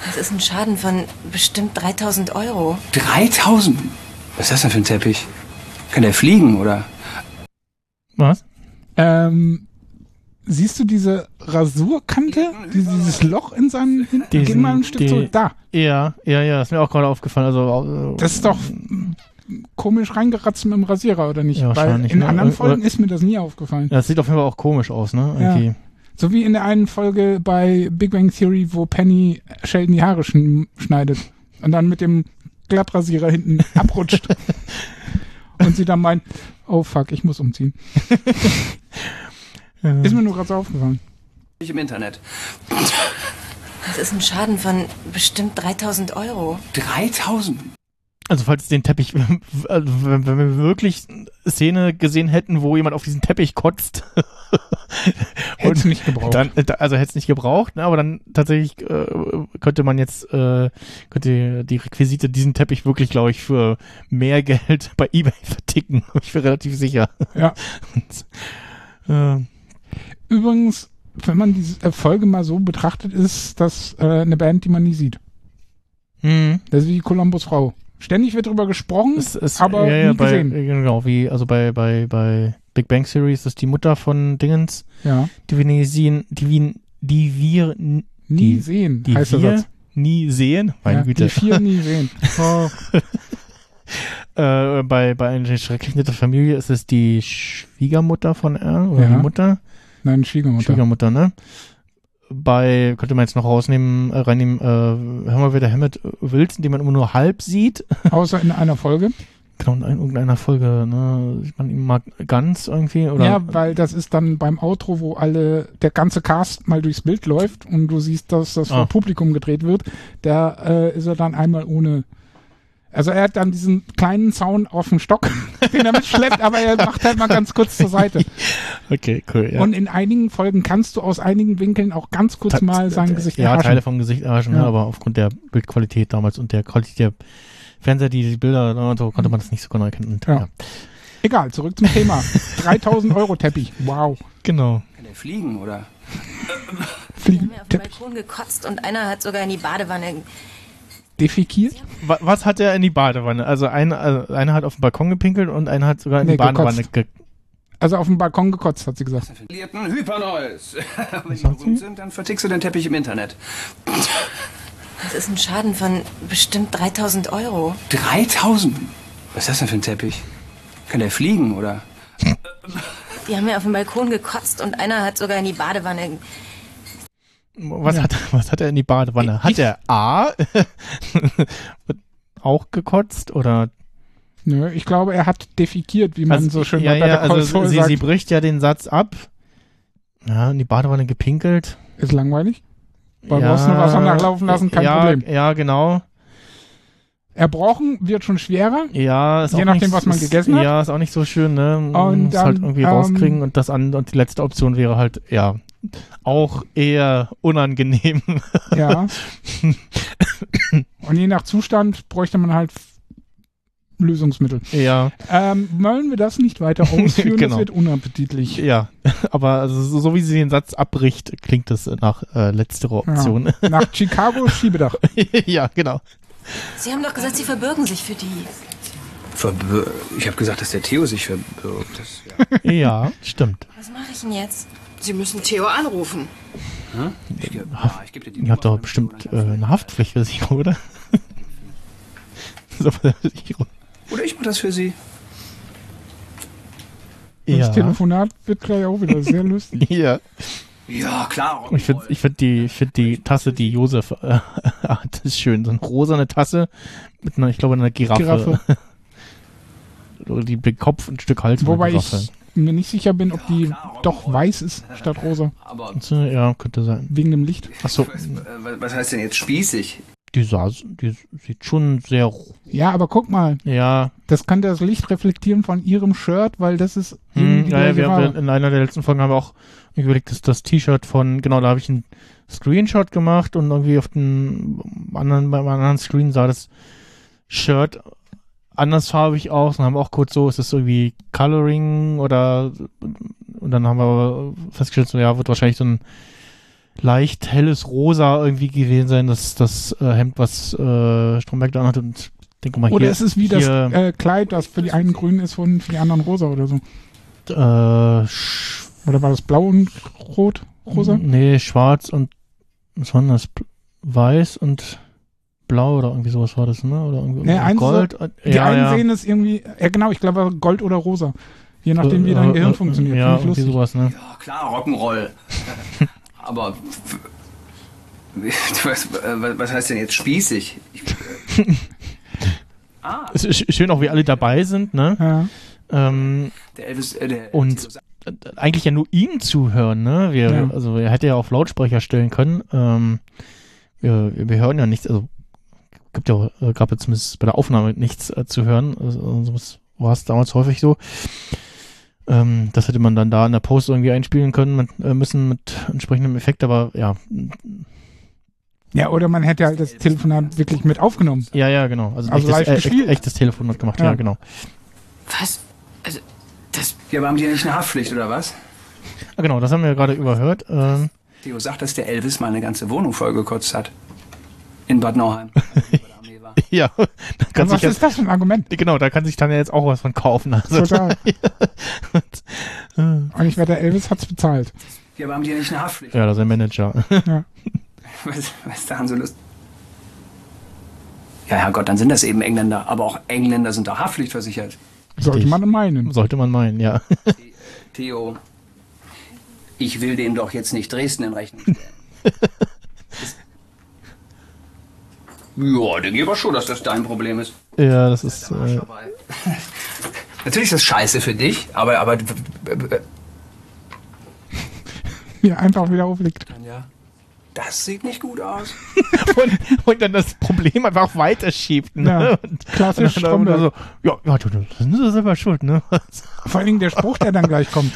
S6: Das ist ein Schaden von bestimmt 3000 Euro.
S8: 3000? Was ist das denn für ein Teppich? Kann der fliegen, oder?
S4: Was?
S5: Ähm, siehst du diese Rasurkante? Diese- Dieses Loch in seinem hinten? Geh mal ein Stück
S4: die-
S5: zurück. Da.
S4: Ja, ja, ja, ist mir auch gerade aufgefallen. Also, äh,
S5: Das ist doch mm, komisch reingeratzt mit dem Rasierer, oder nicht?
S4: Ja,
S5: Weil
S4: wahrscheinlich,
S5: in
S4: ne?
S5: anderen
S4: Oder-
S5: Folgen ist mir das nie aufgefallen.
S4: Ja, Das sieht auf jeden Fall auch komisch aus, ne?
S5: Ja.
S4: Irgendwie.
S5: So wie in der einen Folge bei Big Bang Theory, wo Penny Sheldon die Haare schn schneidet und dann mit dem Glattrasierer hinten abrutscht. und sie dann meint, oh fuck, ich muss umziehen. Ist mir nur gerade so aufgefallen.
S8: Teppich im Internet.
S6: Das ist ein Schaden von bestimmt 3000 Euro.
S8: 3000?
S4: Also falls den Teppich, also wenn, wenn wir wirklich Szene gesehen hätten, wo jemand auf diesen Teppich kotzt,
S5: Hätt's nicht gebraucht.
S4: Dann, äh, da- also hätte es nicht gebraucht, ne, aber dann tatsächlich äh, könnte man jetzt äh, könnte die Requisite diesen Teppich wirklich, glaube ich, für mehr Geld bei eBay verticken. Ich bin relativ sicher. Äh,
S5: Ja. Übrigens, wenn man diese äh, Folge mal so betrachtet, ist das äh, eine Band, die man nie sieht.
S4: hm,
S5: Das ist wie die Columbus Frau. Ständig wird drüber gesprochen, aber
S4: ja, ja,
S5: nie
S4: bei,
S5: gesehen.
S4: Genau, wie also bei bei bei Big Bang Series ist die Mutter von Dingens,
S5: Ja.
S4: die wir nie sehen, die wir die wir nie die,
S5: sehen,
S4: die
S5: heißt der
S4: wir
S5: Satz.
S4: nie sehen. Meine
S5: Ja,
S4: Güte.
S5: Die vier nie sehen. Oh.
S4: Äh, bei, bei einer schrecklich netten Familie ist es die Schwiegermutter von R oder
S5: Ja.
S4: die Mutter?
S5: Nein, Schwiegermutter.
S4: Schwiegermutter, ne? Bei, könnte man jetzt noch rausnehmen, äh, reinnehmen, äh, hör mal wieder Hammett äh, Wilson, den man immer nur halb sieht.
S5: Außer in einer Folge.
S4: Genau, in irgendeiner Folge, ne? Ich meine, ihn mag ganz irgendwie, oder?
S5: Ja, weil das ist dann beim Outro, wo alle, der ganze Cast mal durchs Bild läuft und du siehst, dass das vom
S4: Ah.
S5: Publikum gedreht wird, da äh, ist er dann einmal ohne. Also er hat dann diesen kleinen Zaun auf dem Stock, den er mitschleppt, aber er macht halt mal ganz kurz zur Seite.
S4: okay, cool, ja.
S5: Und in einigen Folgen kannst du aus einigen Winkeln auch ganz kurz
S4: Ta-
S5: mal sein Gesicht
S4: äh, Ja,
S5: erhaschen.
S4: Teile vom Gesicht erhaschen,
S5: Ja.
S4: ne? aber aufgrund der Bildqualität damals und der Qualität der Fernseher, die die Bilder, ne, und so konnte man das nicht so genau erkennen.
S5: Ja. Egal, zurück zum Thema. 3000 Euro Teppich. Wow.
S4: Genau.
S8: Kann der fliegen, oder?
S5: Fliegen.
S6: Auf dem Balkon gekotzt und einer hat sogar in die Badewanne.
S5: Defikiert?
S4: Wa- Was hat er in die Badewanne? Also einer also einer hat auf den Balkon gepinkelt und einer hat sogar in die
S5: Nee, gekotzt.
S4: Badewanne ge
S5: Also auf dem Balkon gekotzt, hat sie gesagt.
S8: Verlierten Hypernoise. Wenn die berühmt sind, dann vertickst du den Teppich im Internet.
S6: Das ist ein Schaden von bestimmt 3000 Euro.
S8: 3000? Was ist das denn für ein Teppich? Kann der fliegen, oder?
S6: Die haben mir auf dem Balkon gekotzt und einer hat sogar in die Badewanne.
S4: Was, hat, was hat er in die Badewanne? Hat er A auch gekotzt oder
S5: Nö, ich glaube, er hat defikiert, wie man so schön
S4: ja,
S5: bei
S4: ja,
S5: der
S4: also
S5: Konsole
S4: sie,
S5: sagt.
S4: sie bricht ja den Satz ab. Ja, in die Badewanne gepinkelt.
S5: Ist langweilig. Weil brauchst du nur Wasser nachlaufen lassen, kein
S4: ja,
S5: Problem.
S4: Ja, genau.
S5: Erbrochen wird schon schwerer.
S4: Ja, ist
S5: Je
S4: auch
S5: nachdem,
S4: nicht,
S5: was man
S4: ist,
S5: gegessen hat.
S4: Ja, ist auch nicht so schön, ne?
S5: Und
S4: Muss halt
S5: dann,
S4: irgendwie
S5: ähm,
S4: rauskriegen und das an und die letzte Option wäre halt, ja, auch eher unangenehm.
S5: Ja. Und je nach Zustand bräuchte man halt Lösungsmittel.
S4: ja.
S5: Ähm, wollen wir das nicht weiter ausführen?
S4: Genau.
S5: Das wird unappetitlich.
S4: Ja, aber also so, so wie sie den Satz abbricht, klingt das nach äh, letztere Option.
S5: Ja. Nach Chicago Schiebedach.
S4: ja, genau.
S6: Sie haben doch gesagt, sie verbürgen sich für die.
S8: Verbir ich habe gesagt, dass der Theo sich verbirgt. Das, ja.
S4: Ja, stimmt.
S6: Was mache ich denn jetzt?
S7: Sie müssen Theo anrufen.
S8: Hm? Ich, ge- ja, ich gebe dir die
S4: Ihr habt doch bestimmt äh, eine Haftpflicht für sie, oder? So, Versicherung.
S8: Oder ich mache das für sie.
S5: Und Das
S4: ja.
S5: Telefonat wird gleich auch wieder sehr lustig.
S4: ja.
S8: Ja, klar.
S4: Ich finde ich find die, ich find die Tasse, die Josef äh, hat, ist schön. So eine rosane Tasse mit einer, ich glaube, einer Giraffe.
S5: Giraffe.
S4: Oder die den Kopf und ein Stück Hals von einer
S5: Wobei
S4: Giraffe.
S5: ich mir nicht sicher bin, ob die doch weiß ist statt rosa.
S8: Aber
S4: Und so, Ja, könnte sein.
S5: Wegen dem Licht.
S4: Achso,
S8: äh, wa- was heißt denn jetzt spießig?
S4: die, sah, die sieht schon sehr. ro-
S5: Ja, aber guck mal.
S4: Ja,
S5: Das kann das Licht reflektieren von ihrem Shirt, weil das ist eben
S4: Hm,
S5: die
S4: ja, ja,
S5: gleiche
S4: wir haben
S5: Farbe.
S4: in einer der letzten Folgen haben wir auch überlegt, dass das T-Shirt von, genau, da habe ich einen Screenshot gemacht und irgendwie auf dem anderen, beim anderen Screen sah das Shirt andersfarbig aus und haben auch kurz so, ist das irgendwie Coloring oder und dann haben wir aber festgestellt, so, ja, wird wahrscheinlich so ein leicht helles Rosa irgendwie gewesen sein, dass das äh, Hemd, was äh, Stromberg da anhat und denke mal
S5: Oder
S4: hier.
S5: ist es wie das
S4: hier,
S5: äh, Kleid, das für die einen grün ist und für die anderen rosa oder so?
S4: äh, sch-
S5: Oder war das blau und rot, rosa?
S4: Nee, schwarz und was war denn das? Bl- Weiß und blau oder irgendwie sowas war das, ne? Oder irgendwie
S5: Nee, eins
S4: Gold.
S5: Ist, halt
S4: äh,
S5: die
S4: ja,
S5: einen
S4: ja.
S5: sehen es irgendwie, ja genau, ich glaube Gold oder rosa. Je nachdem, wie dein
S4: Äh,
S5: Gehirn
S4: äh,
S5: funktioniert.
S4: Ja,
S5: Finde ich
S4: irgendwie sowas,
S5: lustig.
S4: ne?
S8: Ja, klar, Rock'n'Roll. Aber f- was, äh, was heißt denn jetzt spießig? Ich, äh, ah,
S4: Es ist sch- schön auch, wie alle dabei sind, ne? Ähm,
S8: der Elvis, äh, der
S4: und äh, eigentlich ja nur ihm zuhören, ne? Wir,
S5: Ja.
S4: Also er hätte ja auf Lautsprecher stellen können. Ähm, wir, wir hören ja nichts, also gibt ja auch, äh, gab ja also, zumindest bei der Aufnahme nichts äh, zu hören. Also, sonst war es damals häufig so. Ähm, das hätte man dann da in der Post irgendwie einspielen können, mit, äh, müssen mit entsprechendem Effekt, aber ja.
S5: Ja, oder man hätte halt das Telefonat wirklich mit aufgenommen.
S4: Ja, ja, genau. Also, ein
S5: Also
S4: echtes,
S5: live
S4: äh, echt,
S5: gespielt.
S4: echtes Telefon hat gemacht, ja,
S5: Ja.
S4: genau.
S8: Was? Also, das. Ja, aber haben die ja nicht eine Haftpflicht, oder was?
S4: Ah, genau, das haben wir gerade überhört. Ähm,
S8: Theo sagt, dass der Elvis meine ganze Wohnung vollgekotzt hat. In Bad Nauheim.
S4: ja, da kann
S5: was
S4: sich jetzt,
S5: ist das für ein Argument?
S4: Genau, da kann sich dann ja jetzt auch was von kaufen. Also.
S5: Total. Und ich werde, Elvis hat's bezahlt.
S8: Ja, aber haben die ja nicht eine Haftpflicht?
S4: Ja, das ist ein Manager.
S5: Ja.
S8: Was, was da haben so Lust? Ja, Herrgott, dann sind das eben Engländer. Aber auch Engländer sind da haftpflichtversichert.
S5: Sollte man meinen.
S4: Sollte man meinen, ja.
S8: Theo, ich will dem doch jetzt nicht Dresden in Rechnung stellen. ja, denke ich aber schon, dass das dein Problem ist.
S4: ja, das ist. Äh,
S8: Natürlich ist das scheiße für dich, aber, aber
S5: Mir einfach wieder auflegt.
S8: das sieht nicht gut aus.
S4: und, und dann das Problem einfach weiterschiebt. Ne?
S5: Ja,
S4: und,
S5: klassisch
S4: und dann, dann so,
S5: Stromberg.
S4: ja, ja, du, du, das sind sie selber schuld, ne?
S5: Vor allen Dingen der Spruch, der dann gleich kommt.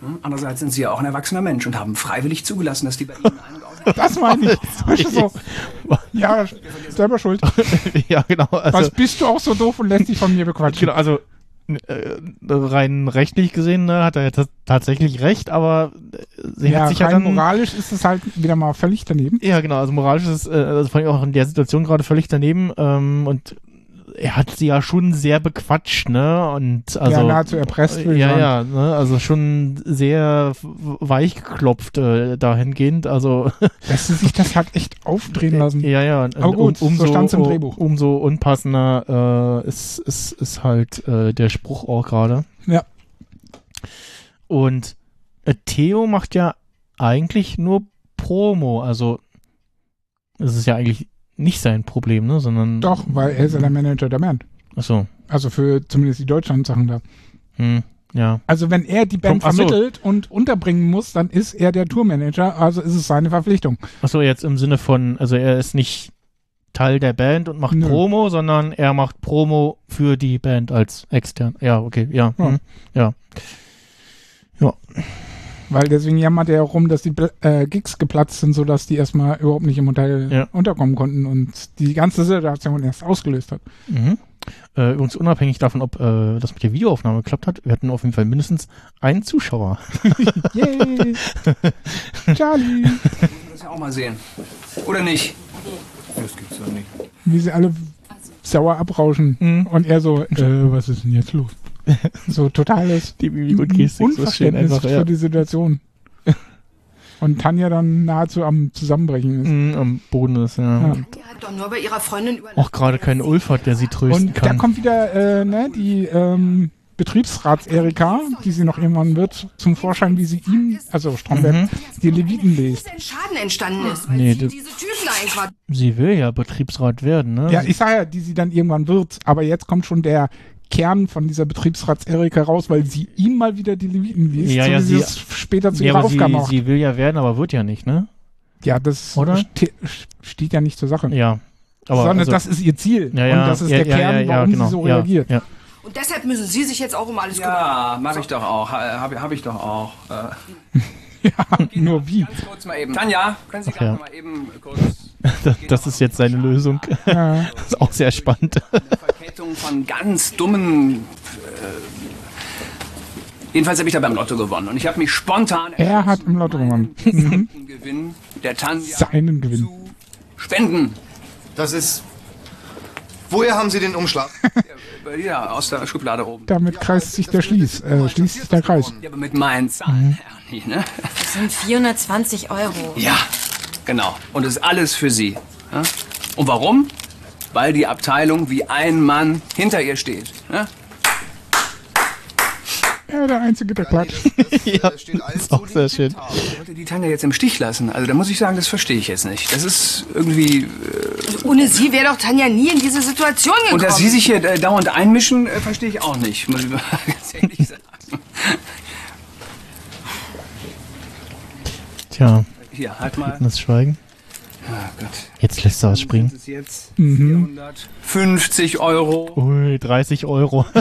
S8: Hm? Andererseits sind sie ja auch ein erwachsener Mensch und haben freiwillig zugelassen, dass die bei ihnen ein- und aus...
S5: Das meine ich. Weißt du, so. Ja, selber schuld.
S4: ja, genau. Also,
S5: Was bist du auch so doof und lässt dich von mir bequatschen?
S4: Genau, also äh, rein rechtlich gesehen ne, hat er ja ta- tatsächlich recht, aber äh, sie
S5: ja,
S4: hat sich ja
S5: rein
S4: dann
S5: moralisch ist es halt wieder mal völlig daneben.
S4: Ja, genau. Also moralisch ist es äh, also vor allem auch in der Situation gerade völlig daneben. Ähm, und er hat sie ja schon sehr bequatscht, ne? Und also
S5: Ja, nahezu erpresst, würde ich
S4: Ja,
S5: sagen.
S4: ja. Ne? Also schon sehr w- weich geklopft äh, dahingehend. Also
S5: dass sie sich das halt echt aufdrehen lassen.
S4: Ja, ja. Und,
S5: Aber gut, so
S4: um, umso,
S5: stand's im
S4: um-
S5: Drehbuch.
S4: Umso unpassender äh, ist, ist, ist halt äh, der Spruch auch gerade.
S5: Ja.
S4: Und äh, Theo macht ja eigentlich nur Promo, also das ist ja eigentlich nicht sein Problem, ne, sondern
S5: Doch, weil er ist ja der Manager der Band.
S4: Ach so.
S5: Also für zumindest die Deutschland-Sachen da.
S4: Hm, ja.
S5: Also wenn er die Band
S4: Ach so.
S5: vermittelt und unterbringen muss, dann ist er der Tourmanager, also ist es seine Verpflichtung.
S4: Achso, jetzt im Sinne von, also er ist nicht Teil der Band und macht
S5: Nö.
S4: Promo, sondern er macht Promo für die Band als extern. Ja, okay, ja.
S5: Ja.
S4: Hm, ja. Ja.
S5: Weil deswegen jammert er ja rum, dass die Bl- äh, Gigs geplatzt sind, sodass die erstmal überhaupt nicht im Hotel
S4: Ja.
S5: unterkommen konnten und die ganze Situation erst ausgelöst hat.
S4: Mhm. Äh, übrigens unabhängig davon, ob äh, das mit der Videoaufnahme geklappt hat, wir hatten auf jeden Fall mindestens einen Zuschauer.
S5: Yay! Charlie!
S8: Das ja auch mal sehen. Oder nicht?
S9: Das gibt's doch nicht.
S5: Wie sie alle sauer abrauschen.
S4: Mhm.
S5: Und er so, äh, was ist denn jetzt los? So totales
S4: Die Mimik und Gestik, so schön
S5: Mhm. Unverständnis
S4: einfach,
S5: für
S4: ja.
S5: die Situation. Und Tanja dann nahezu am Zusammenbrechen ist.
S4: Mhm, am Boden ist, ja.
S5: Ja.
S7: Die hat doch nur bei ihrer Freundin über.
S4: Auch gerade keinen Ulf hat, der sie trösten
S5: Und da
S4: kann.
S5: kommt wieder äh, ne, die ähm, Betriebsrats-Erika, die sie noch irgendwann wird, zum Vorschein, wie sie ihm, also Stromberg,
S4: Mhm.
S5: die Leviten liest.
S7: Ein Schaden entstanden ist, weil
S4: Nee,
S7: sie
S4: das-
S7: diese Typen einquartiert.
S4: sie will ja Betriebsrat werden, ne?
S5: Ja,
S4: Sie-
S5: ich sage ja, die sie dann irgendwann wird. Aber jetzt kommt schon der Kern von dieser Betriebsrats-Erika raus, weil sie ihm mal wieder die Leviten liest,
S4: Ja,
S5: so
S4: ja,
S5: wie
S4: sie-
S5: es später zu
S4: ja,
S5: ihrer
S4: aber
S5: Aufgabe
S4: sie,
S5: macht.
S4: sie will ja werden, aber wird ja nicht, ne?
S5: Ja, das
S4: Oder?
S5: ste- steht ja nicht zur Sache.
S4: Ja. Aber
S5: Sondern
S4: also,
S5: das ist ihr Ziel.
S4: ja, ja,
S5: und das ist
S4: ja,
S5: der
S4: ja,
S5: Kern,
S4: ja, ja,
S5: warum
S4: genau,
S5: sie so
S4: ja,
S5: reagiert.
S4: Ja.
S7: Und deshalb müssen sie sich jetzt auch um alles
S8: Ja, mach ich doch auch. Ha- Hab, hab ich doch auch. Äh,
S5: Nur wie?
S8: ganz kurz mal eben. Tanja, können Sie
S4: Ach
S8: gerade
S4: ja.
S8: noch mal eben kurz
S4: Das, das ist jetzt seine Lösung.
S5: Ja.
S4: Das ist auch sehr spannend.
S8: Verkettung von ganz dummen. Äh, jedenfalls habe ich da beim Lotto gewonnen und ich habe mich spontan
S5: Er hat im Lotto gewonnen. Mhm.
S8: den Gewinn der Tanja
S5: Seinen Gewinn.
S8: spenden.
S3: Das ist. Woher haben Sie den Umschlag?
S8: Ja, aus der Schublade oben.
S5: Damit kreist sich der Schließ, äh, schließt sich der Kreis.
S8: Ja, aber mit meinen
S5: Mhm.
S8: Zahlen, Ernie, ne?
S6: Das sind 420 Euro.
S8: Ja, genau. Und das ist alles für sie. Ja? Und warum? Weil die Abteilung wie ein Mann hinter ihr steht. Ne?
S5: Ja, der Einzige, der klatscht.
S4: ja, das ist auch sehr schön.
S8: Wollte die Tanja jetzt im Stich lassen? Also da muss ich sagen, das verstehe ich jetzt nicht. Das ist irgendwie...
S7: Ohne sie wäre doch Tanja nie in diese Situation gekommen.
S8: Und dass Sie sich hier äh, dauernd einmischen, äh, verstehe ich auch nicht. Muss ich mal ganz ehrlich sagen.
S4: Tja,
S8: Hier, halt mal. halt
S4: das Schweigen. Jetzt lässt er was springen.
S8: Ah, ist jetzt
S4: Mhm.
S8: 50 Euro.
S4: Ui, 30 Euro.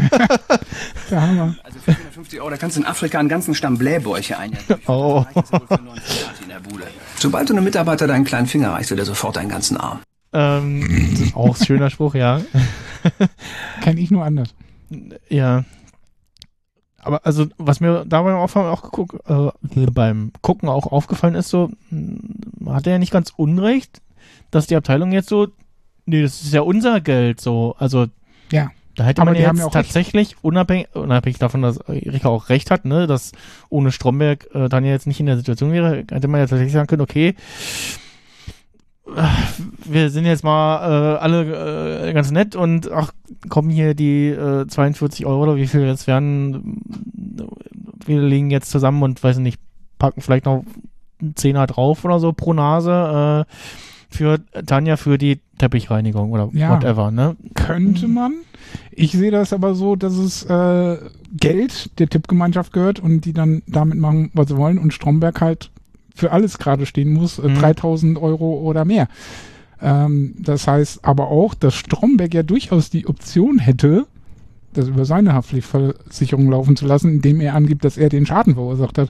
S5: Der Hammer.
S8: Also 450 Euro, da kannst du in Afrika einen ganzen Stamm Blähbäuche einjagen.
S4: Oh.
S8: in der Bude. Sobald du einem Mitarbeiter deinen kleinen Finger reichst, wird er sofort deinen ganzen Arm.
S4: Ähm, auch schöner Spruch, ja.
S5: Kenne ich nur anders.
S4: Ja. Aber also, was mir dabei auch, auch geguckt, äh, beim Gucken auch aufgefallen ist, so, mh, hat er ja nicht ganz Unrecht, dass die Abteilung jetzt so, nee, das ist ja unser Geld, so, also
S5: Ja.
S4: da hätte
S5: Aber
S4: man
S5: die
S4: ja
S5: haben ja
S4: jetzt
S5: auch recht.
S4: tatsächlich, unabhängig, unabhängig davon, dass Richter auch recht hat, ne, dass ohne Stromberg äh, dann ja jetzt nicht in der Situation wäre, hätte man ja tatsächlich sagen können, okay, äh, wir sind jetzt mal äh, alle äh, ganz nett und ach, kommen hier die äh, 42 Euro oder wie viel jetzt werden, wir legen jetzt zusammen und weiß nicht, packen vielleicht noch einen Zehner drauf oder so pro Nase äh, für Tanja für die Teppichreinigung oder
S5: Ja.
S4: whatever, ne?
S5: Könnte man. Ich sehe das aber so, dass es äh, Geld der Tippgemeinschaft gehört und die dann damit machen, was sie wollen und Stromberg halt für alles gerade stehen muss, äh, 3000 Euro oder mehr. Ähm, das heißt aber auch, dass Stromberg ja durchaus die Option hätte, das über seine Haftpflichtversicherung laufen zu lassen, indem er angibt, dass er den Schaden verursacht hat.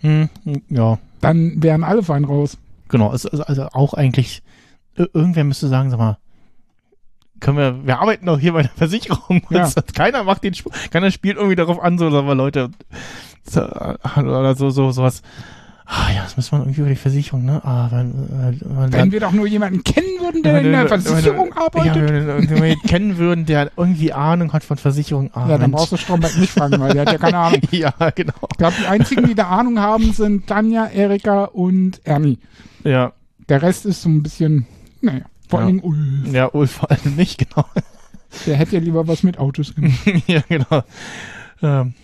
S4: Hm, ja.
S5: Dann wären alle fein raus.
S4: Genau, es ist also auch eigentlich, ir- irgendwer müsste sagen, sag mal, können wir, wir arbeiten doch hier bei der Versicherung.
S5: Ja.
S4: Das hat- Keiner macht den Sp- keiner spielt irgendwie darauf an, so, sag mal, Leute, so, äh, oder so, so, sowas. Ah ja, das müssen wir irgendwie über die Versicherung, ne? Ah, wenn, äh, wenn,
S5: Wenn wir doch nur jemanden kennen würden, der in der Versicherung arbeitet.
S4: Ja, wenn, wenn, wenn wir ihn kennen würden, der irgendwie Ahnung hat von Versicherung. Ah,
S5: Ja, dann
S4: Mensch.
S5: brauchst du Stromberg nicht fragen, weil der hat ja keine Ahnung.
S4: Ja, genau.
S5: Ich glaube, die einzigen, die da Ahnung haben, sind Tanja, Erika und Ernie.
S4: Ja.
S5: Der Rest ist so ein bisschen, naja, vor
S4: Ja.
S5: allem Ulf.
S4: Ja, Ulf vor allem nicht, genau.
S5: Der hätte ja lieber was mit Autos gemacht.
S4: ja, genau. Ähm,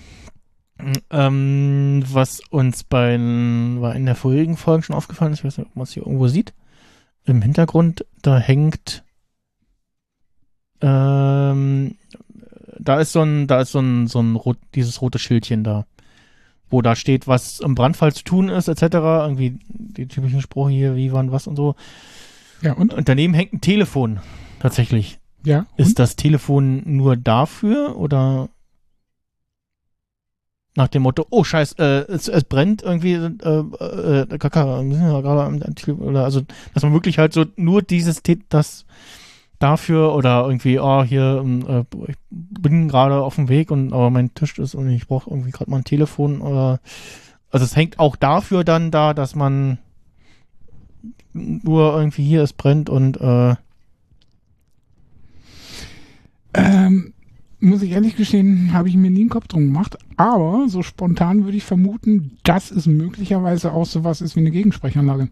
S4: ähm, was uns bei, war in der vorigen Folge schon aufgefallen ist, ich weiß nicht, ob man es hier irgendwo sieht. Im Hintergrund, da hängt ähm, da ist so ein, da ist so ein, so ein rot, dieses rote Schildchen da, wo da steht, was im Brandfall zu tun ist, etc. Irgendwie die typischen Sprüche hier, wie, wann, was und so.
S5: Ja, und?
S4: Und daneben hängt ein Telefon, tatsächlich.
S5: Ja,
S4: Ist das Telefon nur dafür oder nach dem Motto, oh Scheiß, äh, es, es brennt irgendwie, äh, äh, Kacke, wir sind ja gerade am, am Telefon, oder also, dass man wirklich halt so nur dieses, Te- das dafür oder irgendwie, oh, hier, ähm, äh, ich bin gerade auf dem Weg und aber mein Tisch ist und ich brauche irgendwie gerade mal ein Telefon oder, also es hängt auch dafür dann da, dass man nur irgendwie hier, es brennt und, äh,
S5: Ähm, muss ich ehrlich gestehen, habe ich mir nie einen Kopf drum gemacht. Aber so spontan würde ich vermuten, dass es möglicherweise auch sowas ist wie eine Gegensprechanlage.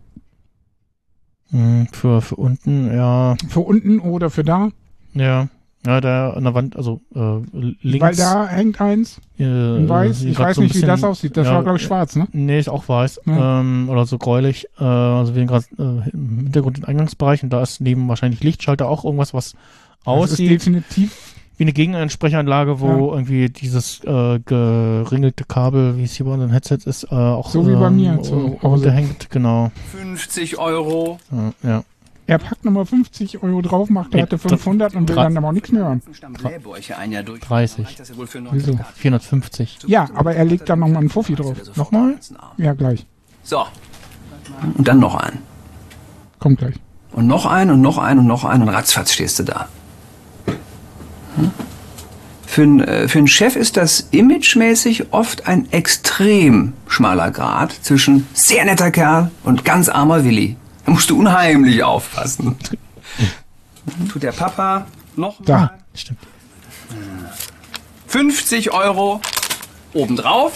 S4: Hm, Für, für unten, ja.
S5: Für unten oder für da,
S4: Ja. Ja, da an der Wand, also äh, links.
S5: weil da hängt eins.
S4: äh,
S5: in weiß.
S4: sieht
S5: Ich
S4: grad
S5: weiß
S4: so ein
S5: nicht, wie das aussieht. Das war, glaub ich, schwarz, ne?
S4: Nee, ist auch weiß.
S5: Ja.
S4: Ähm, oder so gräulich. Äh, also wir sind gerade äh, im Hintergrund im Eingangsbereich und da ist neben wahrscheinlich Lichtschalter auch irgendwas, was
S5: Das ist
S4: aussieht
S5: definitiv.
S4: wie eine Gegenansprechanlage, wo irgendwie dieses äh, geringelte Kabel, wie es hier bei unserem Headset ist, äh, auch
S5: So wie bei mir also, zu
S4: ähm,
S5: Hause.
S4: runterhängt, genau.
S8: 50 Euro.
S4: Ja, ja.
S5: Er packt nochmal 50 Euro drauf, macht der
S4: Ja,
S5: hatte 500 und will
S4: drei-
S5: dann aber auch nichts mehr hören.
S8: Stamm Blähbäuche ein Jahr durch.
S4: 30.
S8: Das ist ja wohl für
S5: Wieso?
S8: 90
S4: 450.
S5: Ja, aber er legt dann nochmal einen Fuffi drauf.
S4: Nochmal?
S5: Ja, gleich.
S8: So. Und dann noch einen.
S5: Kommt gleich.
S8: Und noch einen und noch einen und noch einen und ratzfatz stehst du da. Hm? Für einen, äh, für einen Chef ist das imagemäßig oft ein extrem schmaler Grad zwischen sehr netter Kerl und ganz armer Willi. Da musst du unheimlich aufpassen. Hm? Tut der Papa noch
S5: Da.
S4: Stimmt.
S8: 50 Euro obendrauf,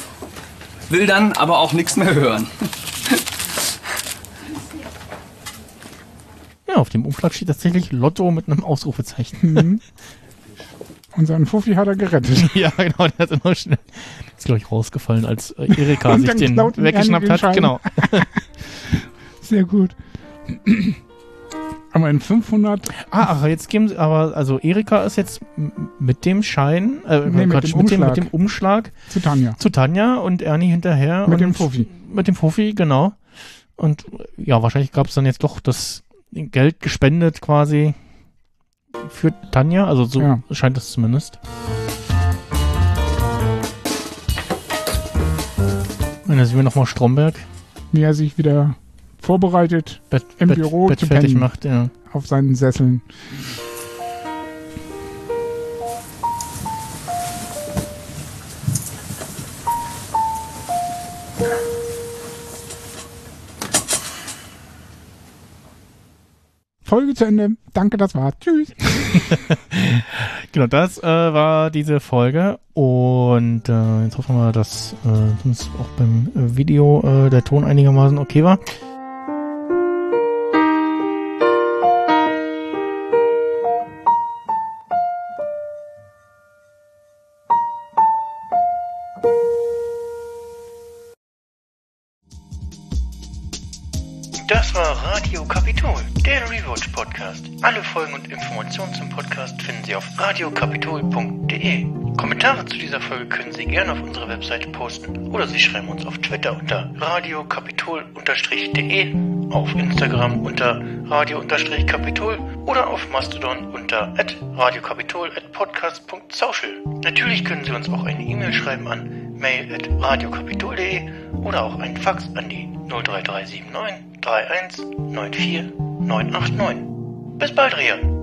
S8: will dann aber auch nichts mehr hören.
S4: Ja, auf dem Umschlag steht tatsächlich Lotto mit einem Ausrufezeichen.
S5: Und seinen Fuffi hat er gerettet.
S4: ja, genau, der hat immer schnell. Ist, glaube ich, rausgefallen, als äh, Erika
S5: Und
S4: sich
S5: dann
S4: den
S5: klaut ihm
S4: weggeschnappt
S5: Ernie den
S4: hat.
S5: Schein.
S4: Genau.
S5: Sehr gut. Aber in 500,
S4: Ah, ach, jetzt geben sie, aber, also Erika ist jetzt m- mit dem Schein, äh,
S5: Nee, mit
S4: Quatsch,
S5: dem
S4: mit, dem,
S5: Umschlag.
S4: mit dem Umschlag
S5: zu Tanja.
S4: zu Tanja und Ernie hinterher.
S5: Mit
S4: und
S5: dem Fuffi.
S4: Mit dem Fuffi, genau. Und äh, ja, wahrscheinlich gab es dann jetzt doch das Geld gespendet quasi für Tanja. Also so scheint es zumindest. Und da sehen wir nochmal Stromberg.
S5: Wie er sich wieder vorbereitet im
S4: Bett-
S5: Büro
S4: Bett
S5: zu
S4: fertig
S5: pennen.
S4: macht, ja.
S5: Auf seinen Sesseln. Folge zu Ende. Danke, das war's. Tschüss.
S4: Genau, das äh, war diese Folge. Und äh, jetzt hoffen wir, dass äh, zumindest auch beim äh, Video äh, der Ton einigermaßen okay war.
S13: Das war Radio Kapitol, der Rewatch Podcast. Alle Folgen und Informationen zum Podcast finden Sie auf radiokapitol.de. Kommentare zu dieser Folge können Sie gerne auf unserer Webseite posten oder Sie schreiben uns auf Twitter unter radiokapitol-de, auf Instagram unter radio-kapitol oder auf Mastodon unter radiokapitol.podcast.social. Natürlich können Sie uns auch eine E-Mail schreiben an mail@radiokapitol.de oder auch einen Fax an die 03379 31 94 989. Bis bald, Rian.